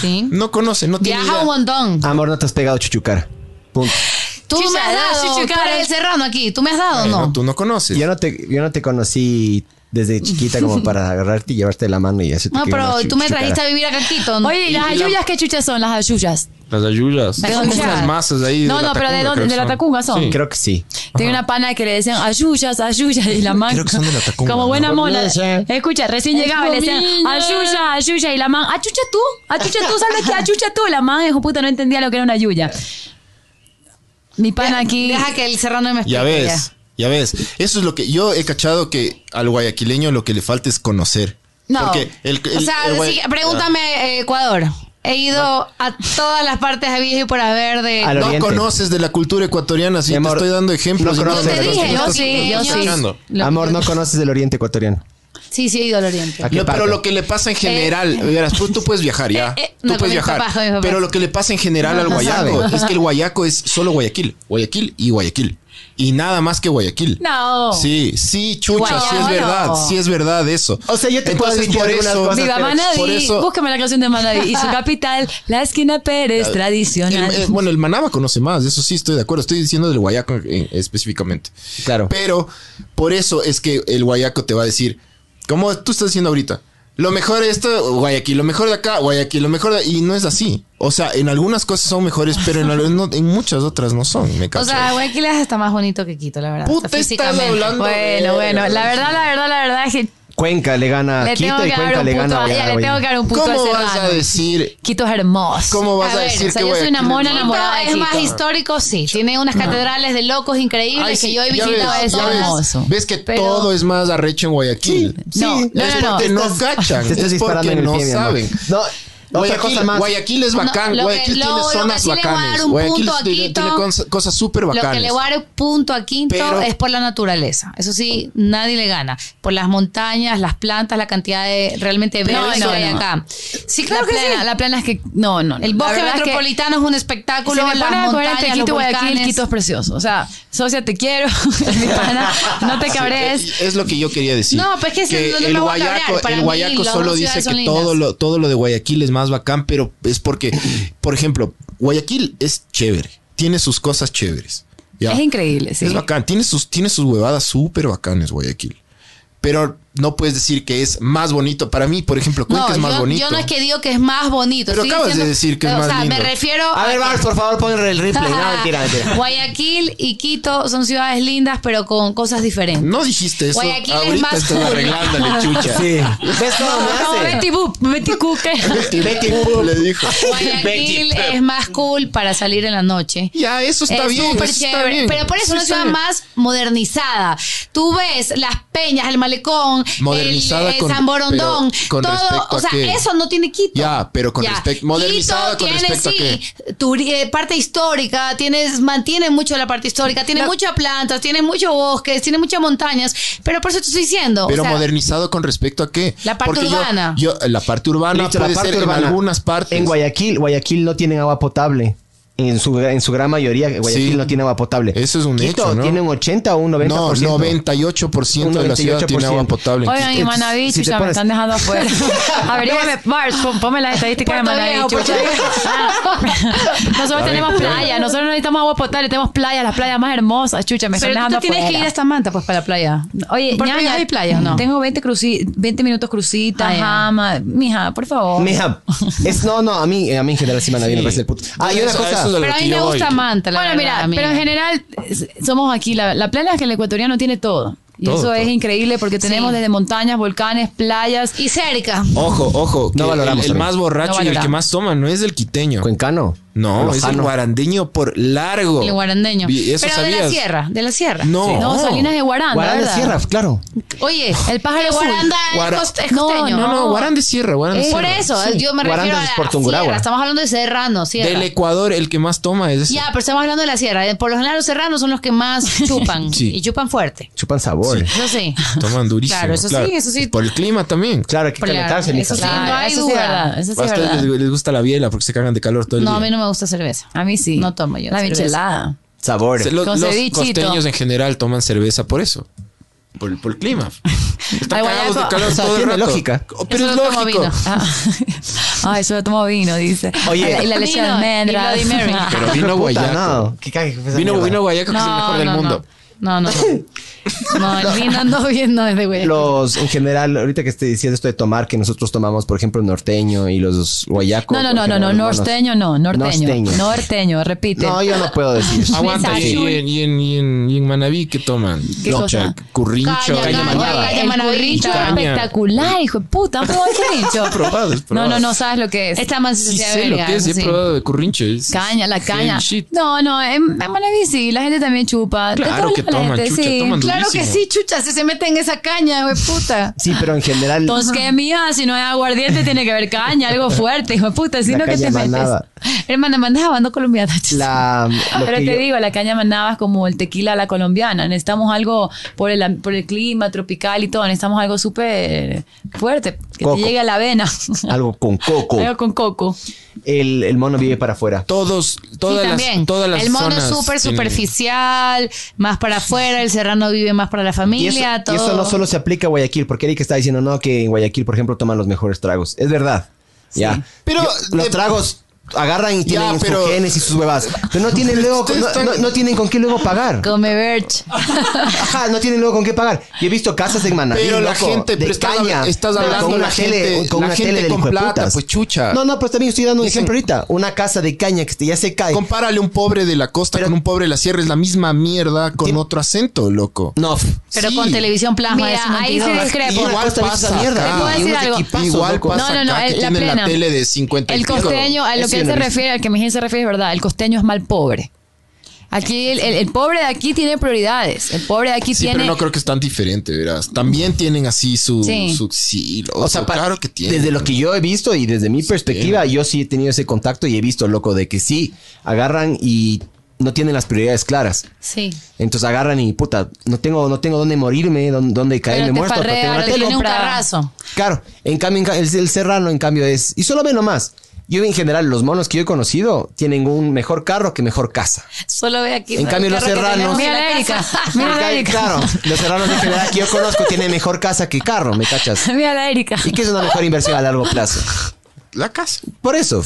Speaker 6: Sí.
Speaker 1: No conoce, no tiene
Speaker 6: Viaja un montón.
Speaker 2: Amor, no te has pegado chuchucara. Punto.
Speaker 6: Tú me
Speaker 7: Chucha,
Speaker 6: has
Speaker 7: no,
Speaker 6: dado.
Speaker 7: sí,
Speaker 6: tú eres el serrano aquí. ¿Tú me has dado o no?
Speaker 1: Tú Eh, no conoces.
Speaker 2: Yo no te, yo no te conocí desde chiquita
Speaker 6: (laughs)
Speaker 2: como para agarrarte y llevarte la mano y hacerte
Speaker 6: No,
Speaker 2: que una
Speaker 6: pero
Speaker 2: chu-
Speaker 6: tú me
Speaker 2: chuchucara.
Speaker 6: trajiste a vivir acá en Quito.
Speaker 7: Oye, ¿y las ayuyas qué chuchas son? Las ayuyas.
Speaker 1: Las ayuyas.
Speaker 7: Las
Speaker 1: Son como
Speaker 7: ayuyas.
Speaker 1: unas masas ahí.
Speaker 7: No, no, pero ¿de dónde? ¿De la Tacunga son?
Speaker 2: Creo que sí.
Speaker 7: Tenía una pana que le decían ayuyas, ayuyas y la man.
Speaker 1: Creo que son de la Tacunga,
Speaker 7: Como buena
Speaker 1: ¿no?
Speaker 7: mona. Escucha, recién
Speaker 6: Es
Speaker 7: llegaba y le decían
Speaker 6: domingo.
Speaker 7: ayuya, ayuya y la man, achucha tú, achucha tú, sal de aquí, achucha tú. La man, hijo puta, no entendía lo que era una ayuya. Mi pana aquí.
Speaker 6: Deja que el serrano me explique.
Speaker 1: Ya ves, ya ves. Eso es lo que yo he cachado que al guayaquileño lo que le falta es conocer.
Speaker 6: No.
Speaker 1: Porque el, el-
Speaker 6: o sea,
Speaker 1: el guay-
Speaker 6: sí, pregúntame eh, Ecuador. He ido a todas las partes habidas y por haber de.
Speaker 2: A al
Speaker 1: No
Speaker 2: oriente.
Speaker 1: conoces de la cultura ecuatoriana, sí,
Speaker 2: Mi amor,
Speaker 1: te estoy dando ejemplos.
Speaker 2: no
Speaker 1: y
Speaker 2: conoces
Speaker 1: te
Speaker 2: Yo te
Speaker 1: estás-
Speaker 2: dije,
Speaker 1: no
Speaker 6: yo
Speaker 1: estás-
Speaker 6: sí,
Speaker 1: no
Speaker 6: yo
Speaker 1: estás
Speaker 6: sí.
Speaker 1: escuchando.
Speaker 2: Amor, no conoces el oriente ecuatoriano.
Speaker 6: Sí, sí, he ido al oriente.
Speaker 2: ¿A qué
Speaker 1: Lo- pero
Speaker 2: parte?
Speaker 1: lo que le pasa en general, verás, tú, tú puedes viajar ya,
Speaker 6: Eh, eh,
Speaker 1: tú
Speaker 6: no, con
Speaker 1: puedes
Speaker 6: mis
Speaker 1: viajar,
Speaker 6: papás, con mis papás.
Speaker 1: pero lo que le pasa en general al
Speaker 2: no
Speaker 1: guayaco
Speaker 2: sabe.
Speaker 1: es que el guayaco es solo Guayaquil, Guayaquil y Guayaquil y nada más que Guayaquil.
Speaker 7: No.
Speaker 1: Sí, sí, chucha, sí es
Speaker 7: Guayaco.
Speaker 1: verdad, sí es verdad eso.
Speaker 2: O sea, yo te puedo
Speaker 1: Entonces,
Speaker 2: admitir
Speaker 1: por
Speaker 2: algunas
Speaker 1: eso,
Speaker 2: cosas,
Speaker 7: Viva
Speaker 2: pero-
Speaker 7: Manaví,
Speaker 1: por eso-
Speaker 7: búscame la canción de Manaví y su capital, la esquina Pérez, tradicional.
Speaker 1: El- eh, bueno, el Manaba conoce más, de eso sí estoy de acuerdo. Estoy diciendo del Guayaco eh, específicamente.
Speaker 2: Claro.
Speaker 1: Pero por eso es que el Guayaco te va a decir, como tú estás diciendo ahorita, lo mejor de esto, Guayaquil, lo mejor de acá, Guayaquil, lo mejor de... Y no es así. O sea, en algunas cosas son mejores, pero en, al- no- en muchas otras no son, me
Speaker 6: O
Speaker 1: cacho.
Speaker 6: sea, Guayaquil es hasta más bonito que Quito, la verdad.
Speaker 1: Puta,
Speaker 6: hasta
Speaker 1: estás
Speaker 6: físicamente.
Speaker 1: hablando
Speaker 6: Bueno,
Speaker 1: de-
Speaker 6: bueno. La verdad, la verdad, la verdad es que
Speaker 2: Cuenca le gana a
Speaker 6: le tengo
Speaker 2: Quito
Speaker 6: que
Speaker 2: y
Speaker 6: dar
Speaker 2: Cuenca
Speaker 6: un
Speaker 2: le
Speaker 6: puto.
Speaker 2: gana a
Speaker 6: Ya le tengo que dar un puto al
Speaker 1: ¿Cómo vas a
Speaker 6: serrano.
Speaker 1: decir?
Speaker 7: Quito es hermoso.
Speaker 1: ¿Cómo vas a,
Speaker 6: ver,
Speaker 1: decir
Speaker 6: o sea,
Speaker 1: que
Speaker 6: yo soy una
Speaker 1: Guayaquil
Speaker 7: mona
Speaker 1: es-
Speaker 7: enamorada de
Speaker 6: Quito es
Speaker 7: Quito.
Speaker 6: más histórico, sí. Tiene unas catedrales de locos increíbles
Speaker 1: Ay,
Speaker 6: que
Speaker 1: sí,
Speaker 6: yo he
Speaker 1: ya
Speaker 6: visitado.
Speaker 1: ves,
Speaker 6: de
Speaker 1: ya ves.
Speaker 6: hermoso.
Speaker 1: ves, que
Speaker 6: Pero-
Speaker 1: todo es más arrecho en Guayaquil.
Speaker 6: No, no,
Speaker 1: es
Speaker 6: no, no.
Speaker 1: porque no cachan,
Speaker 2: Te estás
Speaker 1: es
Speaker 2: disparando
Speaker 1: porque
Speaker 2: en el
Speaker 1: no
Speaker 2: pie, mi amor.
Speaker 1: saben.
Speaker 2: No, otra
Speaker 1: Guayaquil,
Speaker 2: cosa más.
Speaker 1: Guayaquil es bacán,
Speaker 6: No, lo que-
Speaker 1: Guayaquil
Speaker 6: lo-
Speaker 1: tiene
Speaker 6: lo que
Speaker 1: zonas
Speaker 6: sí le voy a dar
Speaker 1: bacanes.
Speaker 6: un
Speaker 1: Guayaquil
Speaker 6: punto a
Speaker 1: tiene,
Speaker 6: Quito.
Speaker 1: tiene cons- cosas súper
Speaker 6: Lo que
Speaker 1: bacanes.
Speaker 6: le voy a dar punto a Quinto
Speaker 1: Pero-
Speaker 6: es por la naturaleza. Eso sí, nadie le gana. Por las montañas, las plantas, la cantidad de realmente
Speaker 7: Pero
Speaker 6: verde
Speaker 7: eso
Speaker 6: que hay
Speaker 7: no.
Speaker 6: acá. Sí, claro
Speaker 7: la,
Speaker 6: que
Speaker 7: plana,
Speaker 6: sí.
Speaker 7: la plana es que. No, no. no.
Speaker 6: El
Speaker 7: La
Speaker 6: bosque
Speaker 7: verdad es que-
Speaker 6: metropolitano es un
Speaker 7: Si
Speaker 6: espectáculo.
Speaker 7: me ponen a
Speaker 6: las
Speaker 7: comer entre
Speaker 6: montañas,
Speaker 7: Quito y
Speaker 6: los
Speaker 7: Guayaquil,
Speaker 6: volcanes.
Speaker 7: Quito es precioso. O sea, socia, te quiero, (laughs) es mi pana, no te
Speaker 1: Sí,
Speaker 7: cabrees.
Speaker 1: es- es lo que yo quería decir.
Speaker 6: No, pues que es lo- no
Speaker 1: el
Speaker 6: me voy a cabrear.
Speaker 1: guayaco,
Speaker 6: Para
Speaker 1: el
Speaker 6: mí,
Speaker 1: guayaco
Speaker 6: las
Speaker 1: solo
Speaker 6: dos
Speaker 1: dice
Speaker 6: ciudades son
Speaker 1: que todo
Speaker 6: lindas.
Speaker 1: lo, todo lo de Guayaquil es más bacán, pero es porque, por ejemplo, Guayaquil es chévere, tiene sus cosas chéveres. ¿ya?
Speaker 7: Es increíble, sí.
Speaker 1: Es bacán, tiene sus, tiene sus huevadas súper bacanes Guayaquil. Pero no puedes decir que es más bonito. Para mí, por ejemplo, Cuenca
Speaker 6: No,
Speaker 1: es más
Speaker 6: yo,
Speaker 1: bonito.
Speaker 6: yo no es que digo que es más bonito.
Speaker 1: Pero
Speaker 6: estoy
Speaker 1: acabas de
Speaker 6: diciendo-
Speaker 1: decir que es
Speaker 6: o
Speaker 1: más
Speaker 6: sea,
Speaker 1: lindo.
Speaker 6: me refiero
Speaker 2: A ver,
Speaker 6: (laughs)
Speaker 2: Vars, por favor, ponle el replay. No, mentira, mentira.
Speaker 6: Guayaquil y Quito son ciudades lindas, pero con cosas diferentes.
Speaker 1: No dijiste eso.
Speaker 6: Guayaquil es
Speaker 1: Ahorita
Speaker 6: más
Speaker 1: estás
Speaker 6: cool.
Speaker 1: arreglándole,
Speaker 6: (laughs)
Speaker 1: chucha.
Speaker 2: Sí. ¿Ves cómo me
Speaker 7: No,
Speaker 2: hace?
Speaker 7: Betty Boop,
Speaker 1: (laughs)
Speaker 7: Betty Cuque.
Speaker 1: Betty Boop le dijo.
Speaker 6: Guayaquil es más cool para salir en la noche.
Speaker 1: Ya, eso está
Speaker 6: es
Speaker 1: bien.
Speaker 6: súper
Speaker 1: eso está
Speaker 6: chévere.
Speaker 1: bien.
Speaker 6: Pero por eso
Speaker 1: Sí
Speaker 6: una
Speaker 1: está
Speaker 6: ciudad
Speaker 1: bien.
Speaker 6: más modernizada. Tú ves las peñas, el malecón,
Speaker 1: Modernizada
Speaker 6: el, eh,
Speaker 1: con-
Speaker 6: San Borondón,
Speaker 1: pero con
Speaker 6: todo.
Speaker 1: respecto
Speaker 6: O
Speaker 1: a
Speaker 6: sea,
Speaker 1: qué?
Speaker 6: eso no tiene Quito.
Speaker 1: Ya, pero con respecto- modernizada
Speaker 6: Quito
Speaker 1: con
Speaker 6: tiene,
Speaker 1: respecto a
Speaker 6: sí, turi- eh, parte histórica, tienes, mantiene mucho la parte histórica, tiene muchas plantas, tiene muchos bosques, tiene muchas montañas. Pero por eso te estoy diciendo.
Speaker 1: Pero
Speaker 6: o sea,
Speaker 1: modernizado con respecto a qué?
Speaker 6: La parte
Speaker 1: yo-
Speaker 6: urbana.
Speaker 1: Yo, la parte urbana
Speaker 2: Listo, la
Speaker 1: puede
Speaker 2: parte
Speaker 1: ser en
Speaker 2: urbana.
Speaker 1: algunas partes.
Speaker 2: En Guayaquil, Guayaquil no tienen agua potable. En su, en su gran mayoría, Guayaquil
Speaker 1: Sí.
Speaker 2: no tiene agua potable.
Speaker 1: Eso es un
Speaker 2: Quito
Speaker 1: hecho, ¿no?
Speaker 2: tiene un 80 o un 90%.
Speaker 1: no, 98% de la ciudad tiene agua potable.
Speaker 7: Oigan, y Manaví,
Speaker 2: Si te
Speaker 7: chucha, me
Speaker 2: pones-
Speaker 7: están dejando afuera. Averígame, Bars, pon- ponme las estadísticas de
Speaker 6: Puerto
Speaker 7: Manaví,
Speaker 6: Viejo,
Speaker 7: chucha. (laughs) Nosotros tenemos playa, nosotros no necesitamos agua potable, tenemos playa, las playas más hermosas, chucha, me están
Speaker 6: pero tú
Speaker 7: dejando
Speaker 6: te tienes que
Speaker 7: afuera.
Speaker 6: ir hasta Manta pues para la playa.
Speaker 7: Oye,
Speaker 6: Puerto
Speaker 7: ñaña,
Speaker 6: Viejo hay playa, ¿o ¿no?
Speaker 7: Tengo 20, cruci 20 minutos crucita,
Speaker 6: Ah, ya.
Speaker 7: jama. Mija, por favor.
Speaker 2: Mija, es, no, no, a mí, a mí en general sí me la viene, me parece el puto. Ah, y una
Speaker 1: Eso-
Speaker 2: cosa.
Speaker 1: eso es de lo
Speaker 6: Pero a
Speaker 1: que
Speaker 6: mí me
Speaker 1: yo voy.
Speaker 6: gusta Manta, la
Speaker 7: bueno,
Speaker 6: verdad,
Speaker 7: mira,
Speaker 6: amiga.
Speaker 7: pero en general s- somos aquí. La, la plana es que el ecuatoriano tiene todo. Y
Speaker 1: Todo,
Speaker 7: eso es
Speaker 1: todo.
Speaker 7: increíble porque tenemos desde montañas, volcanes, playas.
Speaker 6: Y cerca.
Speaker 1: Ojo, ojo. que
Speaker 2: No valoramos
Speaker 1: el, el
Speaker 2: también.
Speaker 1: más borracho
Speaker 7: No
Speaker 1: y el
Speaker 7: valoramos.
Speaker 1: que más toma no es el quiteño.
Speaker 2: Cuencano.
Speaker 1: No, es el
Speaker 2: Lozano.
Speaker 1: guarandeño por largo.
Speaker 6: El guarandeño.
Speaker 1: Vi- ¿Eso
Speaker 6: Pero de la
Speaker 1: sabías?
Speaker 6: sierra, de la sierra.
Speaker 1: No.
Speaker 6: No, Salinas de Guaranda,
Speaker 2: Guaranda
Speaker 6: ¿verdad?
Speaker 2: Sierra, claro.
Speaker 6: Oye, el pájaro azul.
Speaker 7: Guaranda
Speaker 6: es
Speaker 1: Guara-
Speaker 6: cost- es costeño.
Speaker 1: No, no, no, Guaranda es sierra, Guaranda es
Speaker 6: Eh, por
Speaker 1: sierra.
Speaker 6: eso,
Speaker 1: Sí.
Speaker 6: yo me
Speaker 2: Guaranda
Speaker 6: refiero a
Speaker 2: es
Speaker 6: la
Speaker 2: por Tungurahua.
Speaker 6: sierra. Estamos hablando de serrano, sierra.
Speaker 1: Del Ecuador, el que más toma es ese.
Speaker 6: Ya, pero estamos hablando de la sierra. Por lo general los serranos son los que (laughs) más chupan.
Speaker 1: Sí.
Speaker 6: Y chupan fuerte.
Speaker 2: Chupan sabor.
Speaker 6: Eso sí.
Speaker 1: Toman durísimo.
Speaker 6: Claro, eso sí, eso sí.
Speaker 1: Por el clima también.
Speaker 2: Claro, hay que
Speaker 6: Claro,
Speaker 2: calentarse, mija.
Speaker 6: eso sí.
Speaker 7: Claro,
Speaker 6: no hay
Speaker 7: eso sí es
Speaker 6: duda.
Speaker 7: verdad. Eso sí
Speaker 1: a
Speaker 7: es
Speaker 1: ustedes
Speaker 7: verdad.
Speaker 1: les, les gusta la biela porque se cagan de calor todo el
Speaker 6: No, a
Speaker 1: día.
Speaker 6: mí no me gusta cerveza.
Speaker 7: A mí sí.
Speaker 6: No tomo yo
Speaker 7: La
Speaker 6: cerveza.
Speaker 7: michelada.
Speaker 2: Sabor.
Speaker 1: Se- lo-
Speaker 7: Con
Speaker 1: los
Speaker 7: cevichito.
Speaker 1: costeños en general toman cerveza por eso. Por, por el
Speaker 6: (laughs)
Speaker 1: clima. Están
Speaker 7: Ay,
Speaker 1: cagados de
Speaker 7: guayaco.
Speaker 1: calor
Speaker 2: O sea,
Speaker 1: todo el
Speaker 2: tiene
Speaker 1: rato.
Speaker 2: lógica.
Speaker 1: Oh, Pero
Speaker 6: Eso
Speaker 1: es
Speaker 6: no tomo
Speaker 1: lógico.
Speaker 7: (laughs)
Speaker 6: vino.
Speaker 7: Ah, ah, eso yo tomo vino, dice.
Speaker 2: Oye.
Speaker 7: y la leche de
Speaker 6: Vino y
Speaker 7: almendra.
Speaker 6: Bloody (laughs) Mary.
Speaker 7: (laughs)
Speaker 1: Pero
Speaker 2: (laughs)
Speaker 1: vino guayaco.
Speaker 2: no. ¿Qué cague, pues, esa
Speaker 1: Vino,
Speaker 2: mierda.
Speaker 1: vino guayaco que es el mejor del mundo. (laughs)
Speaker 6: No, no, no. No, el vino no bien, no es de
Speaker 2: (laughs)
Speaker 6: güey.
Speaker 2: Los, en general, ahorita que estoy diciendo esto de tomar, que nosotros tomamos, por ejemplo, norteño y los guayacos.
Speaker 7: No, no,
Speaker 2: por
Speaker 7: no, no,
Speaker 2: ejemplo,
Speaker 7: no,
Speaker 2: los buenos.
Speaker 7: norteño no, norteño.
Speaker 2: Norteño.
Speaker 7: Norteño, repite.
Speaker 2: No, yo no puedo decir. eso.
Speaker 1: Aguanta. Y,
Speaker 7: Azul.
Speaker 1: y en, y, en, y, en, y en Manaví, ¿qué toman?
Speaker 7: ¿Qué
Speaker 1: Locha,
Speaker 7: cosa?
Speaker 1: currincho.
Speaker 6: Caña,
Speaker 1: manada.
Speaker 6: caña,
Speaker 7: el
Speaker 6: manavita.
Speaker 7: currincho es
Speaker 1: Caña.
Speaker 7: espectacular, hijo de puta. ¿Han probado el
Speaker 1: (laughs)
Speaker 7: currincho?
Speaker 1: Probado, es
Speaker 7: No,
Speaker 1: probado.
Speaker 7: no, no sabes lo que es.
Speaker 6: Esta man
Speaker 1: Sí sé lo que es. He probado de currincho. es-
Speaker 7: Caña, la
Speaker 1: es heavy
Speaker 7: caña.
Speaker 1: shit.
Speaker 7: No, no, en, en Manaví sí, la gente también chupa. De
Speaker 1: Claro
Speaker 7: todos
Speaker 1: que
Speaker 7: lados la
Speaker 1: toman, chucha, toman
Speaker 6: Claro que
Speaker 1: durísimo.
Speaker 6: sí, chucha, si se mete en esa caña, güey, puta.
Speaker 2: Sí, pero en general.
Speaker 7: Entonces, ¿qué mía? Si no hay aguardiente, tiene que haber caña, algo fuerte, hijo de puta. Si
Speaker 2: La
Speaker 7: no, ¿qué
Speaker 2: caña
Speaker 7: te metes?
Speaker 2: manaba.
Speaker 7: Hermana, mandaba, ando colombiana.
Speaker 2: la, lo
Speaker 7: Pero
Speaker 2: que
Speaker 7: te
Speaker 2: yo-
Speaker 7: digo, la caña manaba es como el tequila a la colombiana. Necesitamos algo por el, por el clima tropical y todo. Necesitamos algo súper fuerte, que
Speaker 2: Coco.
Speaker 7: te llegue a la vena. (laughs)
Speaker 2: Algo con coco.
Speaker 7: algo con coco.
Speaker 2: El, el mono vive para afuera.
Speaker 1: Todos, todas
Speaker 6: sí,
Speaker 1: las,
Speaker 6: también.
Speaker 1: todas las
Speaker 6: el mono es
Speaker 1: zonas
Speaker 6: súper
Speaker 1: tienen-
Speaker 6: superficial, más para afuera, el serrano vive más para la
Speaker 2: Y eso,
Speaker 6: familia, todo.
Speaker 2: y eso no solo se aplica a Guayaquil, porque Erika está diciendo, no, que en Guayaquil, por ejemplo, toman los mejores tragos. Es verdad. Ya.
Speaker 1: Pero,
Speaker 2: Yo- los
Speaker 1: eh,
Speaker 2: tragos agarran y
Speaker 1: Ya,
Speaker 2: tienen
Speaker 1: pero-
Speaker 2: sus genes y sus huevas. Pero no tienen luego,
Speaker 1: Ustedes
Speaker 2: no,
Speaker 1: están-
Speaker 2: no- no tienen con qué luego pagar.
Speaker 6: Come Birch.
Speaker 2: Ah, Ajá, no tienen luego con qué pagar. Y he visto casas en Manaví,
Speaker 1: Pero la
Speaker 2: loco,
Speaker 1: gente,
Speaker 2: de
Speaker 1: pero estás,
Speaker 2: caña,
Speaker 1: habla- estás
Speaker 2: con
Speaker 1: hablando
Speaker 2: una
Speaker 1: la gente,
Speaker 2: tele- con
Speaker 1: la
Speaker 2: una
Speaker 1: gente
Speaker 2: tele del
Speaker 1: con
Speaker 2: hijo de
Speaker 1: plata,
Speaker 2: putas.
Speaker 1: pues chucha.
Speaker 2: No, no, pero también estoy dando un
Speaker 1: Dicen-
Speaker 2: ejemplo ahorita. Una casa de caña que ya se cae.
Speaker 1: Compárale un pobre de la costa con un pobre de la sierra, es la misma mierda con
Speaker 2: Tien-
Speaker 1: otro acento, loco.
Speaker 2: No.
Speaker 6: Pero
Speaker 1: Sí.
Speaker 6: con televisión plasma
Speaker 7: Mira,
Speaker 6: de
Speaker 7: ahí
Speaker 6: 52.
Speaker 7: sí discrepo.
Speaker 2: Igual
Speaker 1: Igual
Speaker 2: cuesta
Speaker 1: pasa
Speaker 2: esa mierda.
Speaker 1: acá.
Speaker 6: Te puedo decir
Speaker 1: Y unos
Speaker 6: algo.
Speaker 1: equipazos, Igual
Speaker 2: loco.
Speaker 1: pasa
Speaker 7: No, no, no,
Speaker 1: acá que
Speaker 7: el- la
Speaker 1: tienen la
Speaker 7: plena.
Speaker 1: tele de 50 y
Speaker 7: El
Speaker 1: pico.
Speaker 7: costeño, a lo
Speaker 2: Eso
Speaker 7: que
Speaker 2: yo
Speaker 7: él
Speaker 2: no
Speaker 7: se
Speaker 2: he visto.
Speaker 7: refiere, al que mi gente se refiere, es verdad. El costeño es mal pobre. Aquí, el, el- el pobre de aquí tiene prioridades. El pobre de aquí
Speaker 1: Sí,
Speaker 7: tiene.
Speaker 1: pero no creo que es tan diferente, verás. También tienen así su...
Speaker 7: Sí.
Speaker 1: su sí, loco,
Speaker 2: O sea, pa-
Speaker 1: claro que tienen.
Speaker 2: Desde lo que yo he visto y desde mi perspectiva, yo sí he tenido ese contacto y he visto, loco, de que sí, agarran y no tienen las prioridades claras.
Speaker 6: Sí.
Speaker 2: Entonces agarran y, puta, no tengo, no tengo dónde morirme, dónde, dónde caerme
Speaker 7: te
Speaker 2: muerto, pero
Speaker 7: farrea,
Speaker 2: tengo la
Speaker 7: ahora
Speaker 2: tele.
Speaker 6: Tiene un
Speaker 7: compra-
Speaker 6: carrazo.
Speaker 2: Claro, en cambio, en ca- el, el serrano, en cambio, es... Y solo ve nomás. Yo en general, los monos que yo he conocido tienen un mejor carro que mejor casa.
Speaker 6: Solo ve aquí.
Speaker 2: En
Speaker 6: ¿no?
Speaker 2: cambio,
Speaker 6: El
Speaker 2: los
Speaker 6: carro que
Speaker 2: serranos-
Speaker 6: tenemos en
Speaker 7: Mira,
Speaker 6: la
Speaker 7: la Erika.
Speaker 6: (laughs) casa.
Speaker 7: (laughs) Mira,
Speaker 2: En ca-
Speaker 7: la Erika.
Speaker 2: Claro, los serranos en general que yo conozco tienen mejor casa que carro, ¿me cachas?
Speaker 7: (laughs) Mira la Erika.
Speaker 2: ¿Y qué es una mejor inversión a largo plazo?
Speaker 1: La casa.
Speaker 2: Por eso.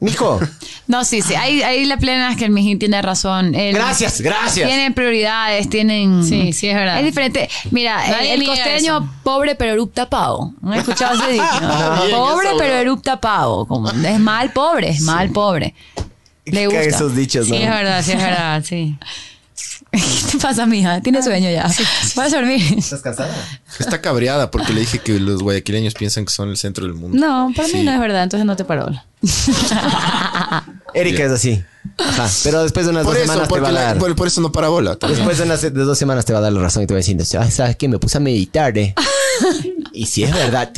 Speaker 2: Mijo,
Speaker 7: No, sí, sí. Ahí, ahí la plena es que el Mijín tiene razón. Eh, Él-
Speaker 2: gracias, gracias.
Speaker 7: Tienen prioridades, tienen.
Speaker 6: Sí, sí, es verdad.
Speaker 7: Es diferente. Mira, el-
Speaker 6: Nadie
Speaker 7: el,
Speaker 6: niega
Speaker 7: costeño,
Speaker 6: eso.
Speaker 7: pobre pero erupta pavo. ¿No he escuchado ese dicho?
Speaker 1: bien,
Speaker 7: pobre
Speaker 1: esa,
Speaker 7: pero
Speaker 1: bro.
Speaker 7: erupta pavo. Como, es mal pobre, es mal pobre. Le gusta.
Speaker 2: esos dichos,
Speaker 6: Sí,
Speaker 2: ¿no?
Speaker 6: es verdad, sí, es verdad, sí.
Speaker 7: ¿Qué te pasa, mija? Tienes sueño ya. ¿Vas a dormir?
Speaker 2: ¿Estás cansada?
Speaker 1: Está cabreada porque le dije que los guayaquileños piensan que son el centro del mundo.
Speaker 6: No, para mí
Speaker 1: Sí.
Speaker 6: no es verdad, entonces no te parola.
Speaker 2: Erika es así. Ajá, Pero después de unas
Speaker 1: Por
Speaker 2: dos
Speaker 1: eso,
Speaker 2: semanas te
Speaker 1: porque
Speaker 2: va a
Speaker 1: la-
Speaker 2: dar.
Speaker 1: por, por eso no para bola.
Speaker 6: Ah.
Speaker 1: también.
Speaker 2: Después de unas de dos semanas te va a dar la razón y te va a decir, ay, ¿sabes qué? Me puse a meditar,
Speaker 6: (laughs)
Speaker 2: eh. y si es verdad.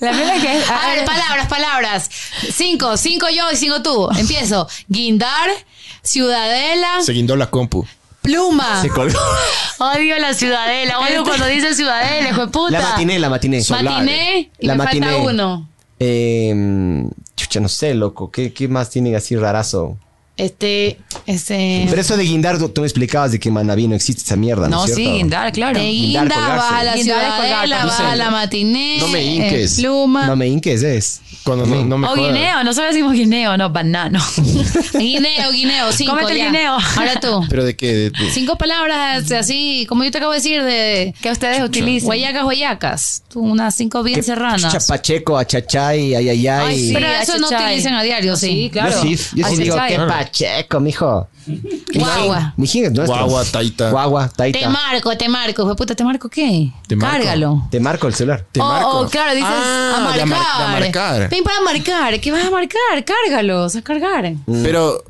Speaker 7: La verdad es que es.
Speaker 6: A ver, palabras, palabras. Cinco, cinco yo y cinco tú. Empiezo. Guindar, Ciudadela,
Speaker 1: Se guindó la compu.
Speaker 6: Pluma.
Speaker 2: Se colgó.
Speaker 6: Odio la Ciudadela. Odio cuando dicen Ciudadela, hijo de puta.
Speaker 2: La matiné, la matiné. eh.
Speaker 6: Matiné y
Speaker 2: La
Speaker 6: me
Speaker 2: matiné.
Speaker 6: falta uno.
Speaker 2: Eh, chucha, no sé, loco. ¿Qué, qué más tienen así rarazo?
Speaker 6: Este, este.
Speaker 2: Pero eso de guindar, tú, tú me explicabas de que en Manaví no existe esa mierda, ¿no,
Speaker 7: No,
Speaker 2: es
Speaker 7: sí,
Speaker 2: cierto?
Speaker 7: guindar, claro.
Speaker 6: De guinda,
Speaker 2: Guindar, colgarse.
Speaker 6: vas a
Speaker 7: Guindar
Speaker 6: la
Speaker 7: es
Speaker 6: ciudadela,
Speaker 7: colgarse.
Speaker 6: vas a la matiné.
Speaker 1: No me hinques.
Speaker 6: eh, Pluma.
Speaker 2: No me hinques, es.
Speaker 1: Cuando no, no me
Speaker 7: O
Speaker 1: jodan.
Speaker 7: guineo, nosotros decimos guineo, no, banano.
Speaker 6: Guineo, guineo, cinco.
Speaker 7: Cómete el
Speaker 6: ya.
Speaker 7: guineo.
Speaker 6: Ahora tú.
Speaker 1: (laughs) ¿Pero de qué? De- de-
Speaker 6: Cinco palabras así, como yo te acabo de decir, de
Speaker 7: Que ustedes utilizan.
Speaker 6: guayacas, guayacas. Tú, unas cinco bien serranas.
Speaker 2: Chapacheco, achachay, ayayay.
Speaker 6: Ay, sí, Pero eso no
Speaker 7: achichay.
Speaker 6: utilizan a diario, sí.
Speaker 7: claro.
Speaker 2: Yo sí, yo sí
Speaker 7: Achichay.
Speaker 2: digo,
Speaker 1: Claro.
Speaker 2: qué checo, mijo.
Speaker 6: Guagua.
Speaker 2: Mijín es nuestro.
Speaker 1: Guagua, taita.
Speaker 2: Guagua, taita.
Speaker 6: Te marco, te marco. Hijo de puta, ¿te marco qué?
Speaker 1: Te marco.
Speaker 6: Cárgalo.
Speaker 2: Te marco el celular.
Speaker 1: Te
Speaker 6: O-
Speaker 1: marco.
Speaker 6: o, Oh, claro, dices
Speaker 1: Ah,
Speaker 6: a
Speaker 1: de
Speaker 6: marcar.
Speaker 1: amar- de marcar.
Speaker 6: Ven para marcar. ¿Qué vas a marcar? Cárgalo. O sea, cargar.
Speaker 1: Pero,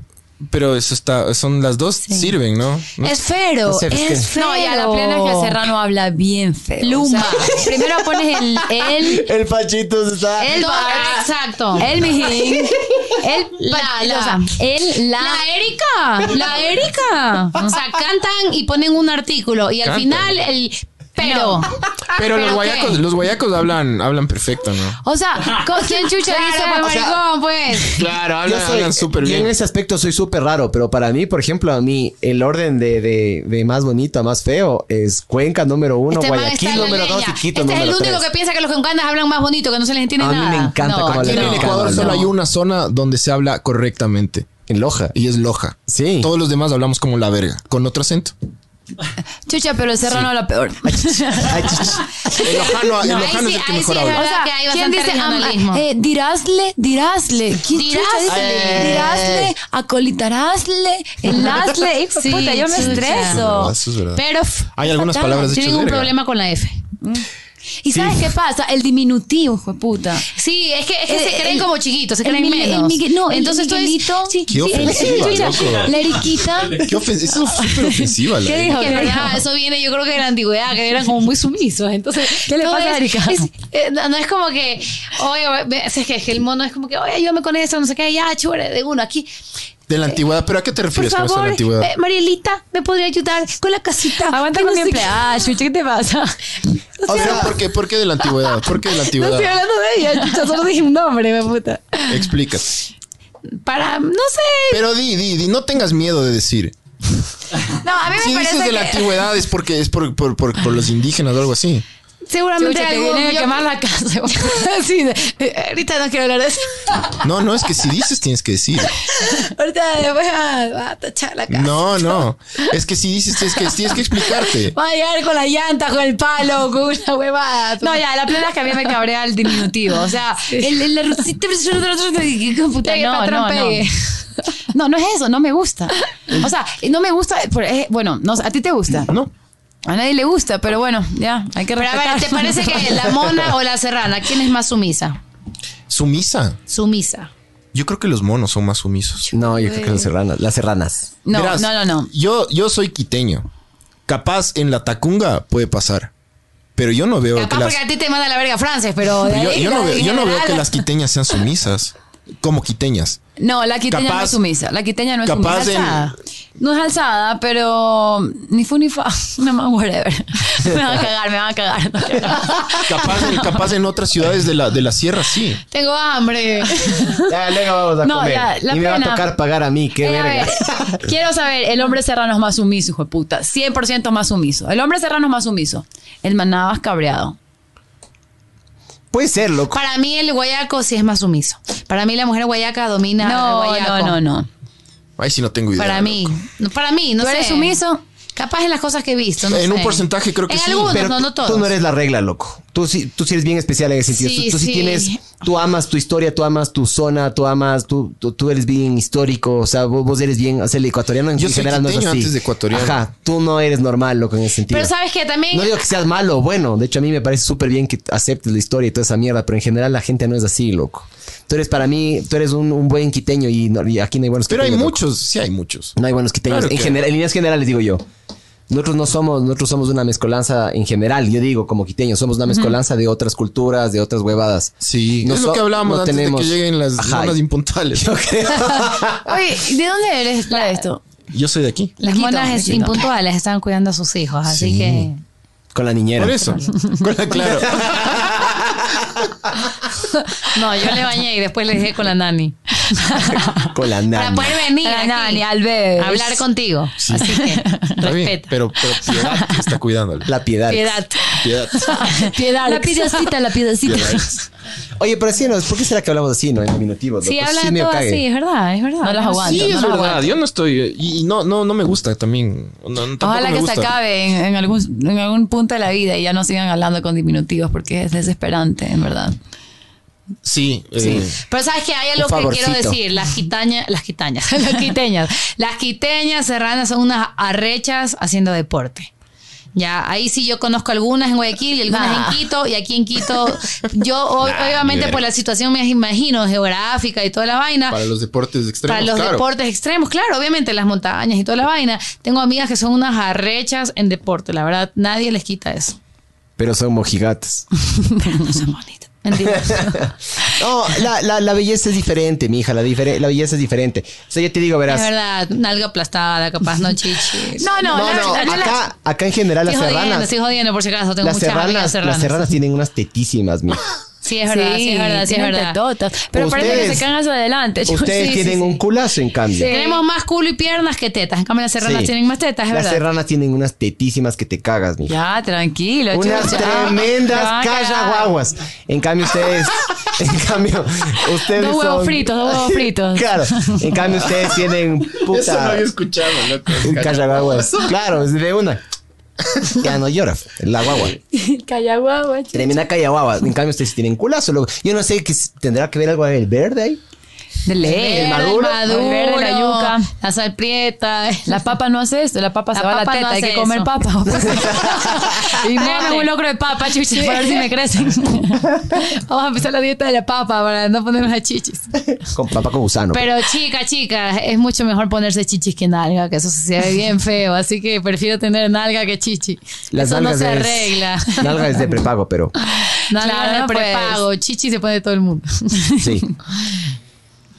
Speaker 1: pero eso está, son las dos sirven, ¿no? No
Speaker 6: Es fero.
Speaker 2: No sé, es
Speaker 6: es fero.
Speaker 7: No, y a la plena es que Serrano habla bien feo.
Speaker 6: Luma.
Speaker 7: O sea,
Speaker 6: Primero pones el. el
Speaker 2: (laughs) El Pachito se está.
Speaker 6: el
Speaker 7: Todo-
Speaker 6: bar. Exacto.
Speaker 7: El mijín. El
Speaker 6: (laughs) La,
Speaker 7: pa-
Speaker 6: la.
Speaker 7: o sea, el la.
Speaker 6: La Erika, la Erika. O sea, cantan y ponen un artículo y al
Speaker 1: Cantan.
Speaker 6: final el pero.
Speaker 1: Pero, los
Speaker 6: qué?
Speaker 1: guayacos, los guayacos hablan, hablan perfecto, ¿no?
Speaker 7: O sea,
Speaker 6: ¿Con quién chucha
Speaker 7: Claro,
Speaker 6: dice
Speaker 7: o sea,
Speaker 6: maricón, pues?
Speaker 1: Claro,
Speaker 2: Yo
Speaker 1: hablan,
Speaker 2: soy-
Speaker 1: hablan súper
Speaker 2: yo
Speaker 1: bien.
Speaker 2: en ese aspecto soy súper raro, pero para mí, por ejemplo, a mí el orden de, de- de más bonito a más feo es Cuenca número uno,
Speaker 6: Este man está
Speaker 2: Guayaquil
Speaker 6: en la
Speaker 2: número dos
Speaker 6: leña.
Speaker 2: y Quito
Speaker 6: Este es el
Speaker 2: número
Speaker 6: único
Speaker 2: tres.
Speaker 6: que piensa que los joncanas hablan más bonito, que no se les entiende
Speaker 2: A mí
Speaker 6: nada.
Speaker 2: me encanta
Speaker 6: No,
Speaker 2: cómo
Speaker 1: Aquí en
Speaker 2: No,
Speaker 1: el Ecuador
Speaker 2: no,
Speaker 1: solo
Speaker 2: no.
Speaker 1: hay una zona donde se habla correctamente
Speaker 2: En Loja.
Speaker 1: y es Loja.
Speaker 2: Sí.
Speaker 1: Todos los demás hablamos como la verga, con otro
Speaker 6: (laughs)
Speaker 1: acento.
Speaker 7: Chucha, pero el Serrano habla peor. (laughs)
Speaker 2: Ay, ch- ch-
Speaker 1: El lojano, el
Speaker 6: No, ahí
Speaker 1: lojano
Speaker 6: sí-
Speaker 1: es el que
Speaker 6: ahí
Speaker 1: mejor
Speaker 6: sí es
Speaker 1: habla.
Speaker 6: verdad. que hay bastante regionalismo.
Speaker 7: am- eh, dirásle, dirásle? ¿Quién chucha dice?
Speaker 6: Dirásle.
Speaker 7: Dirásle, acolitarásle, enlazle. Hijo de
Speaker 6: Sí,
Speaker 7: puta, yo me
Speaker 6: chucha.
Speaker 7: estreso.
Speaker 1: Eso es verdad.
Speaker 6: Pero f-
Speaker 1: Hay algunas
Speaker 7: fatal,
Speaker 1: palabras hechas
Speaker 6: tienen un
Speaker 1: verga.
Speaker 6: problema con la F.
Speaker 7: Mm. ¿Y sabes qué pasa? El diminutivo, hijo de puta.
Speaker 6: Sí, es que, es que
Speaker 7: Eh,
Speaker 6: se creen
Speaker 7: el-
Speaker 6: como chiquitos, se
Speaker 7: El
Speaker 6: creen
Speaker 7: Miguel- el
Speaker 6: menos.
Speaker 7: Miguel- no, el
Speaker 6: Entonces tú es-
Speaker 7: Miguelito.
Speaker 6: sí,
Speaker 1: Qué ofensiva, loco.
Speaker 7: La Eriquita.
Speaker 1: Qué ofensiva,
Speaker 6: (laughs)
Speaker 1: eso es súper ofensiva. la
Speaker 7: ¿Qué
Speaker 1: verga.
Speaker 7: dijo?
Speaker 6: que
Speaker 7: ¿Qué
Speaker 6: en
Speaker 7: dijo? (laughs)
Speaker 6: verdad, eso viene yo creo que de la antigüedad, que eran como muy sumisos. Entonces,
Speaker 7: ¿Qué le
Speaker 6: todo
Speaker 7: pasa a
Speaker 6: es-
Speaker 7: Erika?
Speaker 6: es- eh, no, no es como que, oye, ve- es que, es que el mono es como que, oye, ayúdame con eso, no sé qué, ya, chure, de uno aquí.
Speaker 1: De la antigüedad, pero ¿a qué te
Speaker 6: Por
Speaker 1: refieres con eso de
Speaker 6: favor,
Speaker 1: la antigüedad?
Speaker 6: eh, Marielita, ¿me podría ayudar con la casita?
Speaker 7: Aguanta
Speaker 6: Que
Speaker 7: con mi
Speaker 6: no sé qué.
Speaker 7: empleada, chucha, ¿qué te pasa?
Speaker 1: O sea, ¿por qué, por qué de la antigüedad? ¿Por qué de la
Speaker 6: (laughs)
Speaker 1: antigüedad?
Speaker 7: hablando de ella, chucha, solo dije un nombre, me puta.
Speaker 1: Explícate.
Speaker 6: Para, no sé.
Speaker 1: Pero di, di, di, no tengas miedo de decir.
Speaker 6: No, a mí me
Speaker 1: Si
Speaker 6: parece
Speaker 1: dices de la
Speaker 6: que
Speaker 1: antigüedad es porque es por, por, por, por los indígenas o algo así.
Speaker 6: seguramente
Speaker 7: Chucha, que
Speaker 6: algo-
Speaker 7: vienen a
Speaker 6: yo-
Speaker 7: quemar la casa. (laughs)
Speaker 6: Sí, eh, ahorita no quiero hablar de eso.
Speaker 1: No, no, es que si
Speaker 6: (laughs)
Speaker 1: dices tienes que decir.
Speaker 6: Ahorita me voy a, voy a tachar la casa.
Speaker 1: No, no. Es que si dices tienes que, tienes que explicarte.
Speaker 6: Va a llegar con la llanta, con el palo, con una huevada.
Speaker 7: No, ya, la plena es que a mí me cabrea el diminutivo. O sea, el, el, el- (laughs) puta,
Speaker 6: Pegue,
Speaker 7: no,
Speaker 6: patrón,
Speaker 7: no, no. (laughs)
Speaker 6: pegue.
Speaker 7: No, no es eso, no me gusta. O sea, no me gusta, por- eh, bueno, no, sé, a ti te gusta.
Speaker 1: No.
Speaker 7: A nadie le gusta, pero bueno, ya, hay que
Speaker 6: Pero a
Speaker 7: respetar.
Speaker 6: ver, ¿te
Speaker 7: (laughs)
Speaker 6: parece que la mona o la serrana? ¿Quién es más sumisa?
Speaker 1: Sumisa.
Speaker 6: Sumisa.
Speaker 1: Yo creo que los monos son más sumisos.
Speaker 2: No, yo creo que los serranos, las
Speaker 6: (laughs)
Speaker 2: serranas.
Speaker 7: No,
Speaker 1: Verás,
Speaker 7: no, no, no.
Speaker 1: Yo, yo soy quiteño. Capaz en la tacunga puede pasar. Pero yo no veo que
Speaker 6: Capaz
Speaker 1: las.
Speaker 6: porque a ti te manda la verga Frances, pero de
Speaker 1: Yo,
Speaker 6: ahí, "Ah,
Speaker 1: yo no
Speaker 6: de
Speaker 1: veo,
Speaker 6: ahí
Speaker 1: yo no veo
Speaker 6: general-
Speaker 1: que las quiteñas sean sumisas. Como quiteñas.
Speaker 7: No, la quiteña no
Speaker 1: Capaz-
Speaker 7: es sumisa. La quiteña no es
Speaker 1: capaz
Speaker 7: sumisa.
Speaker 1: en-
Speaker 7: alzada. No es alzada, pero ni fu ni
Speaker 6: (laughs)
Speaker 7: fa. Me van whatever. Me van a cagar, me van a cagar. No (laughs) quiero.
Speaker 1: Capaz, en- capaz en otras ciudades de la, de la sierra, sí.
Speaker 6: Tengo hambre.
Speaker 2: Ya, luego vamos a
Speaker 7: No,
Speaker 2: comer.
Speaker 7: ya, la
Speaker 2: y me va a
Speaker 7: plena.
Speaker 2: tocar pagar a mí, qué
Speaker 7: Eh, a
Speaker 2: verga.
Speaker 7: ver, quiero saber, el hombre serrano es más sumiso, hijo de puta. 100% más sumiso. El hombre serrano es más sumiso. El maná es cabreado.
Speaker 2: (laughs) Puede ser, loco.
Speaker 6: Para mí el guayaco sí es más sumiso. Para mí la mujer guayaca domina al
Speaker 7: No,
Speaker 6: guayaco.
Speaker 7: no, no, no.
Speaker 1: Ahí sí no tengo idea.
Speaker 6: Para mí. No, Para mí, no
Speaker 7: ¿Tú
Speaker 6: sé.
Speaker 7: eres sumiso?
Speaker 6: Capaz en las cosas que he visto. no
Speaker 1: En un
Speaker 6: sé.
Speaker 1: porcentaje creo que
Speaker 6: En
Speaker 1: sí.
Speaker 6: algunos,
Speaker 2: Pero
Speaker 6: no, no todos.
Speaker 2: tú no eres la regla, loco. Tú sí, tú sí eres bien especial en ese sentido.
Speaker 6: Sí,
Speaker 2: tú, tú sí,
Speaker 6: sí.
Speaker 2: tienes, tú amas tu historia, tú amas tu zona, tú amas, tú, tú, tú eres bien histórico. O sea, vos, vos eres bien, o sea, el ecuatoriano en
Speaker 1: Yo soy
Speaker 2: general no es
Speaker 1: quiteño
Speaker 2: así.
Speaker 1: antes de ecuatoriano.
Speaker 2: Ajá, tú no eres normal, loco, en ese sentido.
Speaker 6: Pero sabes que también.
Speaker 2: no digo que seas malo o bueno. De hecho, a mí me parece súper bien que aceptes la historia y toda esa mierda. Pero en general la gente no es así, loco. Tú eres para mí, tú eres un, un buen quiteño y, no- y aquí no hay buenos
Speaker 1: Pero hay
Speaker 2: quiteños, loco.
Speaker 1: muchos, sí hay muchos.
Speaker 2: No hay buenos quiteños.
Speaker 1: Claro
Speaker 2: en,
Speaker 1: que-
Speaker 2: general, en líneas generales digo yo. Nosotros no somos, nosotros somos una mezcolanza en general, yo digo, como quiteños, somos una mezcolanza de otras culturas, de otras huevadas.
Speaker 1: Sí,
Speaker 2: No
Speaker 1: es
Speaker 2: so-
Speaker 1: lo que hablábamos
Speaker 2: no
Speaker 1: antes
Speaker 2: tenemos-
Speaker 1: de que lleguen las
Speaker 2: Ajá. (laughs)
Speaker 1: zonas impuntuales. (laughs)
Speaker 7: Oye, ¿de dónde eres para esto?
Speaker 1: Yo soy de aquí.
Speaker 6: Las
Speaker 7: Quito,
Speaker 6: monas es-
Speaker 7: Quito.
Speaker 6: impuntuales están cuidando a sus hijos, así
Speaker 1: Sí.
Speaker 6: que.
Speaker 2: Con la niñera.
Speaker 1: Por
Speaker 6: (laughs)
Speaker 1: eso. Con la- claro.
Speaker 6: No, yo le bañé y después le dejé con
Speaker 1: (laughs)
Speaker 6: la nani.
Speaker 2: (laughs) Con la
Speaker 6: Para
Speaker 2: nana.
Speaker 6: poder venir
Speaker 7: A la
Speaker 6: aquí
Speaker 7: nani, al bebé.
Speaker 6: a hablar contigo. Así que
Speaker 1: Está bien,
Speaker 6: respeta.
Speaker 1: pero, pero piedad que está cuidándole.
Speaker 2: La piedad.
Speaker 6: Piedad. (laughs)
Speaker 1: piedad.
Speaker 7: Piedad. La piedacita, la piedacita.
Speaker 2: Oye, pero así no, ¿por qué será que hablamos así, no? En diminutivos.
Speaker 6: Sí,
Speaker 2: loco?
Speaker 6: habla
Speaker 2: medio
Speaker 6: todo
Speaker 2: cague.
Speaker 6: así, es verdad, es verdad.
Speaker 7: No los aguanto.
Speaker 1: Sí,
Speaker 7: no
Speaker 1: es
Speaker 7: lo
Speaker 1: verdad.
Speaker 7: aguanto.
Speaker 1: Yo no estoy. Y y no, no, no me gusta también. No, no, tampoco
Speaker 7: Ojalá
Speaker 1: me
Speaker 7: que se
Speaker 1: gusta.
Speaker 7: acabe en, en algún, en algún punto de la vida y ya no sigan hablando con diminutivos porque es desesperante, en verdad.
Speaker 1: Sí,
Speaker 6: Sí.
Speaker 1: eh,
Speaker 6: Pero sabes que hay
Speaker 1: un
Speaker 6: algo que quiero
Speaker 1: favorcito.
Speaker 6: decir. Las quitañas, las quitañas, (laughs) las quiteñas. Las quiteñas serranas son unas arrechas haciendo deporte. Ya, ahí sí yo conozco algunas en Guayaquil y algunas
Speaker 7: Nah.
Speaker 6: en Quito, y aquí
Speaker 1: (laughs)
Speaker 6: en Quito, yo o-
Speaker 1: Nah, ni
Speaker 6: obviamente
Speaker 1: ver.
Speaker 6: por la situación me imagino geográfica y toda la vaina,
Speaker 1: para los deportes extremos.
Speaker 6: para los
Speaker 1: claro.
Speaker 6: deportes extremos, claro, obviamente las montañas y toda la vaina, tengo amigas que son unas arrechas en deporte, la verdad, nadie les quita eso. (laughs)
Speaker 2: Pero son mojigatas.
Speaker 6: Mentira.
Speaker 2: No, la, la- la belleza es diferente, mija. La, difere- la belleza es diferente. O sea, yo te digo,
Speaker 6: Es
Speaker 2: verás.
Speaker 6: verdad, nalga aplastada, capaz, no chichis.
Speaker 7: No, no,
Speaker 6: la- la- la-
Speaker 2: Acá, acá en general las
Speaker 6: estoy jodiendo,
Speaker 2: serranas.
Speaker 6: estoy jodiendo, por si acaso. Tengo
Speaker 2: Las
Speaker 6: muchas amigas
Speaker 2: serranas, las serranas tienen unas tetísimas, mija.
Speaker 6: Sí, es verdad, sí, es verdad, sí, es
Speaker 7: tienen
Speaker 6: verdad.
Speaker 7: tetotas. Pero parece que
Speaker 2: Ustedes-
Speaker 7: se caen hacia adelante. (laughs) Yo-
Speaker 2: Ustedes
Speaker 7: sí, sí,
Speaker 2: tienen
Speaker 7: sí.
Speaker 2: un culazo, en cambio.
Speaker 6: Tenemos más culo y piernas que tetas. En cambio, las serranas
Speaker 2: Sí.
Speaker 6: tienen más tetas, es
Speaker 2: Las
Speaker 6: verdad.
Speaker 2: serranas tienen unas tetísimas que te cagas, mija.
Speaker 7: Ya, tranquilo.
Speaker 2: Unas
Speaker 7: chucha.
Speaker 2: tremendas
Speaker 7: Ah,
Speaker 2: callaguaguas. En cambio, ustedes. (laughs) En cambio, ustedes.
Speaker 7: Dos huevos
Speaker 2: son-
Speaker 7: fritos, dos huevos
Speaker 2: (laughs)
Speaker 7: fritos.
Speaker 2: Claro. En cambio, ustedes tienen puta.
Speaker 1: Eso no había escuchado, loco.
Speaker 2: Callaguaguas. Claro, es de una. Ya no llora. La guagua.
Speaker 7: Calla guagua, chucha.
Speaker 2: Tremenda callaguaba. En cambio, ustedes tienen culazo. loco. Yo no sé que s- tendrá que ver algo del verde ahí.
Speaker 7: De ley.
Speaker 6: Verde, el
Speaker 2: maduro.
Speaker 6: maduro,
Speaker 7: El verde, la yuca.
Speaker 6: la salprieta. (laughs)
Speaker 7: La papa no hace esto, la papa
Speaker 6: La
Speaker 7: se va a la
Speaker 6: papa no
Speaker 7: teta, hay
Speaker 6: hace
Speaker 7: que comer
Speaker 6: eso.
Speaker 7: papa.
Speaker 6: (laughs)
Speaker 7: y
Speaker 6: Dame
Speaker 7: no,
Speaker 6: un locro de papa, chucha, para ver si me (laughs) crecen. Vamos a empezar la dieta de la papa para no ponernos a chichis.
Speaker 2: Con papá con gusano.
Speaker 6: Pero chica, chica, es mucho mejor ponerse chichis que nalga, que eso se ve bien feo. Así que prefiero tener nalga que chichi. eso no
Speaker 2: nalgas
Speaker 6: se
Speaker 2: es-
Speaker 6: arregla.
Speaker 2: (laughs) Nalgas es de prepago, pero.
Speaker 6: (laughs) Nalga
Speaker 7: Claro,
Speaker 6: no
Speaker 7: pues.
Speaker 6: prepago. Chichi se pone todo el mundo.
Speaker 2: Sí.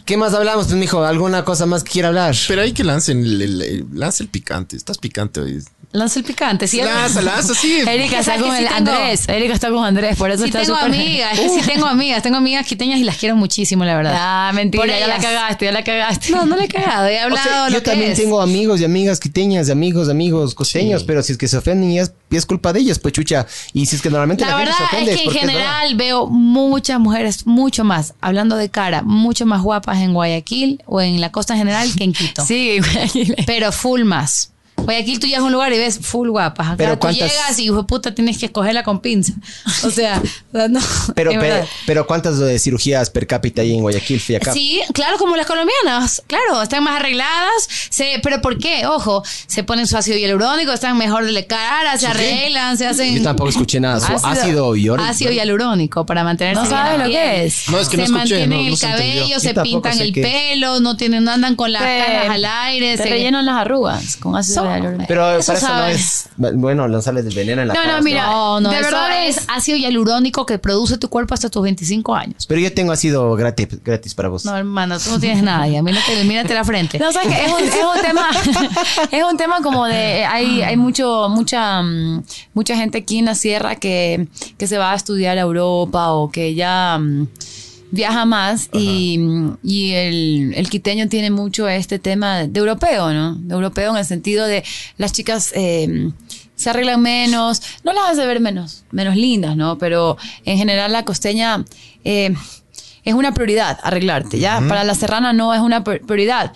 Speaker 2: ¿Qué más hablamos, pues, mijo? ¿Alguna cosa más que quiera hablar?
Speaker 1: Pero hay que lancen el, el- el- lance el picante. Estás picante hoy.
Speaker 6: Lanza el picante, ¿sí?
Speaker 1: Lanza, lanza, sí.
Speaker 7: (laughs) Erika está
Speaker 6: ¿Sabes
Speaker 7: con
Speaker 6: que sí
Speaker 7: el
Speaker 6: tengo?
Speaker 7: Andrés. Erika está con Andrés, por eso
Speaker 6: Sí
Speaker 7: está
Speaker 6: tengo
Speaker 7: súper- (laughs)
Speaker 6: amigas, es que sí tengo amigas, tengo amigas quiteñas y las quiero muchísimo, la verdad.
Speaker 7: Ah, mentira,
Speaker 6: Por
Speaker 7: ya la
Speaker 6: ellas.
Speaker 7: cagaste, ya la cagaste.
Speaker 6: No, no le he cagado, he
Speaker 2: (laughs) O
Speaker 6: hablado
Speaker 2: sea,
Speaker 6: lo
Speaker 2: yo
Speaker 6: que
Speaker 2: también
Speaker 6: es.
Speaker 2: tengo amigos y amigas quiteñas, amigos, amigos costeños,
Speaker 1: Sí.
Speaker 2: pero si es que se ofenden, ya es, ya es culpa de ellas, pues chucha. Y si es que normalmente la,
Speaker 6: La
Speaker 2: gente
Speaker 6: verdad
Speaker 2: se ofende,
Speaker 6: es que en
Speaker 2: porque verdad.
Speaker 6: general veo muchas mujeres, mucho más, hablando de cara, mucho más guapas en Guayaquil o en la costa en general que
Speaker 2: (laughs)
Speaker 6: en Quito.
Speaker 7: Sí, güey.
Speaker 6: Pero full más. Guayaquil tú llegas a un lugar y ves full guapas. Acá
Speaker 2: Pero
Speaker 6: tú
Speaker 2: cuántas-
Speaker 6: llegas y hijo de puta tienes que escogerla con pinza. O sea, (laughs) no.
Speaker 2: Pero,
Speaker 6: es
Speaker 2: pe-
Speaker 6: verdad.
Speaker 2: pero ¿cuántas eh, cirugías per cápita hay en Guayaquil, y acá?
Speaker 6: Sí, claro, como las colombianas. Claro, están más arregladas. Se, pero ¿por qué? Ojo, se ponen su ácido hialurónico, están mejor de la cara, se arreglan, se hacen.
Speaker 2: Yo tampoco escuché nada. Su
Speaker 6: Ácido-
Speaker 2: ácido, y oro-
Speaker 6: ácido hialurónico para mantenerse.
Speaker 7: No
Speaker 6: bien
Speaker 7: sabe
Speaker 6: la
Speaker 7: lo que
Speaker 6: piel.
Speaker 7: es.
Speaker 1: No, es que no
Speaker 6: se
Speaker 1: escuché,
Speaker 6: mantienen
Speaker 1: no, no
Speaker 6: el
Speaker 1: se entendió.
Speaker 6: cabello,
Speaker 2: Yo
Speaker 6: se
Speaker 2: tampoco
Speaker 6: pintan
Speaker 2: sé
Speaker 6: el
Speaker 2: qué es.
Speaker 6: pelo, no tienen, no andan con las
Speaker 7: Te-
Speaker 6: canas al aire.
Speaker 7: Te
Speaker 6: se-
Speaker 7: rellenan las arrugas con ácido
Speaker 6: Son-
Speaker 7: hialurónico.
Speaker 2: Pero
Speaker 6: Eso
Speaker 2: para eso no
Speaker 6: sabe.
Speaker 2: es bueno lanzarles el veneno en la
Speaker 7: No, no,
Speaker 2: cara.
Speaker 7: mira,
Speaker 6: No, no,
Speaker 7: de
Speaker 6: eso
Speaker 7: verdad
Speaker 6: es
Speaker 7: es-
Speaker 6: ácido hialurónico que produce tu cuerpo hasta tus 25 años.
Speaker 2: Pero yo tengo ácido gratis, gratis para vos.
Speaker 6: No, hermano, tú no tienes nada ya. Mírate, mírate la frente.
Speaker 7: No, sabes que es un, es un tema, (laughs) es un tema como de, hay, hay mucho, mucha, mm, mucha gente aquí en la sierra que, que se va a estudiar a Europa o que ya mm, viaja más y, mm, y el, el quiteño tiene mucho este tema de europeo, ¿no? De europeo en el sentido de las chicas eh, se arreglan menos, no las hace ver menos, menos lindas, ¿no? Pero en general la costeña... eh, es una prioridad arreglarte, ¿ya? Para la serrana no es una pri- prioridad.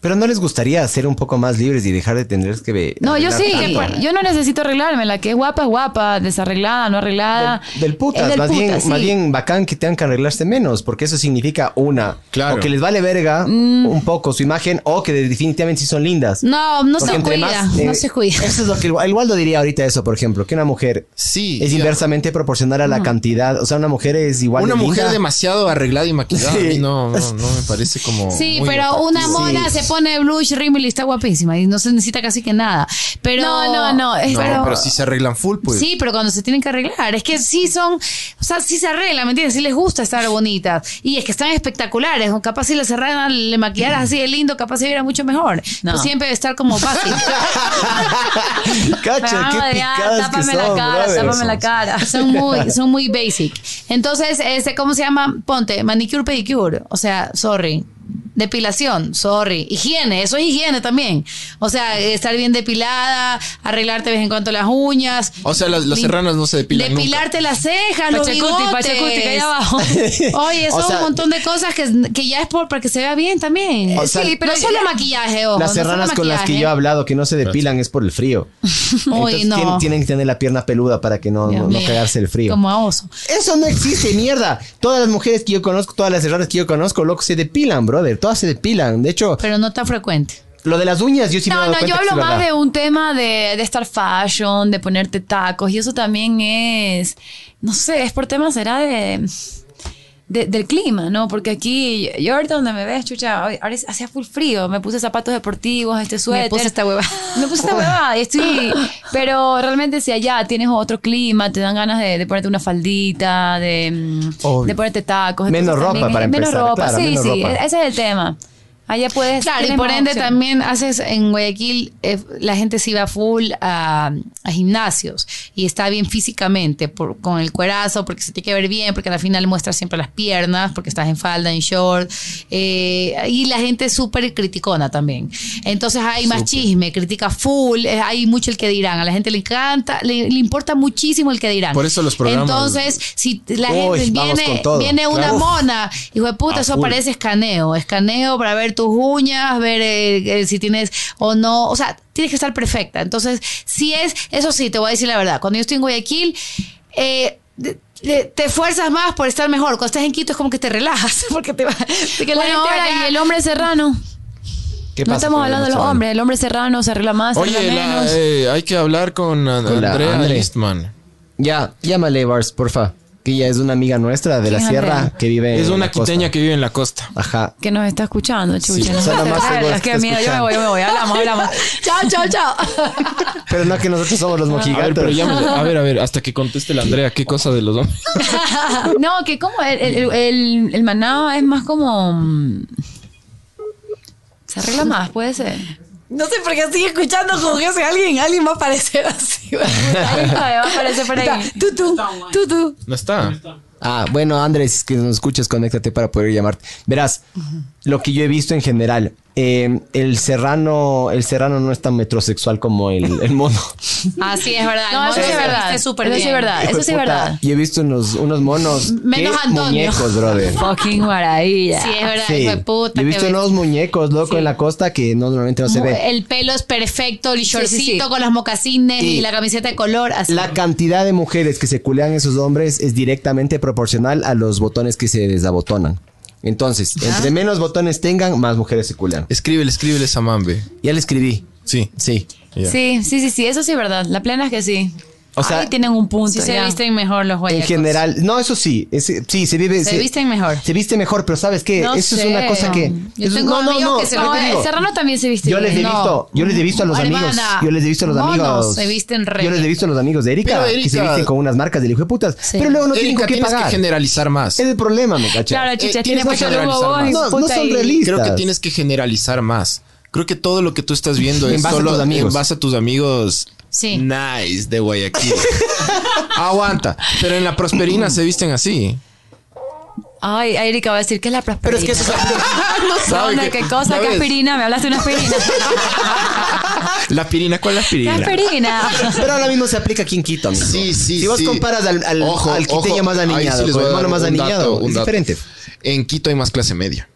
Speaker 2: Pero no les gustaría ser un poco más libres y dejar de tener que ve-
Speaker 7: No, yo
Speaker 2: arreglar
Speaker 7: sí.
Speaker 2: tanto?
Speaker 7: Yo no necesito arreglarme. La que es guapa es guapa, desarreglada, no arreglada.
Speaker 2: Del putas,
Speaker 7: Es del
Speaker 2: más,
Speaker 7: putas,
Speaker 2: bien,
Speaker 7: sí.
Speaker 2: más bien bacán que tengan que arreglarse menos, porque eso significa una,
Speaker 1: Claro.
Speaker 2: o que les vale verga
Speaker 7: Mm.
Speaker 2: un poco su imagen, o que definitivamente sí son lindas.
Speaker 6: No, no
Speaker 2: Porque
Speaker 6: se
Speaker 2: entre
Speaker 6: cuida,
Speaker 2: más, eh,
Speaker 6: no se cuida.
Speaker 2: Eso es lo que el, el Waldo diría ahorita eso, por ejemplo, que una mujer
Speaker 1: Sí,
Speaker 2: es
Speaker 1: sí,
Speaker 2: inversamente proporcional a la
Speaker 7: Mm.
Speaker 2: cantidad, o sea, una mujer es igual
Speaker 1: Una
Speaker 2: de
Speaker 1: mujer
Speaker 2: linda.
Speaker 1: demasiado arreglada y maquillada.
Speaker 2: Sí.
Speaker 1: a mí no, no, no me parece como.
Speaker 6: Sí,
Speaker 1: muy
Speaker 6: pero
Speaker 1: atractivo.
Speaker 6: una mona
Speaker 2: Sí.
Speaker 6: se pone blush, rímel y está guapísima y no se necesita casi que nada. Pero
Speaker 7: No, no, no, es-
Speaker 1: No, pero, sí se arreglan full, pues.
Speaker 6: Sí, pero cuando se tienen que arreglar. Es que sí son, o sea, sí se arreglan, ¿me entiendes? Sí les gusta estar bonitas. Y es que están espectaculares. O Capaz si la cerraran,
Speaker 1: (clears throat)
Speaker 6: le maquillaras así de lindo, capaz se viera mucho mejor.
Speaker 7: No.
Speaker 6: Pero siempre estar
Speaker 1: (laughs)
Speaker 6: como fácil.
Speaker 2: (laughs) Cacha,
Speaker 7: Vamos,
Speaker 2: qué
Speaker 7: Ah, ya,
Speaker 2: picadas que
Speaker 7: tápame
Speaker 2: son,
Speaker 7: la cara,
Speaker 2: brother.
Speaker 7: tápame
Speaker 2: (laughs)
Speaker 7: la cara.
Speaker 6: son muy, son muy basic. Entonces, este, ¿cómo se llama? Ponte, manicure, pedicure. O sea, sorry. Depilación, sorry. Higiene, eso es higiene también. O sea, estar bien depilada, arreglarte de vez en cuando las uñas.
Speaker 1: O sea, las, las
Speaker 6: Lim-
Speaker 1: serranas no se depilan nunca.
Speaker 6: Depilarte las cejas, los
Speaker 7: Pachacuti,
Speaker 6: bigotes.
Speaker 7: pachacuti, que allá abajo.
Speaker 6: Oye, eso
Speaker 2: O
Speaker 6: es
Speaker 2: sea,
Speaker 6: un montón de cosas que, que ya es por, para que se vea bien
Speaker 2: (laughs)
Speaker 6: también.
Speaker 2: O sea,
Speaker 6: sí, pero no solo maquillaje, ojo.
Speaker 2: Las serranas con las que yo he hablado que no se depilan es por el
Speaker 7: (laughs)
Speaker 2: frío.
Speaker 6: Oye,
Speaker 2: Entonces,
Speaker 6: no.
Speaker 2: tienen, tienen que tener la pierna peluda para que no, no,
Speaker 6: Dios
Speaker 2: no
Speaker 6: mío.
Speaker 2: cagarse el frío.
Speaker 6: Como a oso.
Speaker 2: Eso no existe, mierda. Todas las mujeres que yo conozco, todas las serranas que yo conozco, loco, se depilan, brother. Todas se depilan. De hecho,
Speaker 6: Pero no tan frecuente.
Speaker 2: lo de las uñas, yo sí me he
Speaker 7: no,
Speaker 2: dado
Speaker 7: no, yo
Speaker 2: cuenta que
Speaker 7: hablo
Speaker 2: sí lo
Speaker 7: más
Speaker 2: hago.
Speaker 7: de un tema de, de estar fashion, de ponerte tacos, y eso también es, no sé, es por tema será de, de- del clima, ¿no? Porque aquí, yo ahorita donde me ves, chucha, hoy- ahora es- hacía full frío, me puse zapatos deportivos, este suéter.
Speaker 6: puse esta huevada.
Speaker 7: Me puse esta huevada, y
Speaker 2: (laughs)
Speaker 7: estoy, pero realmente si allá tienes otro clima, te dan ganas de, de ponerte una faldita, de, mm,
Speaker 2: Obvio.
Speaker 7: de ponerte tacos.
Speaker 2: Menos
Speaker 7: entonces
Speaker 2: ropa
Speaker 7: también-
Speaker 2: para empezar,
Speaker 7: Menos ropa,
Speaker 2: claro,
Speaker 7: sí,
Speaker 2: menos
Speaker 7: sí,
Speaker 2: ropa.
Speaker 7: ese es el tema. Allá puedes...
Speaker 6: Claro, y
Speaker 7: tienes
Speaker 6: por
Speaker 7: más
Speaker 6: ende
Speaker 7: opciones.
Speaker 6: también haces en Guayaquil, eh, la gente sí va full a, a gimnasios y está bien físicamente, por- con el cuerazo, porque se tiene que ver bien, porque al final muestras siempre las piernas, porque estás en falda, en short, eh, y la gente es súper criticona también. Entonces hay más chisme, critica full, eh, hay mucho el que dirán, a la gente le encanta, le, le importa muchísimo el que dirán.
Speaker 1: Por eso los programas-
Speaker 6: Entonces, si la
Speaker 2: Uy,
Speaker 6: gente
Speaker 2: vamos
Speaker 6: viene,
Speaker 2: con todo,
Speaker 6: viene una
Speaker 2: claro.
Speaker 6: mona, hijo de puta,
Speaker 1: A
Speaker 6: eso
Speaker 1: full.
Speaker 6: parece escaneo, escaneo para ver tus uñas, ver eh, eh, si tienes o no, o sea, tienes que estar perfecta. Entonces, si es, eso sí, te voy a decir la verdad, cuando yo estoy en Guayaquil, eh, de- de- te esfuerzas más por estar mejor. Cuando estás en Quito es como que te relajas. (laughs) Porque te va. porque la
Speaker 7: Bueno,
Speaker 6: gente
Speaker 7: ahora,
Speaker 6: acá-
Speaker 7: y el hombre serrano.
Speaker 2: ¿Qué
Speaker 7: No
Speaker 2: pasa
Speaker 7: estamos
Speaker 2: con el
Speaker 7: hablando de los
Speaker 2: homosexual?
Speaker 7: hombres. El hombre serrano se arregla más, se
Speaker 1: Oye,
Speaker 7: arregla
Speaker 1: la-
Speaker 7: menos.
Speaker 1: eh, hay que hablar con, uh,
Speaker 2: Con la
Speaker 1: Andrea
Speaker 2: Andre.
Speaker 1: Listman.
Speaker 2: Ya, llámale, Bars, porfa. Que ella es una amiga nuestra de la
Speaker 7: ¿Quién es
Speaker 2: sierra
Speaker 7: Andrea?
Speaker 2: que vive
Speaker 1: Es
Speaker 2: Eh, en
Speaker 1: una
Speaker 2: la costa.
Speaker 1: quiteña que vive en la costa.
Speaker 2: Ajá.
Speaker 7: que nos está escuchando, chucha.
Speaker 2: Sí,
Speaker 7: no
Speaker 2: o sea,
Speaker 7: sé, (laughs)
Speaker 2: nomás
Speaker 7: claro,
Speaker 2: seguro
Speaker 7: es que
Speaker 2: está
Speaker 7: miedo. Yo me voy, yo me voy. Hablamos, hablamos. chao, chao, chao.
Speaker 2: Pero no que nosotros somos los
Speaker 1: A ver, pero
Speaker 2: mojigatos.
Speaker 1: llámale. A ver, a ver, hasta que conteste la Andrea, qué cosa de los hombres.
Speaker 7: no, que como el, el, el, el manao es más como. mm, Se arregla más, puede ser.
Speaker 6: No sé por qué estoy escuchando como que sea alguien, alguien va a parecer así.
Speaker 7: Ahí va a aparecer
Speaker 6: (laughs)
Speaker 7: por ahí.
Speaker 6: Tú, tú, tú, tú.
Speaker 1: (laughs) No está.
Speaker 2: Ah, bueno, Andrés, es que nos escuches, conéctate para poder llamarte. Verás, lo que yo he visto en general, eh, el serrano, el serrano no es tan metrosexual como el,
Speaker 6: (laughs)
Speaker 2: el mono.
Speaker 6: Así es verdad.
Speaker 7: No, eso sí es verdad. Eso sí es
Speaker 6: Ah,
Speaker 7: verdad. Eso sí es
Speaker 2: Puta,
Speaker 7: verdad.
Speaker 2: Yo he visto unos, unos monos.
Speaker 6: Menos
Speaker 2: qué
Speaker 6: Antonio.
Speaker 2: Muñecos, brother.
Speaker 7: Fucking maravilla.
Speaker 6: Sí, (laughs) es verdad,
Speaker 2: Sí.
Speaker 6: hijo de puta.
Speaker 2: Yo he
Speaker 6: qué
Speaker 2: visto
Speaker 6: bestia.
Speaker 2: unos muñecos, loco, en la costa que no- normalmente no se
Speaker 6: Mu- eh,
Speaker 2: ve.
Speaker 6: El pelo es perfecto, el
Speaker 7: sí,
Speaker 6: shortcito
Speaker 7: sí.
Speaker 6: con las mocasines y,
Speaker 2: Y
Speaker 6: la camiseta de color. Así.
Speaker 2: La cantidad de mujeres que se culean esos hombres es directamente proporcional a los botones que se desabotonan. Entonces, entre menos botones tengan, más mujeres se culean.
Speaker 1: Escríbele, escríbele a Mambe.
Speaker 2: Ya le escribí.
Speaker 1: Sí.
Speaker 2: Sí.
Speaker 1: Ya.
Speaker 7: Sí, sí, sí, sí. Eso sí es verdad. La plena es que sí.
Speaker 2: O sea,
Speaker 7: Ahí tienen un punto.
Speaker 6: Sí se
Speaker 7: ya.
Speaker 6: visten mejor los
Speaker 2: En
Speaker 6: guayacos.
Speaker 2: general, no, eso sí, ese- sí, se vive.
Speaker 6: Se visten mejor.
Speaker 2: Se viste mejor, pero ¿sabes qué?
Speaker 7: No
Speaker 2: eso es
Speaker 7: sé.
Speaker 2: una cosa que.
Speaker 6: Yo
Speaker 2: eso-
Speaker 6: tengo amigos que se-
Speaker 2: yo
Speaker 7: No,
Speaker 2: te digo,
Speaker 7: el serrano también se viste
Speaker 2: yo les
Speaker 7: bien.
Speaker 2: he
Speaker 7: No.
Speaker 2: visto, yo les he visto a los
Speaker 6: Hermana,
Speaker 2: amigos. Yo les he visto a los
Speaker 6: monos
Speaker 2: amigos.
Speaker 6: se visten re
Speaker 2: Yo les he
Speaker 6: bien.
Speaker 2: visto a los amigos de Erika,
Speaker 1: Pero,
Speaker 2: que se
Speaker 1: Erika-
Speaker 2: visten con unas marcas del hijo de putas. Pero luego no tienen
Speaker 1: Erika,
Speaker 2: con qué
Speaker 1: tienes
Speaker 2: pagar.
Speaker 1: que generalizar más.
Speaker 2: es el problema, me cachas.
Speaker 7: Claro, chucha,
Speaker 1: Eh,
Speaker 7: tiene
Speaker 1: tienes que
Speaker 7: mucho lujo
Speaker 1: generalizar
Speaker 7: vos,
Speaker 1: más.
Speaker 2: no, no
Speaker 7: puta,
Speaker 2: son
Speaker 7: y-
Speaker 2: realistas.
Speaker 1: Creo que tienes que generalizar más. Creo que todo lo que tú estás viendo es
Speaker 2: En base a
Speaker 1: solo
Speaker 2: tus amigos.
Speaker 1: en base a tus amigos.
Speaker 6: Sí.
Speaker 1: Nice de Guayaquil. (laughs) Aguanta. Pero en la Prosperina se visten
Speaker 7: (laughs)
Speaker 1: así.
Speaker 7: Ay, Erika va a decir que es la prosperina.
Speaker 1: Pero es que eso no sabe
Speaker 7: ¿Dónde?
Speaker 1: que-
Speaker 7: ¿Qué cosa?
Speaker 1: ¿no
Speaker 7: ¿Qué
Speaker 1: ves?
Speaker 7: aspirina? Me hablaste de una aspirina. (laughs)
Speaker 1: La aspirina con la
Speaker 7: ¿Qué
Speaker 1: aspirina.
Speaker 7: aspirina?
Speaker 2: Pero ahora mismo se aplica aquí en Quito, amigo.
Speaker 1: Sí, sí,
Speaker 2: Si vos
Speaker 1: sí.
Speaker 2: comparas al, al,
Speaker 1: Ojo,
Speaker 2: al quiteño
Speaker 1: ojo,
Speaker 2: más
Speaker 1: ahí
Speaker 2: aniñado,
Speaker 1: sí les voy
Speaker 2: con
Speaker 1: a
Speaker 2: el
Speaker 1: dar
Speaker 2: mono más
Speaker 1: un dato,
Speaker 2: aniñado,
Speaker 1: un
Speaker 2: es
Speaker 1: dato.
Speaker 2: diferente.
Speaker 1: En Quito hay más clase media.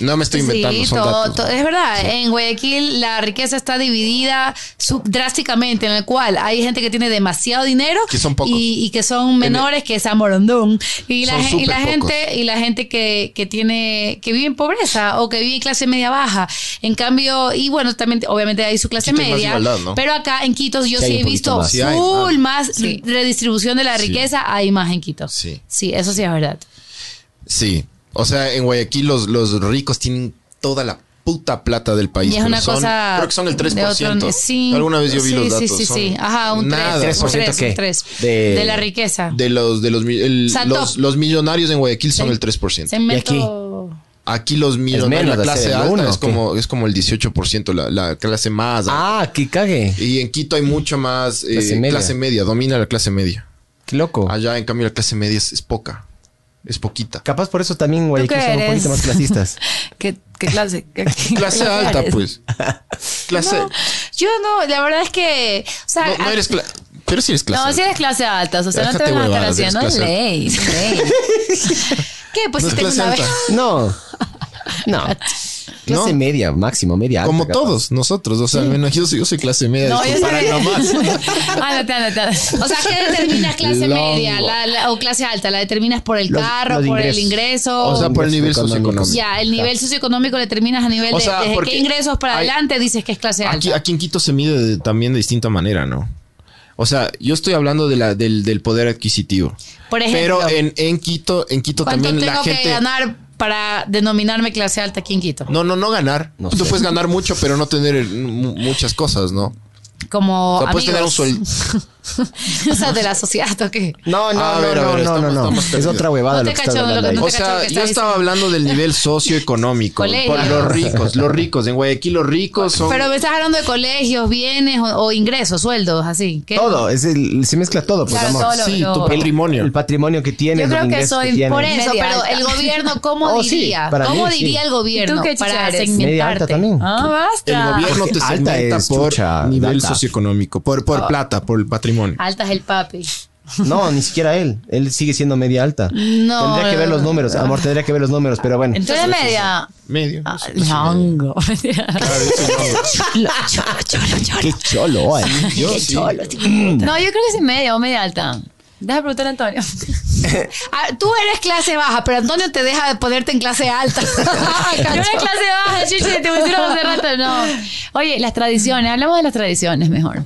Speaker 1: No me estoy inventando,
Speaker 6: Sí,
Speaker 1: son
Speaker 6: todo-
Speaker 1: datos.
Speaker 6: todo- es verdad. En Guayaquil la riqueza está dividida sub- drásticamente, en el cual hay gente que tiene demasiado dinero
Speaker 1: Que son pocos.
Speaker 6: Y, y que son menores que San Morondón. Y la,
Speaker 1: Son
Speaker 6: gen- y la
Speaker 1: súper pocos.
Speaker 6: gente, y la gente que, que tiene, que vive en pobreza o que vive en clase media baja. En cambio, y bueno, también obviamente hay su clase
Speaker 1: Quito hay más
Speaker 6: media.
Speaker 1: igualdad, ¿no?
Speaker 6: Pero acá en Quito yo
Speaker 2: Sí,
Speaker 6: sí,
Speaker 2: hay un
Speaker 6: he
Speaker 2: poquito
Speaker 6: visto
Speaker 2: más.
Speaker 1: Sí hay,
Speaker 6: full
Speaker 1: ah.
Speaker 6: más
Speaker 7: Sí.
Speaker 6: redistribución de la
Speaker 1: Sí.
Speaker 6: riqueza, hay más en Quito.
Speaker 1: Sí.
Speaker 6: Sí, eso sí es verdad.
Speaker 1: Sí. O sea, en Guayaquil los, los ricos tienen toda la puta plata del país.
Speaker 6: Y es
Speaker 1: pero
Speaker 6: una
Speaker 1: son-
Speaker 6: cosa
Speaker 1: Creo que son el
Speaker 6: de
Speaker 1: 3%.
Speaker 6: otro- sí.
Speaker 1: Alguna vez yo vi
Speaker 6: Sí,
Speaker 1: los
Speaker 6: sí,
Speaker 1: datos.
Speaker 6: Sí, sí,
Speaker 1: son
Speaker 6: sí. Ajá, un
Speaker 1: nada.
Speaker 6: 3. un
Speaker 2: 3%, ¿qué?
Speaker 6: un 3.
Speaker 2: De-
Speaker 6: De, la riqueza.
Speaker 1: De los, de los, mi- el-
Speaker 6: O sea,
Speaker 1: los,
Speaker 6: top.
Speaker 1: los millonarios en Guayaquil son
Speaker 6: Sí.
Speaker 1: el 3%.
Speaker 6: Se meto...
Speaker 1: Aquí los millonarios,
Speaker 2: menos,
Speaker 1: la clase
Speaker 2: hacer el
Speaker 1: alta
Speaker 2: uno,
Speaker 1: es,
Speaker 2: ¿o qué?
Speaker 1: como, es como el 18%, la, la clase más alta.
Speaker 2: Ah, que cague.
Speaker 1: Y en Quito hay mucho más eh,
Speaker 2: Clase
Speaker 1: clase,
Speaker 2: media. Oh.
Speaker 1: media. domina la clase media.
Speaker 2: Qué loco.
Speaker 1: Allá, en cambio, la clase media es, es poca. es poquita.
Speaker 2: Capaz por eso también en Guayaquil
Speaker 7: qué
Speaker 2: son un
Speaker 7: eres?
Speaker 2: poquito más
Speaker 6: (laughs)
Speaker 2: clasistas.
Speaker 7: ¿Qué, qué clase? ¿Qué-
Speaker 1: (laughs)
Speaker 7: qué
Speaker 1: Clase alta,
Speaker 7: eres?
Speaker 1: pues. Clase.
Speaker 7: No, yo no, la verdad es que. O sea,
Speaker 1: No,
Speaker 6: ah,
Speaker 1: no
Speaker 7: a-
Speaker 1: eres clase. Pero sí eres clase.
Speaker 7: No, si eres clase alta, o sea, no te
Speaker 1: Déjate
Speaker 7: vengas a estar
Speaker 1: huevadas, eres
Speaker 7: haciendo
Speaker 1: clase alta.
Speaker 7: ley, ley.
Speaker 1: (laughs)
Speaker 7: ¿Qué? Pues
Speaker 1: No
Speaker 7: si
Speaker 1: es
Speaker 7: tengo
Speaker 1: clase
Speaker 7: una vez.
Speaker 1: alta.
Speaker 2: No.
Speaker 6: (laughs)
Speaker 2: No. Clase
Speaker 1: No.
Speaker 2: media, máximo, media alta.
Speaker 1: Como
Speaker 2: capaz.
Speaker 1: todos nosotros. O sea, al menos yo soy, yo soy clase media.
Speaker 7: No, yo
Speaker 1: disculpa,
Speaker 7: soy- (laughs)
Speaker 1: no
Speaker 6: (laughs)
Speaker 1: más.
Speaker 7: Ah, no te, no te.
Speaker 6: O sea, ¿qué determinas clase
Speaker 1: Longo.
Speaker 6: media la- la- o clase alta? ¿La determinas por el
Speaker 2: Los-
Speaker 6: carro,
Speaker 2: los
Speaker 6: por el
Speaker 2: ingresos.
Speaker 6: ingreso?
Speaker 1: O sea, por el nivel socioeconómico.
Speaker 6: ya, el nivel socioeconómico lo determinas a nivel
Speaker 1: O
Speaker 6: de
Speaker 1: sea,
Speaker 6: desde
Speaker 1: porque
Speaker 6: qué ingresos para
Speaker 1: hay-
Speaker 6: adelante dices que es clase alta.
Speaker 1: Aquí, aquí en Quito se mide de- también de distinta manera, ¿no? O sea, yo estoy hablando de la, del, del poder adquisitivo.
Speaker 6: Por ejemplo.
Speaker 1: Pero en, en Quito, en Quito
Speaker 6: ¿Cuánto
Speaker 1: también
Speaker 6: tengo
Speaker 1: la
Speaker 6: que
Speaker 1: gente.
Speaker 6: ganar para denominarme clase alta aquí en Quito?
Speaker 1: No, no, no ganar.
Speaker 2: No
Speaker 1: Tú
Speaker 2: sé.
Speaker 1: puedes ganar mucho, pero no tener eh, mu- muchas cosas, ¿no?
Speaker 6: Como
Speaker 1: O sea, puedes tener un
Speaker 6: Oh, amigos.
Speaker 1: sueldo.
Speaker 6: (laughs) O sea, de la sociedad o qué.
Speaker 2: No, no,
Speaker 1: A
Speaker 2: no,
Speaker 1: ver, a
Speaker 2: no,
Speaker 1: ver,
Speaker 2: no,
Speaker 1: estamos-
Speaker 2: no, no.
Speaker 1: estamos
Speaker 2: Es
Speaker 1: perdidos.
Speaker 2: otra huevada
Speaker 6: No
Speaker 2: lo
Speaker 6: te
Speaker 2: que estás
Speaker 6: cacho,
Speaker 2: hablando
Speaker 6: lo que
Speaker 2: ahí.
Speaker 6: no
Speaker 1: O
Speaker 6: te cacho lo
Speaker 1: sea,
Speaker 6: que
Speaker 1: yo
Speaker 6: estás
Speaker 1: estaba hablando del nivel socioeconómico.
Speaker 6: Colegio.
Speaker 1: Por
Speaker 6: (laughs)
Speaker 1: los ricos, los ricos. En Guayaquil, los ricos son.
Speaker 6: Pero me estás hablando de colegios, bienes o, o ingresos, sueldos, así. ¿qué?
Speaker 2: Todo, es el- se mezcla todo, pues
Speaker 7: Claro,
Speaker 2: amor.
Speaker 7: todo lo-
Speaker 1: sí,
Speaker 7: lo-
Speaker 1: tu patrimonio.
Speaker 2: El patrimonio que tiene,
Speaker 7: Yo
Speaker 2: los
Speaker 7: creo que
Speaker 2: ingresos
Speaker 7: soy
Speaker 2: que tiene.
Speaker 6: Por eso,
Speaker 7: Media
Speaker 6: pero
Speaker 7: alta.
Speaker 6: el gobierno, ¿cómo
Speaker 2: (laughs) Oh, sí,
Speaker 6: diría?
Speaker 2: para
Speaker 6: ¿Cómo
Speaker 2: mí, sí.
Speaker 6: diría el
Speaker 7: ¿Y
Speaker 6: gobierno
Speaker 7: tú qué chicha
Speaker 6: para
Speaker 7: eres?
Speaker 6: segmentarte?
Speaker 2: Media alta también.
Speaker 7: Ah, basta.
Speaker 1: El gobierno
Speaker 2: Porque
Speaker 1: te
Speaker 2: alta
Speaker 1: segmenta
Speaker 2: es
Speaker 1: por
Speaker 2: chucha,
Speaker 1: nivel
Speaker 2: plata.
Speaker 1: socioeconómico, por, por
Speaker 6: Ah.
Speaker 1: plata, por el patrimonio.
Speaker 6: Alta es el papi.
Speaker 2: No, ni siquiera él. Él sigue siendo media alta.
Speaker 6: No.
Speaker 2: Tendría que ver los números. Amor, tendría que ver los números, pero bueno.
Speaker 7: Entonces media.
Speaker 1: Medio.
Speaker 7: Ah,
Speaker 1: eso, eso, medio.
Speaker 7: Longo.
Speaker 1: Claro, eso no.
Speaker 7: Lo- Cholo, cholo, cholo.
Speaker 2: Qué cholo, eh.
Speaker 1: Yo sí.
Speaker 7: No, yo creo que sí media o media alta. Deja de preguntar a (laughs) Antonio.
Speaker 6: Ah, tú eres clase baja, pero Antonio te deja de ponerte en clase alta.
Speaker 7: (laughs) Yo era clase baja, chucha, te pusieron hace rato. No. Oye, las tradiciones. Hablamos de las tradiciones mejor.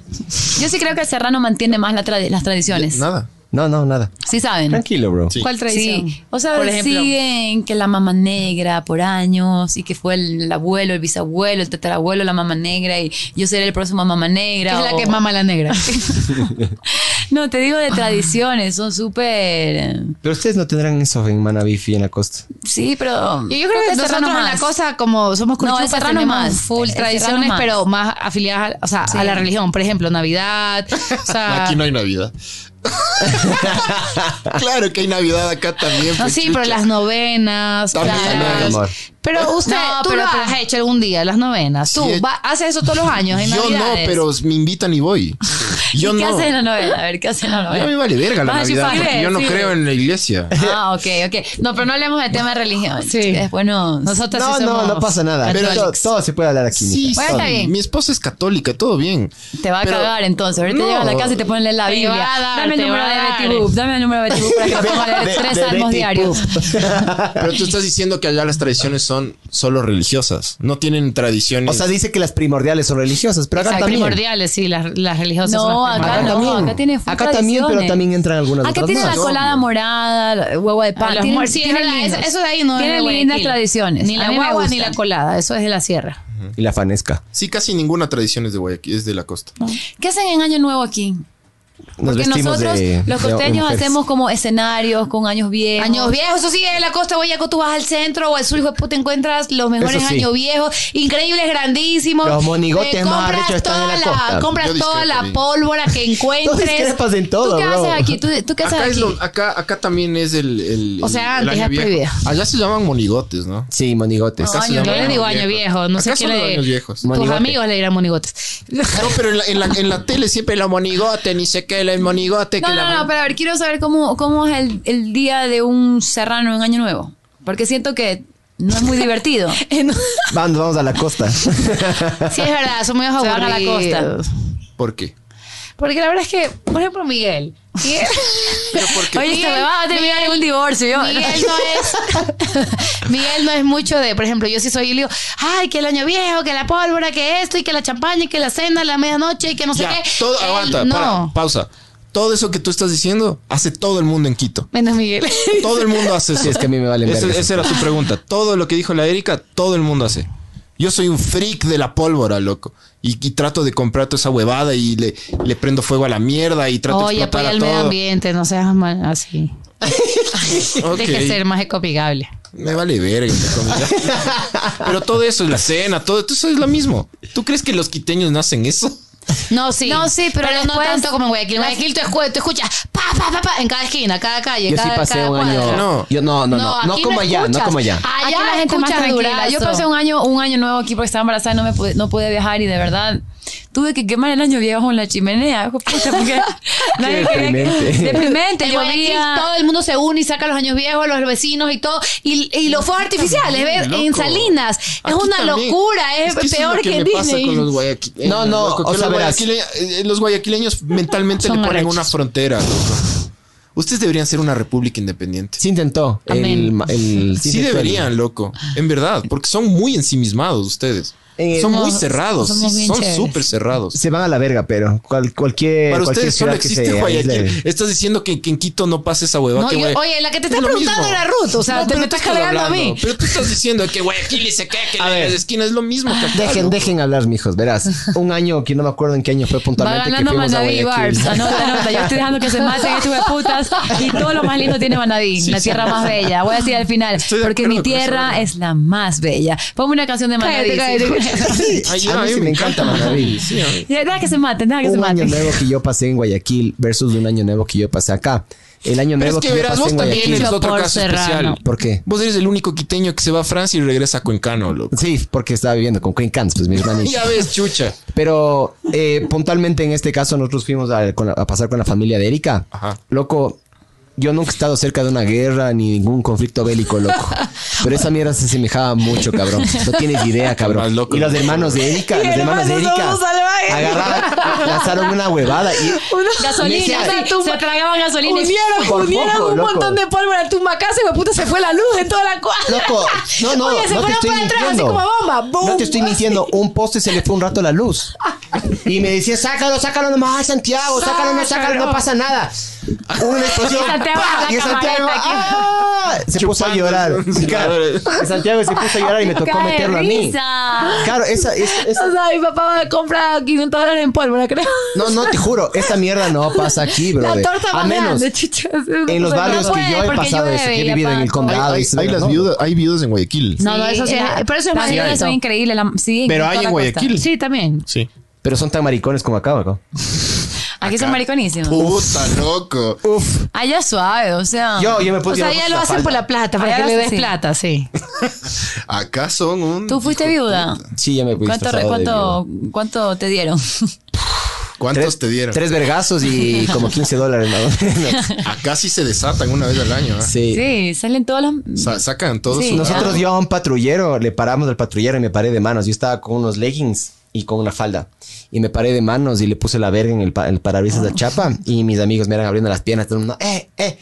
Speaker 7: Yo sí creo que el serrano mantiene más la tradi- las tradiciones.
Speaker 1: Nada.
Speaker 2: No, no, nada.
Speaker 7: Sí saben.
Speaker 2: Tranquilo, bro.
Speaker 1: Sí.
Speaker 6: ¿Cuál tradición?
Speaker 7: Sí. O sea,
Speaker 6: Por ejemplo.
Speaker 7: siguen que la mamá negra por años y que fue el abuelo, el bisabuelo, el tatarabuelo, la mamá negra y yo seré el próximo mamá
Speaker 6: Que
Speaker 7: negra.
Speaker 6: es la
Speaker 7: o-
Speaker 6: que mama la negra.
Speaker 7: (laughs) No, te digo de tradiciones, son súper... eh,
Speaker 2: Pero ustedes no tendrán eso en Manabifi en la costa.
Speaker 7: Sí, pero...
Speaker 6: Y yo creo que
Speaker 7: el
Speaker 6: nosotros
Speaker 7: serrano
Speaker 6: en la
Speaker 7: más.
Speaker 6: cosa, como somos
Speaker 7: No, el
Speaker 6: curchupas,
Speaker 7: serrano
Speaker 6: tenemos
Speaker 7: más.
Speaker 6: full
Speaker 7: El serrano
Speaker 6: tradiciones,
Speaker 7: más.
Speaker 6: pero más afiliadas, a- o sea, a la religión. Por ejemplo, Navidad. O sea,
Speaker 1: Ah, Aquí no hay
Speaker 6: (laughs)
Speaker 1: Navidad. claro que hay Navidad acá también.
Speaker 6: No,
Speaker 1: pues,
Speaker 6: sí,
Speaker 1: chucha.
Speaker 6: pero las novenas.
Speaker 1: También,
Speaker 6: claras.
Speaker 2: amor.
Speaker 6: Pero usted,
Speaker 7: No,
Speaker 6: tú
Speaker 7: pero-
Speaker 6: lo
Speaker 7: pero-
Speaker 6: has hecho algún día, las novenas. Tú
Speaker 1: Sí, he-
Speaker 6: va- haces eso todos los años en
Speaker 1: Yo no,
Speaker 6: Navidades.
Speaker 1: pero me invitan y
Speaker 7: (laughs)
Speaker 1: voy. Yo
Speaker 7: ¿Y qué
Speaker 1: no.
Speaker 7: haces en la novela? A ver, ¿qué haces en la
Speaker 1: Ya me
Speaker 7: novela?
Speaker 1: vale verga la
Speaker 7: Vas a
Speaker 1: Navidad.
Speaker 7: chupar.
Speaker 1: porque yo no
Speaker 7: Sí,
Speaker 1: creo
Speaker 7: sí.
Speaker 1: en la iglesia. (laughs)
Speaker 7: Ah, ok, ok. No, pero no hablemos del tema de religión.
Speaker 6: Sí.
Speaker 7: que Después no...
Speaker 6: Nosotras
Speaker 2: No,
Speaker 6: sí
Speaker 2: no,
Speaker 6: somos
Speaker 2: no pasa nada.
Speaker 1: Pero-
Speaker 2: todo, todo se puede hablar aquí.
Speaker 1: Sí,
Speaker 2: mija.
Speaker 7: Bueno,
Speaker 1: sí.
Speaker 7: está bien.
Speaker 1: Mi esposa es católica, todo bien.
Speaker 7: Te va a
Speaker 1: Pero-
Speaker 7: cagar entonces. Ahorita
Speaker 1: No.
Speaker 7: llegas a la casa y te ponen la
Speaker 6: Te
Speaker 7: Biblia.
Speaker 6: va a dar,
Speaker 7: dame el
Speaker 6: te
Speaker 7: número
Speaker 6: va a
Speaker 7: de
Speaker 6: dar. Ah,
Speaker 7: Betty Boop. Dame el número de Betty Boop
Speaker 1: (laughs)
Speaker 7: para que me ponga a leer
Speaker 2: De-
Speaker 7: tres
Speaker 2: de
Speaker 7: salmos
Speaker 2: Betty
Speaker 7: diarios.
Speaker 1: Pero tú estás diciendo que allá las tradiciones son solo religiosas. No tienen tradiciones.
Speaker 2: (laughs) O sea, dice que las primordiales son religiosas, pero acá
Speaker 6: Las
Speaker 2: también.
Speaker 6: primordiales, sí, las, las religiosas.
Speaker 7: No,
Speaker 6: son las
Speaker 7: acá
Speaker 2: Acá
Speaker 6: primordiales.
Speaker 7: no.
Speaker 2: también.
Speaker 7: Acá tiene full
Speaker 2: Acá también, pero
Speaker 7: tradiciones.
Speaker 2: también entran algunas
Speaker 7: Acá
Speaker 2: otras
Speaker 7: tiene la
Speaker 2: más.
Speaker 7: colada morada, la huevo de
Speaker 6: A
Speaker 7: pan.
Speaker 6: los
Speaker 7: Tienen-
Speaker 6: muer- sí, es
Speaker 7: tienen
Speaker 6: verdad,
Speaker 7: lindos.
Speaker 6: eso- eso de ahí no es de
Speaker 7: Tienen
Speaker 6: Guayaquil.
Speaker 7: lindas tradiciones.
Speaker 6: Ni
Speaker 7: A
Speaker 6: la
Speaker 7: mí me
Speaker 6: guagua ni
Speaker 7: gustan.
Speaker 6: la colada, eso es de la sierra.
Speaker 2: Y la fanesca.
Speaker 1: Sí, casi ninguna tradición es de Guayaquil, es de la costa.
Speaker 7: ¿Qué hacen en Año Nuevo aquí?
Speaker 2: Nos
Speaker 7: Porque
Speaker 2: vestimos
Speaker 7: nosotros,
Speaker 2: de-
Speaker 7: los
Speaker 2: de- de
Speaker 7: costeños,
Speaker 2: mujeres.
Speaker 7: hacemos como escenarios con años viejos.
Speaker 6: Años viejos, eso sí, en la costa de Guayaco tú vas al centro o al sur, hijo de puta, encuentras los mejores
Speaker 2: Eso sí.
Speaker 6: años viejos, increíbles, grandísimos.
Speaker 2: Los monigotes
Speaker 6: Eh,
Speaker 2: más
Speaker 6: compras
Speaker 2: arrechos están en la
Speaker 6: toda
Speaker 2: costa.
Speaker 6: Compras
Speaker 1: Yo discrepo
Speaker 6: toda la
Speaker 1: ahí.
Speaker 2: (laughs)
Speaker 6: pólvora que
Speaker 2: Todos
Speaker 6: encuentres.
Speaker 2: discrepas en todo,
Speaker 7: ¿Tú qué
Speaker 2: bro.
Speaker 7: haces aquí? ¿Tú, tú qué haces
Speaker 1: Acá,
Speaker 7: aquí?
Speaker 1: es lo- acá, acá también es el. el-
Speaker 6: O sea,
Speaker 1: el año
Speaker 6: antes era
Speaker 1: viejo.
Speaker 6: prohibido.
Speaker 1: Allá se llaman monigotes, ¿no?
Speaker 2: Sí, monigotes.
Speaker 1: Acá se
Speaker 6: Yo
Speaker 1: llaman
Speaker 6: le digo año viejo, no sé
Speaker 1: Acá
Speaker 6: qué
Speaker 1: son los
Speaker 6: le
Speaker 1: años viejos.
Speaker 6: Tus
Speaker 2: Monigote.
Speaker 6: amigos le dirán monigotes.
Speaker 1: No, pero en la, en, la, en la tele siempre la monigote, ni sé qué, el monigote.
Speaker 7: No,
Speaker 1: que la
Speaker 7: no, no, pero a ver, quiero saber cómo, cómo es el, el día de un serrano en Año Nuevo. Porque siento que no
Speaker 6: (laughs)
Speaker 7: es muy divertido.
Speaker 2: Vamos, vamos a la costa.
Speaker 6: Sí, es verdad, son medios
Speaker 7: Se van a la
Speaker 6: aburridos.
Speaker 7: costa.
Speaker 1: ¿Por qué?
Speaker 6: Porque la verdad es que, por ejemplo, Miguel. Miguel,
Speaker 1: Pero porque
Speaker 7: Oye, esta
Speaker 6: Miguel,
Speaker 7: me va a terminar en un divorcio. yo-
Speaker 6: Miguel no
Speaker 7: (laughs)
Speaker 6: es. Miguel no es mucho de, por ejemplo, yo sí soy y le digo, ay, que el año viejo, que la pólvora, que esto, y que la champaña, y que la cena, la medianoche, y que no sé
Speaker 1: ya,
Speaker 6: qué.
Speaker 1: todo,
Speaker 6: Él
Speaker 1: aguanta,
Speaker 6: no.
Speaker 1: para, pausa. Todo eso que tú estás diciendo hace todo el mundo en
Speaker 6: (laughs)
Speaker 1: Quito.
Speaker 6: Menos Miguel.
Speaker 1: Todo el mundo hace eso.
Speaker 2: Sí, es que a mí me valen
Speaker 1: Ese-
Speaker 2: verga.
Speaker 1: Esa era tu
Speaker 6: (laughs)
Speaker 1: pregunta. Todo lo que dijo la Erika, todo el mundo hace. Yo soy un freak de la pólvora, loco. Y, y trato de comprar toda esa huevada y le, le prendo fuego a la mierda y trato de
Speaker 6: Oye, pues
Speaker 1: explotar a
Speaker 6: apoya el medio
Speaker 1: todo.
Speaker 6: ambiente, no seas mal así.
Speaker 1: Ok.
Speaker 6: Deja de ser más ecopigable.
Speaker 1: Me vale verga. entre
Speaker 6: (laughs)
Speaker 1: comillas. Pero todo eso, la cena, todo, todo eso es lo mismo. ¿Tú crees que los quiteños no hacen eso?
Speaker 6: No, sí.
Speaker 7: No, sí, pero
Speaker 6: no
Speaker 7: después-
Speaker 6: tanto como en Guayaquil. En Guayaquil tú, escu- tú escuchas pa, pa, pa, pa, en cada esquina, cada
Speaker 2: (laughs)
Speaker 6: calle,
Speaker 2: Yo sí
Speaker 6: cada,
Speaker 2: pasé
Speaker 6: cada
Speaker 2: un
Speaker 6: cuadra.
Speaker 2: año. No, yo, no, no, no.
Speaker 6: No,
Speaker 2: No
Speaker 6: aquí
Speaker 2: como
Speaker 6: no
Speaker 2: allá, no
Speaker 6: escuchas.
Speaker 2: como allá.
Speaker 6: Ah,
Speaker 7: Aquí
Speaker 6: Allá
Speaker 7: la gente es más
Speaker 6: escuchas
Speaker 7: tranquila. Yo
Speaker 6: durazo.
Speaker 7: pasé un año, un año nuevo aquí porque estaba embarazada y no, me pude, no pude viajar y de verdad tuve que quemar el año viejo en la chimenea. hijo de puta,
Speaker 6: (laughs)
Speaker 7: porque nadie quería que-
Speaker 2: deprimente.
Speaker 7: Deprimente,
Speaker 6: En Guayaquil
Speaker 7: llovía.
Speaker 6: todo el mundo se une y saca los años viejos, los vecinos y todo. Y, y los fuegos artificiales, ¿ves?
Speaker 1: loco.
Speaker 6: En Salinas. Es
Speaker 1: Aquí
Speaker 6: una
Speaker 1: también.
Speaker 6: locura, es,
Speaker 1: Es que eso
Speaker 6: peor
Speaker 1: es lo
Speaker 6: que,
Speaker 1: que, me pasa
Speaker 6: Disney.
Speaker 1: con los guayaquileños.
Speaker 2: No, no,
Speaker 1: loco,
Speaker 2: o
Speaker 1: que
Speaker 2: sea,
Speaker 1: los,
Speaker 2: verás.
Speaker 1: guayaquileños, eh, los guayaquileños mentalmente
Speaker 6: Son
Speaker 1: le ponen
Speaker 6: arrechos.
Speaker 1: una frontera, loco. Ustedes deberían ser una república independiente.
Speaker 2: Sí intentó.
Speaker 6: Amén.
Speaker 2: El, ma- el-
Speaker 1: Sí,
Speaker 2: intentó el-
Speaker 1: deberían, loco. En verdad, porque son muy ensimismados ustedes.
Speaker 2: Eh,
Speaker 1: son muy
Speaker 7: no,
Speaker 1: cerrados.
Speaker 7: somos bien
Speaker 1: Son
Speaker 7: chéveres.
Speaker 1: súper cerrados.
Speaker 2: Se van a la verga, pero cual- cualquier.
Speaker 1: Para
Speaker 2: cualquier
Speaker 1: ustedes solo
Speaker 2: ciudad que
Speaker 1: existe
Speaker 2: se
Speaker 1: Guayaquil.
Speaker 2: aísle.
Speaker 1: Estás diciendo que, que en Quito no pasa esa hueva.
Speaker 6: No,
Speaker 1: que
Speaker 6: yo-
Speaker 1: Guaya-
Speaker 6: oye, la que te
Speaker 1: Es
Speaker 6: está
Speaker 1: lo
Speaker 6: preguntando
Speaker 1: mismo.
Speaker 6: era Ruth. O sea,
Speaker 1: No,
Speaker 6: te
Speaker 1: pero
Speaker 6: me
Speaker 1: tú
Speaker 6: estás cargando a
Speaker 1: hablando,
Speaker 6: mí.
Speaker 1: Pero tú estás diciendo que Guayaquil y se queda que
Speaker 2: A
Speaker 1: en
Speaker 2: ver. Ah,
Speaker 1: la esquina es lo mismo. Cacá,
Speaker 2: Dejen,
Speaker 1: loco.
Speaker 2: dejen hablar, mijos. Verás, un año que no me acuerdo en qué año fue
Speaker 7: Va
Speaker 2: puntualmente que
Speaker 7: ganando
Speaker 2: fuimos (laughs) a
Speaker 7: Manadí
Speaker 2: Guayaquil.
Speaker 7: Barbs. Ah, Anota, anota. Yo estoy dejando que se maten estos putas. Y todo lo más lindo tiene Manadí, la tierra más bella. Voy a decir al final,
Speaker 1: Estoy de
Speaker 7: porque
Speaker 1: acuerdo
Speaker 7: mi
Speaker 1: con eso,
Speaker 7: tierra
Speaker 1: ¿verdad?
Speaker 7: es la más bella. Ponme una canción de Manadí. (laughs)
Speaker 6: Cállate,
Speaker 7: sí.
Speaker 6: cállate,
Speaker 2: Sí,
Speaker 1: Ay,
Speaker 2: a mí
Speaker 1: ay,
Speaker 2: sí me encanta Manadí.
Speaker 1: Sí, ay.
Speaker 7: Ya, Deja que se maten, deja que se
Speaker 2: un año
Speaker 7: maten.
Speaker 2: nuevo que yo pasé en Guayaquil versus un año nuevo que yo pasé acá. El año
Speaker 1: Pero
Speaker 2: nuevo
Speaker 1: es que
Speaker 2: que, yo
Speaker 1: verás,
Speaker 2: pasé
Speaker 1: vos
Speaker 2: en
Speaker 1: también
Speaker 2: Guayaquil.
Speaker 1: eres otro
Speaker 6: por
Speaker 1: caso
Speaker 6: Serrano.
Speaker 1: especial.
Speaker 2: ¿Por qué?
Speaker 1: Vos eres el único quiteño que se va a Francia y regresa a Cuencano, (laughs) loco.
Speaker 2: Sí, porque estaba viviendo con Queen Cans, pues mi
Speaker 1: (laughs)
Speaker 2: hermano.
Speaker 1: Ya ves, chucha.
Speaker 2: Pero eh, puntualmente en este caso nosotros fuimos a, con la- a pasar con la familia de Erika.
Speaker 1: Ajá.
Speaker 2: Loco, yo nunca he estado cerca de una guerra ni ningún conflicto bélico, loco. Pero esa mierda se asemejaba mucho, cabrón. No tienes idea,
Speaker 1: Más
Speaker 2: cabrón.
Speaker 1: loco.
Speaker 2: y los hermanos de Erika, los hermanos de Erika, agarraron, lanzaron una huevada y
Speaker 7: Gasolina,
Speaker 2: Me decía,
Speaker 7: sí, se tragaban gasolina. y-
Speaker 11: Unieron,
Speaker 2: Por
Speaker 11: unieron
Speaker 2: poco,
Speaker 11: un
Speaker 2: loco.
Speaker 11: montón de pólvora en tu casa y me puta se fue la luz en toda la cuadra.
Speaker 2: Loco, no, no,
Speaker 11: Oye, se
Speaker 2: no te
Speaker 11: fueron
Speaker 2: estoy
Speaker 11: para atrás así
Speaker 2: mintiendo.
Speaker 11: como bomba. Boom.
Speaker 2: No te estoy mintiendo, un poste se le fue un rato la luz. Y me decía, sácalo, sácalo nomás, Santiago, sácalo, no, sácalo, no pasa nada. Una explosión.
Speaker 7: Y Santiago
Speaker 2: ¡pah!
Speaker 7: saca
Speaker 2: y Santiago
Speaker 7: maleta aquí.
Speaker 2: ¡ah! se puso a
Speaker 1: Chupando
Speaker 2: llorar.
Speaker 1: sus
Speaker 2: Claro,
Speaker 1: ladrones.
Speaker 2: Santiago se puso a llorar (laughs) y me tocó
Speaker 7: Cae de
Speaker 2: meterlo a mí.
Speaker 7: risa.
Speaker 2: Claro, esa, esa, esa-
Speaker 11: O sea, mi papá va a comprar 500 dólares en pólvora, creo.
Speaker 2: No, no, te juro, esta mierda no pasa aquí, bro.
Speaker 11: La torta
Speaker 2: A
Speaker 11: más
Speaker 2: menos
Speaker 11: grande, chicha.
Speaker 2: en los barrios
Speaker 6: No
Speaker 2: que yo he
Speaker 6: puede, porque
Speaker 2: pasado eso, que he
Speaker 6: llueve,
Speaker 2: vivido en el
Speaker 6: Paco.
Speaker 2: condado. y
Speaker 1: Hay,
Speaker 2: se
Speaker 1: hay
Speaker 2: ve,
Speaker 1: las
Speaker 2: ¿no?
Speaker 1: viudas, hay viudas en Guayaquil.
Speaker 6: No, no, eso sí.
Speaker 7: eh,
Speaker 6: Por eso
Speaker 7: las
Speaker 6: es más
Speaker 7: ciudades son
Speaker 6: grande.
Speaker 7: increíbles. la- sí,
Speaker 1: Pero
Speaker 7: toda
Speaker 1: hay
Speaker 7: la
Speaker 1: en
Speaker 7: costa.
Speaker 1: Guayaquil.
Speaker 6: Sí, también.
Speaker 1: Sí.
Speaker 2: Pero son tan maricones como acá, ¿no?
Speaker 7: Aquí son mariconísimos.
Speaker 1: Puta, loco.
Speaker 2: Uf.
Speaker 7: Allá es suave, o sea.
Speaker 2: Yo, yo me puedo
Speaker 6: Ah. O sea,
Speaker 2: tirar
Speaker 6: ya
Speaker 2: con
Speaker 6: lo
Speaker 2: la
Speaker 6: hacen por
Speaker 2: falda.
Speaker 6: la plata, para
Speaker 7: Allá
Speaker 6: que
Speaker 7: lo
Speaker 6: le
Speaker 7: hacen,
Speaker 6: des
Speaker 7: sí.
Speaker 6: plata, sí.
Speaker 1: Acá son un.
Speaker 7: ¿Tú fuiste viuda?
Speaker 2: Sí, ya me fui
Speaker 7: ¿Cuánto,
Speaker 2: disfrazado de
Speaker 7: cuánto, ¿Cuánto te dieron?
Speaker 1: ¿Cuántos
Speaker 2: Tres,
Speaker 1: te dieron?
Speaker 2: Tres vergazos y como 15 dólares.
Speaker 6: (laughs)
Speaker 2: ¿no?
Speaker 1: Acá sí se desatan una vez al año. ¿ah?
Speaker 2: sí.
Speaker 7: Sí, salen todas las.
Speaker 1: Sa- sacan todos
Speaker 7: Sí.
Speaker 1: sus-
Speaker 2: Nosotros
Speaker 1: Ah,
Speaker 2: yo a un patrullero, le paramos al patrullero y me paré de manos. Yo estaba con unos leggings y con una falda. Y me paré de manos y le puse la verga en el, pa- el parabrisas de la chapa. Y mis amigos me eran abriendo las piernas. Todo el mundo, eh,
Speaker 6: (laughs)
Speaker 2: eh.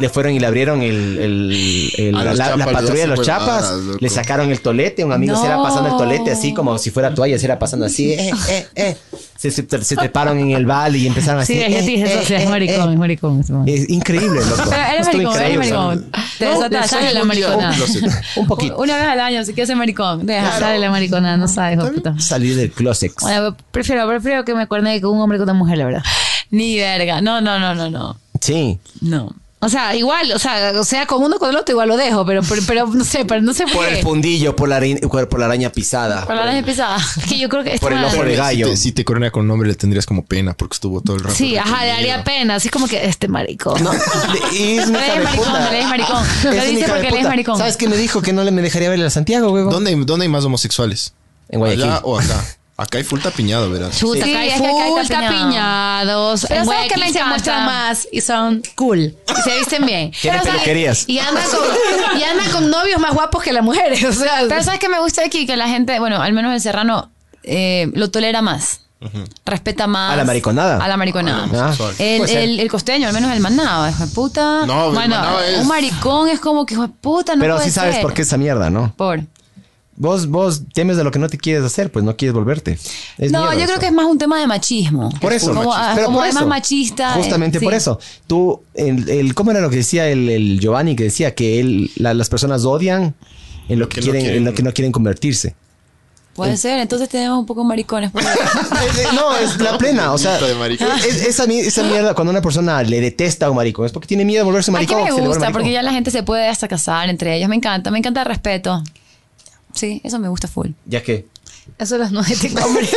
Speaker 2: Le fueron y le abrieron el, el- el-
Speaker 1: A
Speaker 2: la,
Speaker 1: los
Speaker 2: la
Speaker 1: chapas les
Speaker 2: patrulla de
Speaker 1: hacen
Speaker 2: los
Speaker 1: huevadas,
Speaker 2: chapas.
Speaker 1: loco.
Speaker 2: Le sacaron el tolete. Un amigo se era pasando el tolete así como si fuera toalla. Se era pasando así, eh, eh, eh. Se, se, se treparon en el vale y empezaron así.
Speaker 6: Sí,
Speaker 2: eh,
Speaker 6: yo te
Speaker 2: eh,
Speaker 6: dije, eso
Speaker 2: eh,
Speaker 6: es maricón,
Speaker 2: eh.
Speaker 6: es maricón. es maricón.
Speaker 2: Es increíble, loco.
Speaker 6: (laughs)
Speaker 7: Pero eres
Speaker 2: Estuvo
Speaker 7: maricón, eres
Speaker 2: increíble.
Speaker 7: maricón. Te desata, sale la
Speaker 1: un día,
Speaker 7: maricona.
Speaker 1: un closet.
Speaker 7: (laughs)
Speaker 2: Un poquito.
Speaker 7: Una vez al año, si quieres ser maricón. Deja,
Speaker 6: Sale la maricona, no sabes, hijo de puta.
Speaker 2: Salir del closet.
Speaker 6: Bueno, prefiero, prefiero que me acuerde con un hombre que con una mujer, la verdad.
Speaker 7: Ni verga. No, no, no, no, no.
Speaker 2: Sí.
Speaker 7: No.
Speaker 6: O sea, igual, o sea, o sea, con uno con el otro igual lo dejo, pero, pero, pero no sé, pero no sé por
Speaker 2: Por el
Speaker 6: qué.
Speaker 2: fundillo, por la, araña- por la araña pisada.
Speaker 7: Por la vez empezada.
Speaker 6: Es que yo creo que este
Speaker 2: Por el
Speaker 6: esta-
Speaker 2: ojo de
Speaker 1: Pero
Speaker 2: gallo.
Speaker 1: Si te, si te cornea con un hombre, le tendrías como pena porque estuvo todo el rato.
Speaker 6: Sí, ajá, le
Speaker 1: reprimido.
Speaker 6: haría pena, así como que este maricón.
Speaker 2: No, le- y es mi
Speaker 7: Pero
Speaker 2: hija
Speaker 7: eres
Speaker 2: de puta.
Speaker 7: maricón, eres maricón.
Speaker 2: Es
Speaker 7: Lo
Speaker 2: una
Speaker 7: dice
Speaker 2: hija de
Speaker 7: porque eres
Speaker 2: puta.
Speaker 7: maricón.
Speaker 2: ¿Sabes qué me dijo? Que no le me dejaría ver a Santiago, huevón.
Speaker 1: ¿Dónde, ¿Dónde hay más homosexuales?
Speaker 2: En Guayaquil.
Speaker 1: ¿Allá o acá? Acá hay full tapiñado, verás.
Speaker 6: Chuta,
Speaker 7: Sí,
Speaker 6: acá hay
Speaker 7: es que acá hay
Speaker 6: full
Speaker 7: tapiñado.
Speaker 6: tapiñados.
Speaker 7: Pero
Speaker 6: en
Speaker 7: ¿sabes qué me
Speaker 6: Guayaquil se
Speaker 7: encanta?
Speaker 6: muestran más y son cool. Y se
Speaker 7: (laughs)
Speaker 6: visten bien.
Speaker 2: Tienen
Speaker 6: Pero, o sea,
Speaker 2: peluquerías.
Speaker 6: Y andan con, y andan con novios más guapos que las mujeres. O sea,
Speaker 7: Pero ¿sabes qué me gusta aquí? Que la gente, bueno, al menos el serrano eh, lo tolera más. Respeta más.
Speaker 2: ¿A la mariconada? Ah,
Speaker 7: A la mariconada.
Speaker 1: A la homosexual.
Speaker 7: El,
Speaker 2: Puede ser.
Speaker 7: el- el costeño, al menos el manao, hijo de puta.
Speaker 1: No, el
Speaker 7: bueno,
Speaker 1: manao es-
Speaker 7: un maricón es como que hijo de puta, no
Speaker 2: Pero
Speaker 7: puede
Speaker 2: sí sabes
Speaker 7: ser.
Speaker 2: por qué esa mierda, ¿no?
Speaker 7: Por.
Speaker 2: Vos, vos temes de lo que no te quieres hacer, pues no quieres volverte. Es
Speaker 7: no,
Speaker 2: mierda
Speaker 7: yo
Speaker 2: eso.
Speaker 7: creo que es más un tema de machismo.
Speaker 2: Por eso.
Speaker 7: Como, ah,
Speaker 2: Pero
Speaker 7: como
Speaker 2: por
Speaker 7: es más
Speaker 2: eso.
Speaker 7: machista. eh,
Speaker 2: Justamente
Speaker 7: sí.
Speaker 2: por eso. Tú, el, el- ¿cómo era lo que decía el, el Giovanni? Que decía que él, la- las personas odian en lo
Speaker 1: que
Speaker 2: que,
Speaker 1: no
Speaker 2: quieren, en
Speaker 1: quieren.
Speaker 2: lo que no quieren convertirse.
Speaker 7: Puede ser, entonces tenemos un
Speaker 1: (laughs)
Speaker 7: poco maricones. por ahí.
Speaker 2: Eh, eh, No, es la plena. O sea,
Speaker 1: Pinta de maricón.
Speaker 2: es- esa, mi- esa mierda, cuando una persona le detesta a un maricón, es porque tiene miedo de volverse
Speaker 7: Aquí
Speaker 2: maricón.
Speaker 7: me
Speaker 2: se le vuelve
Speaker 7: gusta,
Speaker 2: maricón.
Speaker 7: porque ya la gente se puede hasta casar entre ellos. Me encanta, me encanta el respeto. Sí, eso me gusta full.
Speaker 2: ¿Ya qué?
Speaker 6: Eso las nueve
Speaker 7: (laughs)
Speaker 6: te compré.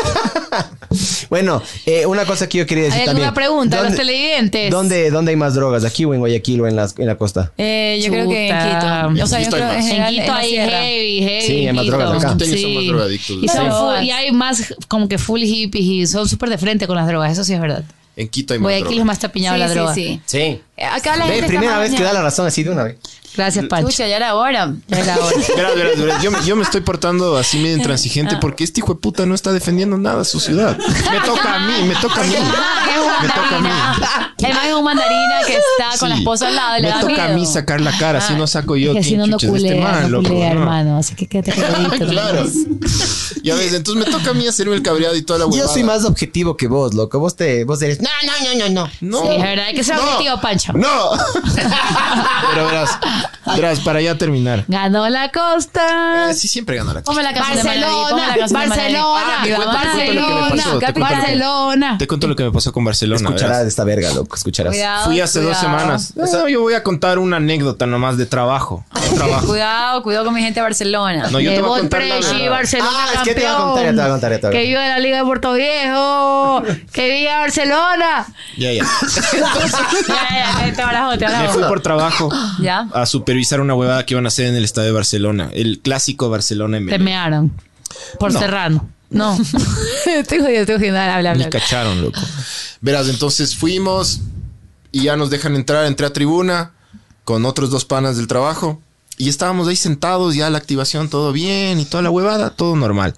Speaker 2: Bueno, eh, una cosa que yo quería decir
Speaker 6: ¿Hay
Speaker 2: también.
Speaker 6: alguna pregunta a los
Speaker 2: ¿Dónde-
Speaker 6: televidentes?
Speaker 2: ¿Dónde, ¿Dónde hay más drogas? ¿Aquí o en Guayaquil o en, las- en la costa?
Speaker 7: Eh, yo creo que
Speaker 6: Chuta.
Speaker 7: en Quito. O sea, yo
Speaker 6: Quito hay
Speaker 7: creo
Speaker 6: más.
Speaker 7: en general
Speaker 6: En Quito
Speaker 7: la
Speaker 6: hay
Speaker 7: sierra.
Speaker 6: heavy, heavy.
Speaker 2: Sí, hay más
Speaker 6: en Quito.
Speaker 2: drogas acá. Los
Speaker 1: quiteños son más drogadictos,
Speaker 6: Y,
Speaker 1: ¿no?
Speaker 6: son
Speaker 1: Sí.
Speaker 6: full- y hay más como que full hippies y son súper de frente con las drogas. Eso sí es verdad.
Speaker 1: En Quito hay más
Speaker 6: Guayaquil es
Speaker 1: droga.
Speaker 6: más tapiñado la
Speaker 7: Sí, sí,
Speaker 6: droga.
Speaker 7: sí.
Speaker 2: Sí.
Speaker 7: Acá la
Speaker 2: Ve,
Speaker 7: gente
Speaker 2: primera
Speaker 7: está
Speaker 2: vez
Speaker 7: más
Speaker 2: que da la razón así de una vez.
Speaker 6: Gracias, Pancho.
Speaker 7: Pucha, ya era hora.
Speaker 6: Ya
Speaker 7: (laughs)
Speaker 6: era hora.
Speaker 1: Verás, verás, verás. Yo, me- yo me estoy portando así
Speaker 6: (laughs) Ah,
Speaker 1: medio intransigente porque este hijo de puta no está defendiendo nada a su ciudad. Me toca a mí, me toca a
Speaker 6: (laughs)
Speaker 1: mí.
Speaker 6: Ah,
Speaker 1: Me toca a mí.
Speaker 6: El man es un mandarina que está con la
Speaker 1: Sí.
Speaker 6: esposa al lado y le
Speaker 1: Me
Speaker 6: da
Speaker 1: toca a
Speaker 6: miedo.
Speaker 1: mí sacar la cara, si no saco yo.
Speaker 6: Es que si
Speaker 1: ¿quién
Speaker 6: no, no
Speaker 1: chuches es
Speaker 6: culea,
Speaker 1: este man,
Speaker 6: no
Speaker 1: loco?
Speaker 6: culea,
Speaker 1: No.
Speaker 6: hermano. Así que quédate
Speaker 1: (laughs)
Speaker 6: calladito.
Speaker 1: Claro.
Speaker 6: ¿no?
Speaker 1: pues, Ya ves, entonces me toca a mí hacerme el cabreado y toda la huevada.
Speaker 2: Yo soy más objetivo que vos, loco. Vos te vos eres. No, no, no, no, no.
Speaker 1: No.
Speaker 6: Sí, la verdad hay que ser
Speaker 1: No.
Speaker 6: objetivo, Pancho.
Speaker 1: No. Pero verás, verás, para ya terminar.
Speaker 6: Ganó la costa.
Speaker 1: Eh, sí, siempre gana la cosa.
Speaker 6: Ponme la canción de
Speaker 7: Barcelona,
Speaker 6: Madrid, ponme la canción de Madrid.
Speaker 7: Barcelona,
Speaker 6: Ah,
Speaker 7: viva
Speaker 6: te cuento,
Speaker 1: te cuento lo que me
Speaker 6: Barcelona,
Speaker 1: pasó, te cuento lo que-
Speaker 6: Barcelona.
Speaker 1: Te cuento lo que me pasó con Barcelona.
Speaker 2: Escucharás
Speaker 1: verás.
Speaker 2: esta verga, loco. Escucharás.
Speaker 7: Cuidado,
Speaker 1: Fui hace dos
Speaker 7: cuidado.
Speaker 1: semanas. Eh, yo voy a contar una anécdota nomás de trabajo. De trabajo.
Speaker 7: Cuidado, cuidado con mi gente de Barcelona.
Speaker 1: No, yo te voy a
Speaker 6: Devon
Speaker 1: contar la
Speaker 6: Preci,
Speaker 1: verdad.
Speaker 6: Barcelona
Speaker 2: Ah, es
Speaker 6: campeón.
Speaker 2: que te iba a contar, ya te iba a contar, ya te iba a
Speaker 6: Que
Speaker 2: contar.
Speaker 6: viva la Liga de
Speaker 2: (laughs)
Speaker 6: Puerto Viejo. que viva Barcelona.
Speaker 1: Ya, ya.
Speaker 6: ya, ya, ya, te barajo, te
Speaker 1: Me
Speaker 6: barajo.
Speaker 1: fui por trabajo
Speaker 7: Ya.
Speaker 1: a supervisar una huevada que iban a hacer en el estadio de Barcelona. El clásico Barcelona en
Speaker 6: Te mearon. Por
Speaker 1: No.
Speaker 6: Serrano. No. (laughs) estoy jodido, estoy jodido. Dale, Habla, habla,
Speaker 1: Ni
Speaker 6: habla.
Speaker 1: cacharon, loco. Verás, entonces fuimos y ya nos dejan entrar. Entré a tribuna con otros dos panas del trabajo y estábamos ahí sentados, ya la activación, todo bien y toda la huevada, todo normal.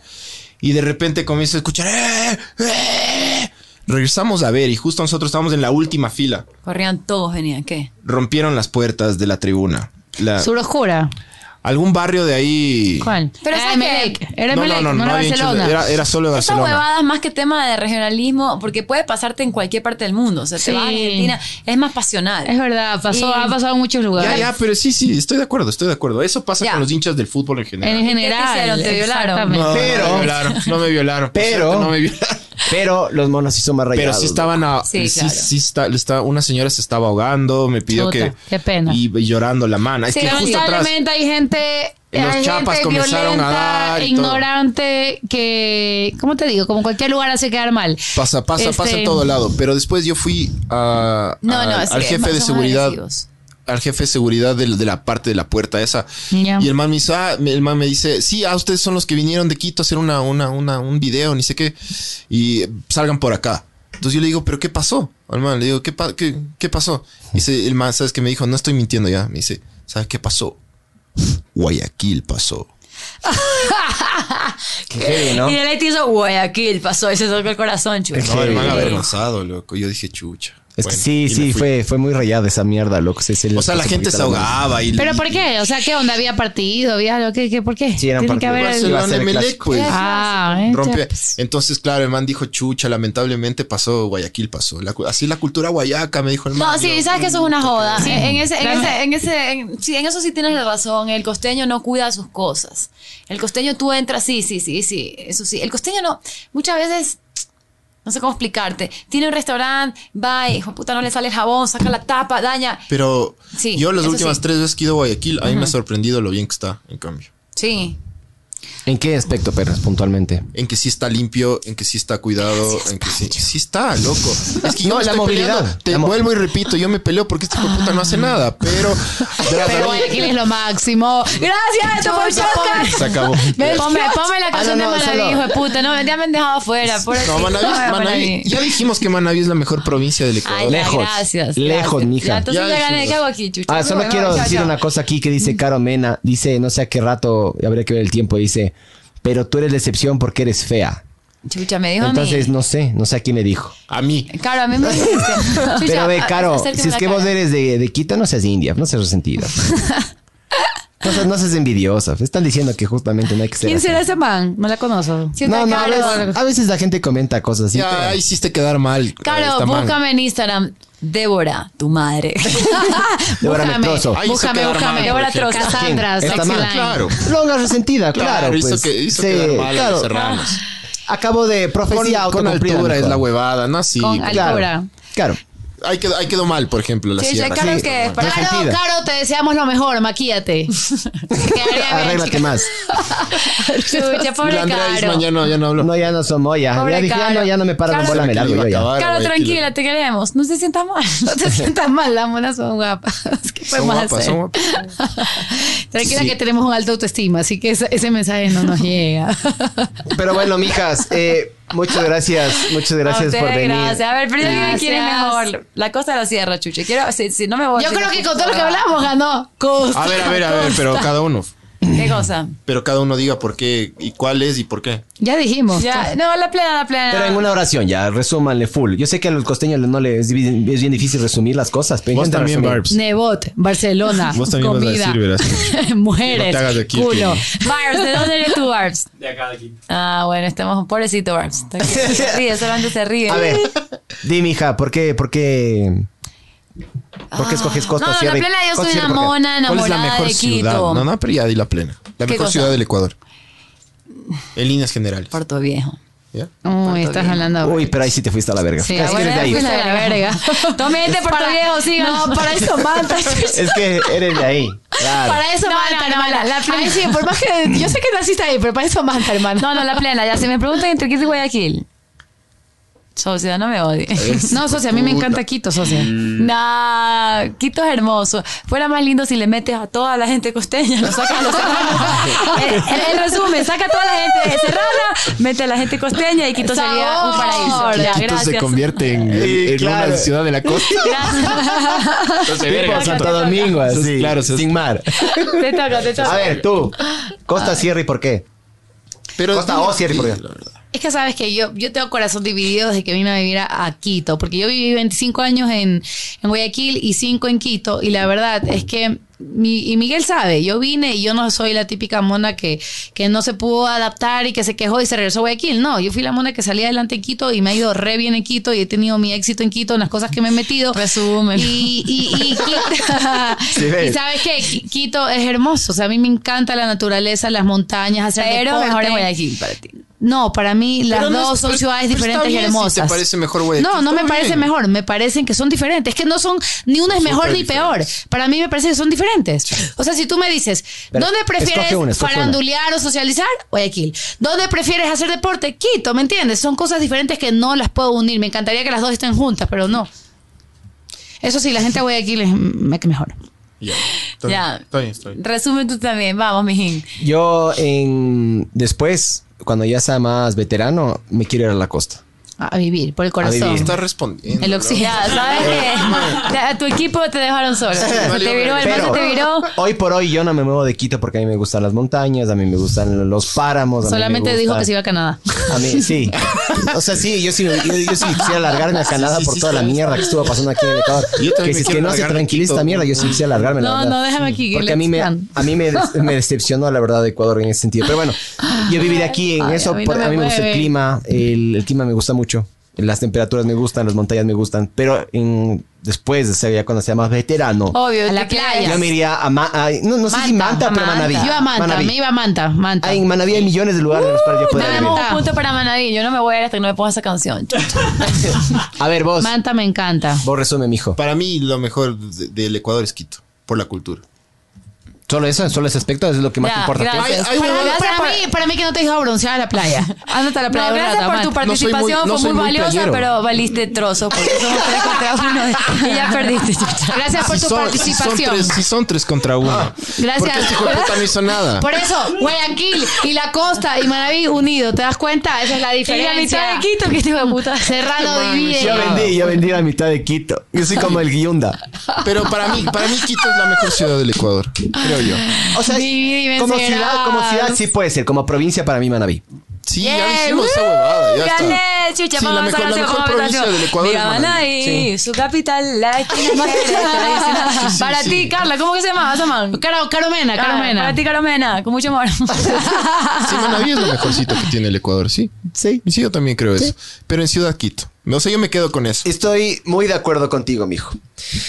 Speaker 1: Y de repente comienzo a escuchar. "Eh, eh". Regresamos a ver y justo nosotros estábamos en la última fila.
Speaker 7: Corrían todos, venían. ¿Qué?
Speaker 1: Rompieron las puertas de la tribuna. La-
Speaker 6: Sur Oscura.
Speaker 1: algún barrio de ahí.
Speaker 6: ¿Cuál? Ah,
Speaker 7: Pero
Speaker 6: era
Speaker 7: ¿sabes qué?
Speaker 6: Emelec. Era Emelec, no, era
Speaker 1: había hinchas de-
Speaker 6: Barcelona.
Speaker 1: Era, era solo de
Speaker 7: Esas
Speaker 1: Barcelona.
Speaker 7: huevadas más que tema de regionalismo, porque puede pasarte en cualquier parte del mundo. O sea,
Speaker 6: Sí.
Speaker 7: te vas a Argentina, es más pasional.
Speaker 6: Es verdad, pasó,
Speaker 7: Y-
Speaker 6: ha pasado en muchos lugares.
Speaker 1: Ya, ya, pero sí, sí, estoy de acuerdo, estoy de acuerdo. Eso pasa
Speaker 7: Ya.
Speaker 1: con los hinchas del fútbol en general.
Speaker 6: En
Speaker 7: ¿Y qué te
Speaker 6: general.
Speaker 7: hicieron? ¿Te violaron?
Speaker 6: exactamente.
Speaker 1: No,
Speaker 2: Pero-
Speaker 1: no me violaron, no me violaron. por
Speaker 2: Pero-
Speaker 1: suerte no me violaron.
Speaker 2: Pero los monos sí son más
Speaker 1: Pero
Speaker 2: rayados.
Speaker 1: sí estaban a,
Speaker 7: Sí,
Speaker 1: sí,
Speaker 7: claro.
Speaker 1: sí está, le estaba- una señora se estaba ahogando, me pidió
Speaker 6: Chuta,
Speaker 1: que
Speaker 6: qué pena.
Speaker 1: y y llorando la mano. Es
Speaker 6: Sí,
Speaker 1: que justo atrás
Speaker 6: lamentablemente hay gente.
Speaker 1: Los
Speaker 6: hay
Speaker 1: chapas
Speaker 6: gente
Speaker 1: comenzaron a dar y todo.
Speaker 6: ignorante, que. ¿Cómo te digo? Como cualquier lugar hace quedar mal.
Speaker 1: pasa, pasa, pasa
Speaker 6: Este-
Speaker 1: en todo lado. Pero después yo fui a,
Speaker 7: No,
Speaker 1: a-
Speaker 7: no, es
Speaker 1: al
Speaker 7: que
Speaker 1: jefe de
Speaker 7: somos
Speaker 1: seguridad.
Speaker 7: agresivos.
Speaker 1: Al jefe de seguridad del- de, la parte de la puerta esa.
Speaker 6: Ya.
Speaker 1: Y el man me hizo, ah, el man me dice, sí, ah, ustedes son los que vinieron de Quito a hacer una, una, una, un video, ni sé qué. Y eh, salgan por acá. Entonces yo le digo, ¿pero qué pasó? Al man le digo, ¿qué, pa- qué, qué pasó? Y dice, el man, ¿sabes qué? Me dijo, no estoy mintiendo ya. Me dice, ¿sabes qué pasó? Guayaquil pasó.
Speaker 7: Y de ley te hizo Guayaquil, pasó, y se tocó el corazón, chulo.
Speaker 2: No, el man
Speaker 1: avergonzado, loco. Yo dije, chucha.
Speaker 2: Es que sí, sí, fue, fue muy rayada esa mierda, loco. Se- se les
Speaker 1: O sea, la
Speaker 2: pasó
Speaker 1: gente
Speaker 2: poquito
Speaker 1: se
Speaker 2: mano.
Speaker 1: ahogaba. Y,
Speaker 6: ¿Pero por qué? O sea, ¿qué onda? ¿Había partido? ¿Había algo? ¿Qué, qué, por qué?
Speaker 2: Sí, era un
Speaker 6: Tiene que
Speaker 2: partido.
Speaker 6: haber algo.
Speaker 2: Barcelona.
Speaker 1: Barcelona
Speaker 2: Emelec,
Speaker 1: Emelec, pues.
Speaker 6: Ah, eh, ya,
Speaker 1: Rompe.
Speaker 6: pues.
Speaker 1: Entonces, claro, el man dijo, chucha, lamentablemente pasó, Guayaquil pasó. La cu- así la cultura guayaca, me dijo el man.
Speaker 7: No, sí,
Speaker 1: Yo,
Speaker 7: sabes que eso es una joda. En- En, ese, en,
Speaker 6: Dame.
Speaker 7: ese, en, ese, en- sí, en eso sí tienes la razón. El costeño no cuida sus cosas. El costeño tú entras, sí, sí, sí, sí, eso sí. El costeño no, muchas veces, no sé cómo explicarte. Tiene un restaurante, va, y, hijo de puta, no le sale el jabón, saca la tapa, daña.
Speaker 1: Pero
Speaker 7: Sí,
Speaker 1: yo las
Speaker 7: eso
Speaker 1: últimas
Speaker 7: sí.
Speaker 1: tres veces que he ido a Guayaquil, a mí me ha sorprendido lo bien que está, en cambio.
Speaker 7: Sí.
Speaker 2: ¿En qué aspecto, perras, puntualmente?
Speaker 1: En que sí está limpio, en que sí está cuidado, en que sí, sí está, loco. Es que yo
Speaker 2: No,
Speaker 1: me
Speaker 2: la
Speaker 1: estoy
Speaker 2: movilidad.
Speaker 1: peleando. Te
Speaker 2: La mo-
Speaker 1: vuelvo y repito, yo me peleo porque este hijo de puta no hace nada, pero...
Speaker 6: (laughs) Pero Guayaquil es lo máximo. Gracias, esto fue un podcast.
Speaker 1: Se acabó.
Speaker 6: Ven, Ponme, ponme la canción
Speaker 2: no,
Speaker 6: de Manaví,
Speaker 2: solo-
Speaker 6: hijo de puta.
Speaker 7: Puta, no, ya me han dejado afuera. Por
Speaker 1: No, Manaví, Manaví- ya dijimos que Manaví es la mejor provincia del Ecuador.
Speaker 7: Ay, ya,
Speaker 2: Lejos,
Speaker 7: gracias.
Speaker 2: lejos,
Speaker 7: gracias.
Speaker 2: mija.
Speaker 7: Ya, entonces
Speaker 1: Ya
Speaker 7: ya gané.
Speaker 1: dijimos.
Speaker 7: ¿Qué hago aquí, chucha?
Speaker 2: Ah, solo
Speaker 7: Bueno,
Speaker 2: quiero
Speaker 7: chao,
Speaker 2: decir
Speaker 7: chao.
Speaker 2: una cosa aquí que dice Caro Mena. Dice, no sé a qué rato, habría que ver el tiempo. Dice, pero tú eres la excepción porque eres fea.
Speaker 7: Chucha, me dijo
Speaker 2: Entonces,
Speaker 7: a mí.
Speaker 2: no sé, no sé a quién me dijo.
Speaker 1: A
Speaker 7: (laughs)
Speaker 1: mí.
Speaker 7: Claro, a
Speaker 2: (laughs)
Speaker 7: mí me dijiste. Chucha,
Speaker 2: Pero ve,
Speaker 7: a-
Speaker 2: Caro,
Speaker 7: acérqueme
Speaker 2: si es
Speaker 7: la
Speaker 2: que
Speaker 7: cara.
Speaker 2: vos eres de, de Quito, no seas india, no seas
Speaker 6: (laughs)
Speaker 2: resentida. no, seas, no seas envidiosa. Están diciendo que justamente no hay que ser.
Speaker 6: ¿Quién
Speaker 2: así.
Speaker 6: será ese man? No la conozco.
Speaker 7: Siento
Speaker 2: No, no, a
Speaker 7: Caro.
Speaker 2: veces, a veces la gente comenta cosas así. pero-
Speaker 1: (laughs) Ya hiciste quedar mal. a
Speaker 7: Caro,
Speaker 1: esta man.
Speaker 7: búscame en Instagram. Débora, tu madre.
Speaker 2: (laughs) Débora
Speaker 6: Búscame,
Speaker 2: Metroso.
Speaker 1: Ahí hizo
Speaker 6: búscame,
Speaker 1: quedar mal,
Speaker 6: búscame.
Speaker 1: por
Speaker 6: Ahora
Speaker 1: ejemplo.
Speaker 6: Troza. Cassandra,
Speaker 2: ¿Quién? Esta
Speaker 6: Sexy
Speaker 2: man.
Speaker 6: Line.
Speaker 1: Claro.
Speaker 2: Longa resentida, claro.
Speaker 1: hizo,
Speaker 2: pues,
Speaker 1: que, hizo
Speaker 2: se-
Speaker 1: quedar mal a
Speaker 2: claro,
Speaker 1: los serranos.
Speaker 2: acabo de
Speaker 1: Con,
Speaker 2: profecía
Speaker 1: Pues con
Speaker 2: autocumplida,
Speaker 1: altura es
Speaker 2: mijo.
Speaker 1: la huevada, ¿no? Sí.
Speaker 6: Con
Speaker 1: claro.
Speaker 6: altura.
Speaker 2: Claro.
Speaker 1: Ahí quedó, ahí quedó mal, por ejemplo, la
Speaker 6: Sí, sí,
Speaker 1: sierra.
Speaker 6: claro que
Speaker 1: Está mal.
Speaker 6: Claro, claro, te deseamos lo
Speaker 2: (laughs)
Speaker 6: mejor, maquíate.
Speaker 2: Arréglate más.
Speaker 6: Chucha, pobre
Speaker 1: La Andrea dice,
Speaker 6: Caro.
Speaker 1: mañana ya no hablo.
Speaker 2: No, ya no somos, ya.
Speaker 6: Pobre
Speaker 2: ya dije, ya
Speaker 6: Caro.
Speaker 2: no, ya no me paran
Speaker 6: Caro-
Speaker 2: en bola, me largo yo ya.
Speaker 6: Caro, tranquila, te queremos. No te sientas mal. (laughs) No te sientas mal, las monas son guapas. (laughs) ¿Qué
Speaker 1: Son
Speaker 6: podemos
Speaker 1: guapas,
Speaker 6: hacer?
Speaker 1: son guapas.
Speaker 6: Tranquila
Speaker 2: Sí.
Speaker 6: que tenemos un alto autoestima, así que ese, ese mensaje no
Speaker 1: (laughs)
Speaker 6: nos llega.
Speaker 2: Pero bueno, mijas, eh, muchas gracias, muchas gracias
Speaker 7: a
Speaker 2: por
Speaker 7: ustedes,
Speaker 2: venir.
Speaker 7: Gracias. A ver, pero
Speaker 6: Gracias.
Speaker 7: ¿quién es mejor? La costa de la sierra, Chuche. Quiero, si, si no me voy
Speaker 6: Yo
Speaker 7: si
Speaker 6: creo
Speaker 7: no-
Speaker 6: que con todo lo que hablamos ganó. Costa,
Speaker 1: Pues A ver, a ver, a ver, pero
Speaker 6: costa.
Speaker 1: cada uno.
Speaker 7: ¿Qué cosa?
Speaker 1: Pero cada uno diga por qué y cuál es y por qué.
Speaker 6: Ya dijimos.
Speaker 7: Ya, no, la plena, la plena.
Speaker 2: Pero en una oración, ya, resúmanle full. Yo sé que a los costeños no les es bien es bien difícil resumir las cosas, pero
Speaker 1: Vos
Speaker 2: intenten
Speaker 1: también,
Speaker 2: resumir.
Speaker 1: Barbs.
Speaker 6: Nebot, Barcelona,
Speaker 1: Vos también vas a
Speaker 6: comida,
Speaker 1: decir, verás.
Speaker 6: (laughs) mujeres,
Speaker 1: No te hagas de aquí,
Speaker 6: culo.
Speaker 7: Barbs, ¿de dónde eres tú, Barbs?
Speaker 4: De acá, de aquí.
Speaker 7: Ah, bueno, estamos pobrecito, Barbs.
Speaker 2: (laughs)
Speaker 7: Está aquí, Se ríe, solamente se ríe.
Speaker 2: A ver, di, mija, ¿por qué, por qué, por qué
Speaker 6: Ah.
Speaker 2: escoges
Speaker 7: No,
Speaker 2: Costa
Speaker 7: no, la
Speaker 2: Sierra? y-
Speaker 7: plena, yo
Speaker 2: Costa
Speaker 7: soy
Speaker 2: Sierra,
Speaker 7: una
Speaker 2: ¿por qué?
Speaker 7: mona
Speaker 1: ¿Cuál es la
Speaker 7: enamorada
Speaker 1: mejor
Speaker 7: de
Speaker 1: ciudad? No,
Speaker 7: Quito.
Speaker 1: no, pero ya di la plena. La
Speaker 7: ¿Qué
Speaker 1: mejor
Speaker 7: cosa?
Speaker 1: ciudad del Ecuador. En líneas generales.
Speaker 7: Puerto Viejo.
Speaker 1: ¿ya?
Speaker 6: Uy, estás hablando.
Speaker 2: Uy, pero ahí sí te fuiste a la verga.
Speaker 6: Sí,
Speaker 2: es que
Speaker 6: bueno,
Speaker 2: eres de
Speaker 6: fuiste
Speaker 2: ahí.
Speaker 6: a la verga.
Speaker 7: Tome este Puerto
Speaker 6: Para-
Speaker 7: Viejo, sigan.
Speaker 6: No, para eso mata.
Speaker 2: (laughs) Es que eres de ahí. Claro.
Speaker 6: Para eso
Speaker 7: No,
Speaker 6: manta,
Speaker 7: no, no,
Speaker 6: hermana.
Speaker 7: no, la plena.
Speaker 6: Ay, sí, por más que yo sé que naciste ahí, pero para eso manta, hermana.
Speaker 7: No, no, la plena, ya. Si me preguntan entre Quito y Guayaquil. Socia, no
Speaker 1: (laughs)
Speaker 7: me odie.
Speaker 6: No, socia, a mí me encanta Quito, socia.
Speaker 7: Nah, Quito es hermoso. Fuera más lindo si le metes a toda la gente costeña. Lo sacas, lo
Speaker 1: (laughs)
Speaker 7: sacas. Eh, En resumen, saca a toda la gente de serrana, mete a la gente costeña y Quito sería un paraíso.
Speaker 6: Sabor.
Speaker 7: Ya,
Speaker 1: Quito se
Speaker 7: gracias.
Speaker 1: convierte (laughs) en,
Speaker 2: Sí,
Speaker 1: en
Speaker 2: claro.
Speaker 1: una ciudad de la costa. Entonces,
Speaker 2: Tipo
Speaker 1: verga,
Speaker 2: Santo Domingo, así.
Speaker 1: Claro, sí.
Speaker 2: sin mar.
Speaker 7: Te toca, te toca.
Speaker 2: A ver, tú, Costa Sierra y por qué.
Speaker 1: Pero
Speaker 2: Costa o Sierra y por qué.
Speaker 6: Es que sabes que yo, yo tengo corazón dividido desde que vine a vivir a, a Quito, porque yo viví 25 años en, en Guayaquil y 5 en Quito, y la verdad es que, mi- y Miguel sabe, yo vine y yo no soy la típica mona que, que no se pudo adaptar y que se quejó y se regresó a Guayaquil, no, yo fui la mona que salí adelante en Quito y me ha ido re bien en Quito y he tenido mi éxito en Quito en las cosas que me he metido.
Speaker 7: Resúmelo.
Speaker 6: Y, y,
Speaker 7: (laughs)
Speaker 6: y, Quito-
Speaker 2: Sí, ves.
Speaker 6: y sabes que Quito es hermoso, o sea, a mí me encanta la naturaleza, las montañas, hacer
Speaker 7: Pero mejor
Speaker 6: deporte.
Speaker 7: en Guayaquil para ti.
Speaker 6: No, para mí las
Speaker 1: Pero no
Speaker 6: dos
Speaker 1: es-
Speaker 6: son
Speaker 1: pero-
Speaker 6: ciudades
Speaker 1: pero está
Speaker 6: diferentes y
Speaker 1: bien si te
Speaker 6: hermosas.
Speaker 1: parece mejor Guayaquil,
Speaker 6: No, no
Speaker 1: está
Speaker 6: me parece
Speaker 1: bien.
Speaker 6: mejor. Me parecen que son diferentes. Es que no son ni una es
Speaker 1: Súper
Speaker 6: mejor ni peor.
Speaker 1: diferentes.
Speaker 6: Para mí me parece que son diferentes. O sea, si tú me dices,
Speaker 2: Pero
Speaker 6: ¿dónde prefieres
Speaker 2: escoge una, escoge una.
Speaker 6: farandulear o socializar? Guayaquil. ¿Dónde prefieres hacer deporte? Quito, ¿me entiendes? Son cosas diferentes que no las puedo unir. Me encantaría que las dos estén juntas, pero no. Eso sí, la gente de Guayaquil es mm, que mejor.
Speaker 1: Ya. Está bien,
Speaker 7: Ya.
Speaker 1: está bien, está bien.
Speaker 7: Resumen tú también. Vamos, mijín.
Speaker 2: Yo en después, cuando ya sea más veterano, me quiero ir a la costa.
Speaker 6: A vivir, por el corazón.
Speaker 2: vivir.
Speaker 1: Está respondiendo.
Speaker 6: El
Speaker 1: bro.
Speaker 6: oxígeno.
Speaker 7: Ya, ¿sabes qué? A tu equipo te dejaron solo. Se te viró, el man se te viró.
Speaker 2: hoy por hoy yo no me muevo de Quito porque a mí me gustan las montañas, a mí me gustan los páramos. a mí me
Speaker 6: Solamente dijo
Speaker 2: gusta-
Speaker 6: que se iba a Canadá.
Speaker 2: A mí, sí. O sea, sí, yo sí, me- yo, yo sí quisiera alargarme a Canadá
Speaker 1: sí,
Speaker 2: por
Speaker 1: sí,
Speaker 2: toda la
Speaker 1: sabes.
Speaker 2: mierda que estuvo pasando aquí en el Ecuador.
Speaker 1: Yo también
Speaker 2: Que
Speaker 1: me
Speaker 2: si es que
Speaker 1: quiero
Speaker 2: no se
Speaker 1: largar de
Speaker 2: tranquiliza
Speaker 1: Quito.
Speaker 2: esta mierda, yo sí quisiera alargarme. la
Speaker 6: No,
Speaker 2: verdad.
Speaker 6: no, déjame aquí, que
Speaker 2: Porque
Speaker 6: le
Speaker 2: a mí, me,
Speaker 6: explican.
Speaker 2: a mí me, des- me decepcionó, la verdad, de Ecuador en ese sentido. Pero bueno, yo viviré aquí en
Speaker 6: Ay,
Speaker 2: eso.
Speaker 6: a mí
Speaker 2: por-
Speaker 6: no me
Speaker 2: a mí me gusta el
Speaker 6: mueve.
Speaker 2: clima. El, el clima me gusta mucho. Las temperaturas me gustan, las montañas me gustan. Pero en, después, o sea, ya cuando sea más veterano,
Speaker 7: Obvio,
Speaker 6: A la
Speaker 7: te quieres-
Speaker 6: playa.
Speaker 2: yo me iría a... Ma- a- no, no sé si Manta, pero Manaví.
Speaker 6: Yo a Manta, me iba a Manta, Manta.
Speaker 2: Ay, en Manaví hay millones de lugares en los cuales yo podría
Speaker 6: Manta.
Speaker 2: vivir.
Speaker 7: Tenemos un punto para Manaví. Yo no me voy a ir hasta que no me ponga esa canción.
Speaker 2: (laughs) A ver, vos,
Speaker 6: Manta me encanta.
Speaker 2: vos resume, mijo.
Speaker 1: Para mí, lo mejor de- del Ecuador es Quito, por la cultura.
Speaker 2: Solo eso, solo ese aspecto es lo que más te
Speaker 7: Ya,
Speaker 2: importa.
Speaker 7: gracias.
Speaker 1: Ay, ay,
Speaker 6: Para,
Speaker 1: huevada,
Speaker 6: para
Speaker 7: Gracias por-
Speaker 6: mí, para mí que no te dejado broncear a
Speaker 1: (laughs)
Speaker 6: la playa. Ándate a la
Speaker 7: No,
Speaker 6: playa.
Speaker 7: gracias
Speaker 6: un
Speaker 7: por tu
Speaker 6: rato,
Speaker 1: No
Speaker 6: Manta.
Speaker 1: soy muy-
Speaker 7: participación,
Speaker 1: no
Speaker 7: fue
Speaker 1: soy
Speaker 7: muy
Speaker 1: muy
Speaker 7: valiosa,
Speaker 1: playero.
Speaker 7: pero valiste trozo porque somos tres contra
Speaker 1: (laughs)
Speaker 7: uno
Speaker 6: (laughs)
Speaker 7: y ya perdiste. chucha.
Speaker 6: Gracias por
Speaker 1: Si
Speaker 6: tu
Speaker 1: son- Si son,
Speaker 6: participación.
Speaker 1: tres, si son tres contra uno.
Speaker 6: Gracias.
Speaker 1: Porque este hijo de puta no hizo nada.
Speaker 6: (laughs) Por eso, Guayaquil y la costa y Manaví unidos, ¿te das cuenta? Esa es la
Speaker 7: Y
Speaker 6: diferencia.
Speaker 7: la mitad de Quito, que este hijo de puta.
Speaker 6: Serrano divide.
Speaker 2: Yo vendí, yo vendí la mitad de Quito. Yo soy como el Guiunda.
Speaker 1: Pero para mí, para mí Quito es la mejor ciudad del Ecuador, creo yo.
Speaker 2: O sea,
Speaker 6: Divide y
Speaker 2: como
Speaker 6: vencerás.
Speaker 2: ciudad, como ciudad sí puede ser, como provincia para mí Manaví.
Speaker 1: Sí, ya
Speaker 7: Yeah,
Speaker 1: hicimos esa
Speaker 7: woo,
Speaker 1: huevada, ya
Speaker 7: Eh, uh, gané,
Speaker 1: está.
Speaker 7: chucha,
Speaker 1: sí, la
Speaker 7: vamos a
Speaker 1: mejor, la
Speaker 7: hacer
Speaker 1: mejor
Speaker 7: como
Speaker 1: provincia
Speaker 7: habitación.
Speaker 1: del Ecuador es
Speaker 7: Viva
Speaker 1: Manaví.
Speaker 7: Manaví, su capital,
Speaker 1: (laughs)
Speaker 7: la esquina más
Speaker 1: Sí, sí,
Speaker 7: Para
Speaker 1: sí.
Speaker 7: ti, Carla, ¿cómo que se llama esa man?
Speaker 6: Caro, Caromena,
Speaker 7: Ah,
Speaker 6: Caromena.
Speaker 7: Para ti, Caromena, con mucho amor.
Speaker 1: Sí, Manaví es lo mejorcito que tiene el Ecuador, sí.
Speaker 2: Sí.
Speaker 1: Sí, yo también creo eso. Pero en Ciudad Quito. No sé, yo me quedo con eso.
Speaker 2: Estoy muy de acuerdo contigo, mijo.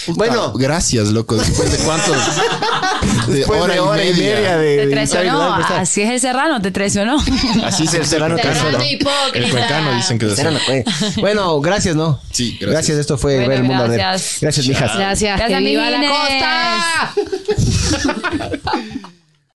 Speaker 1: Puta,
Speaker 2: Bueno,
Speaker 1: Gracias, loco. Después de cuánto. De
Speaker 2: después
Speaker 1: hora,
Speaker 2: de hora
Speaker 1: y media.
Speaker 2: de,
Speaker 7: (laughs) Te
Speaker 2: de
Speaker 7: traicionó. ah,
Speaker 2: estar-
Speaker 1: (laughs)
Speaker 7: Así es el serrano, te traicionó.
Speaker 1: Así es el serrano
Speaker 6: Serrano
Speaker 1: Cárcel, ¿no?
Speaker 6: hipócrita.
Speaker 1: El cuecano dicen que quedó
Speaker 2: Cero
Speaker 1: así.
Speaker 2: no puede. Bueno, gracias, ¿no?
Speaker 1: Sí, gracias.
Speaker 2: Gracias, esto fue
Speaker 7: Bueno,
Speaker 2: Ver el Mundo Arder.
Speaker 7: gracias.
Speaker 2: Gracias, mijas.
Speaker 7: Gracias.
Speaker 6: Gracias,
Speaker 7: que viva la
Speaker 6: mijines.
Speaker 7: costa.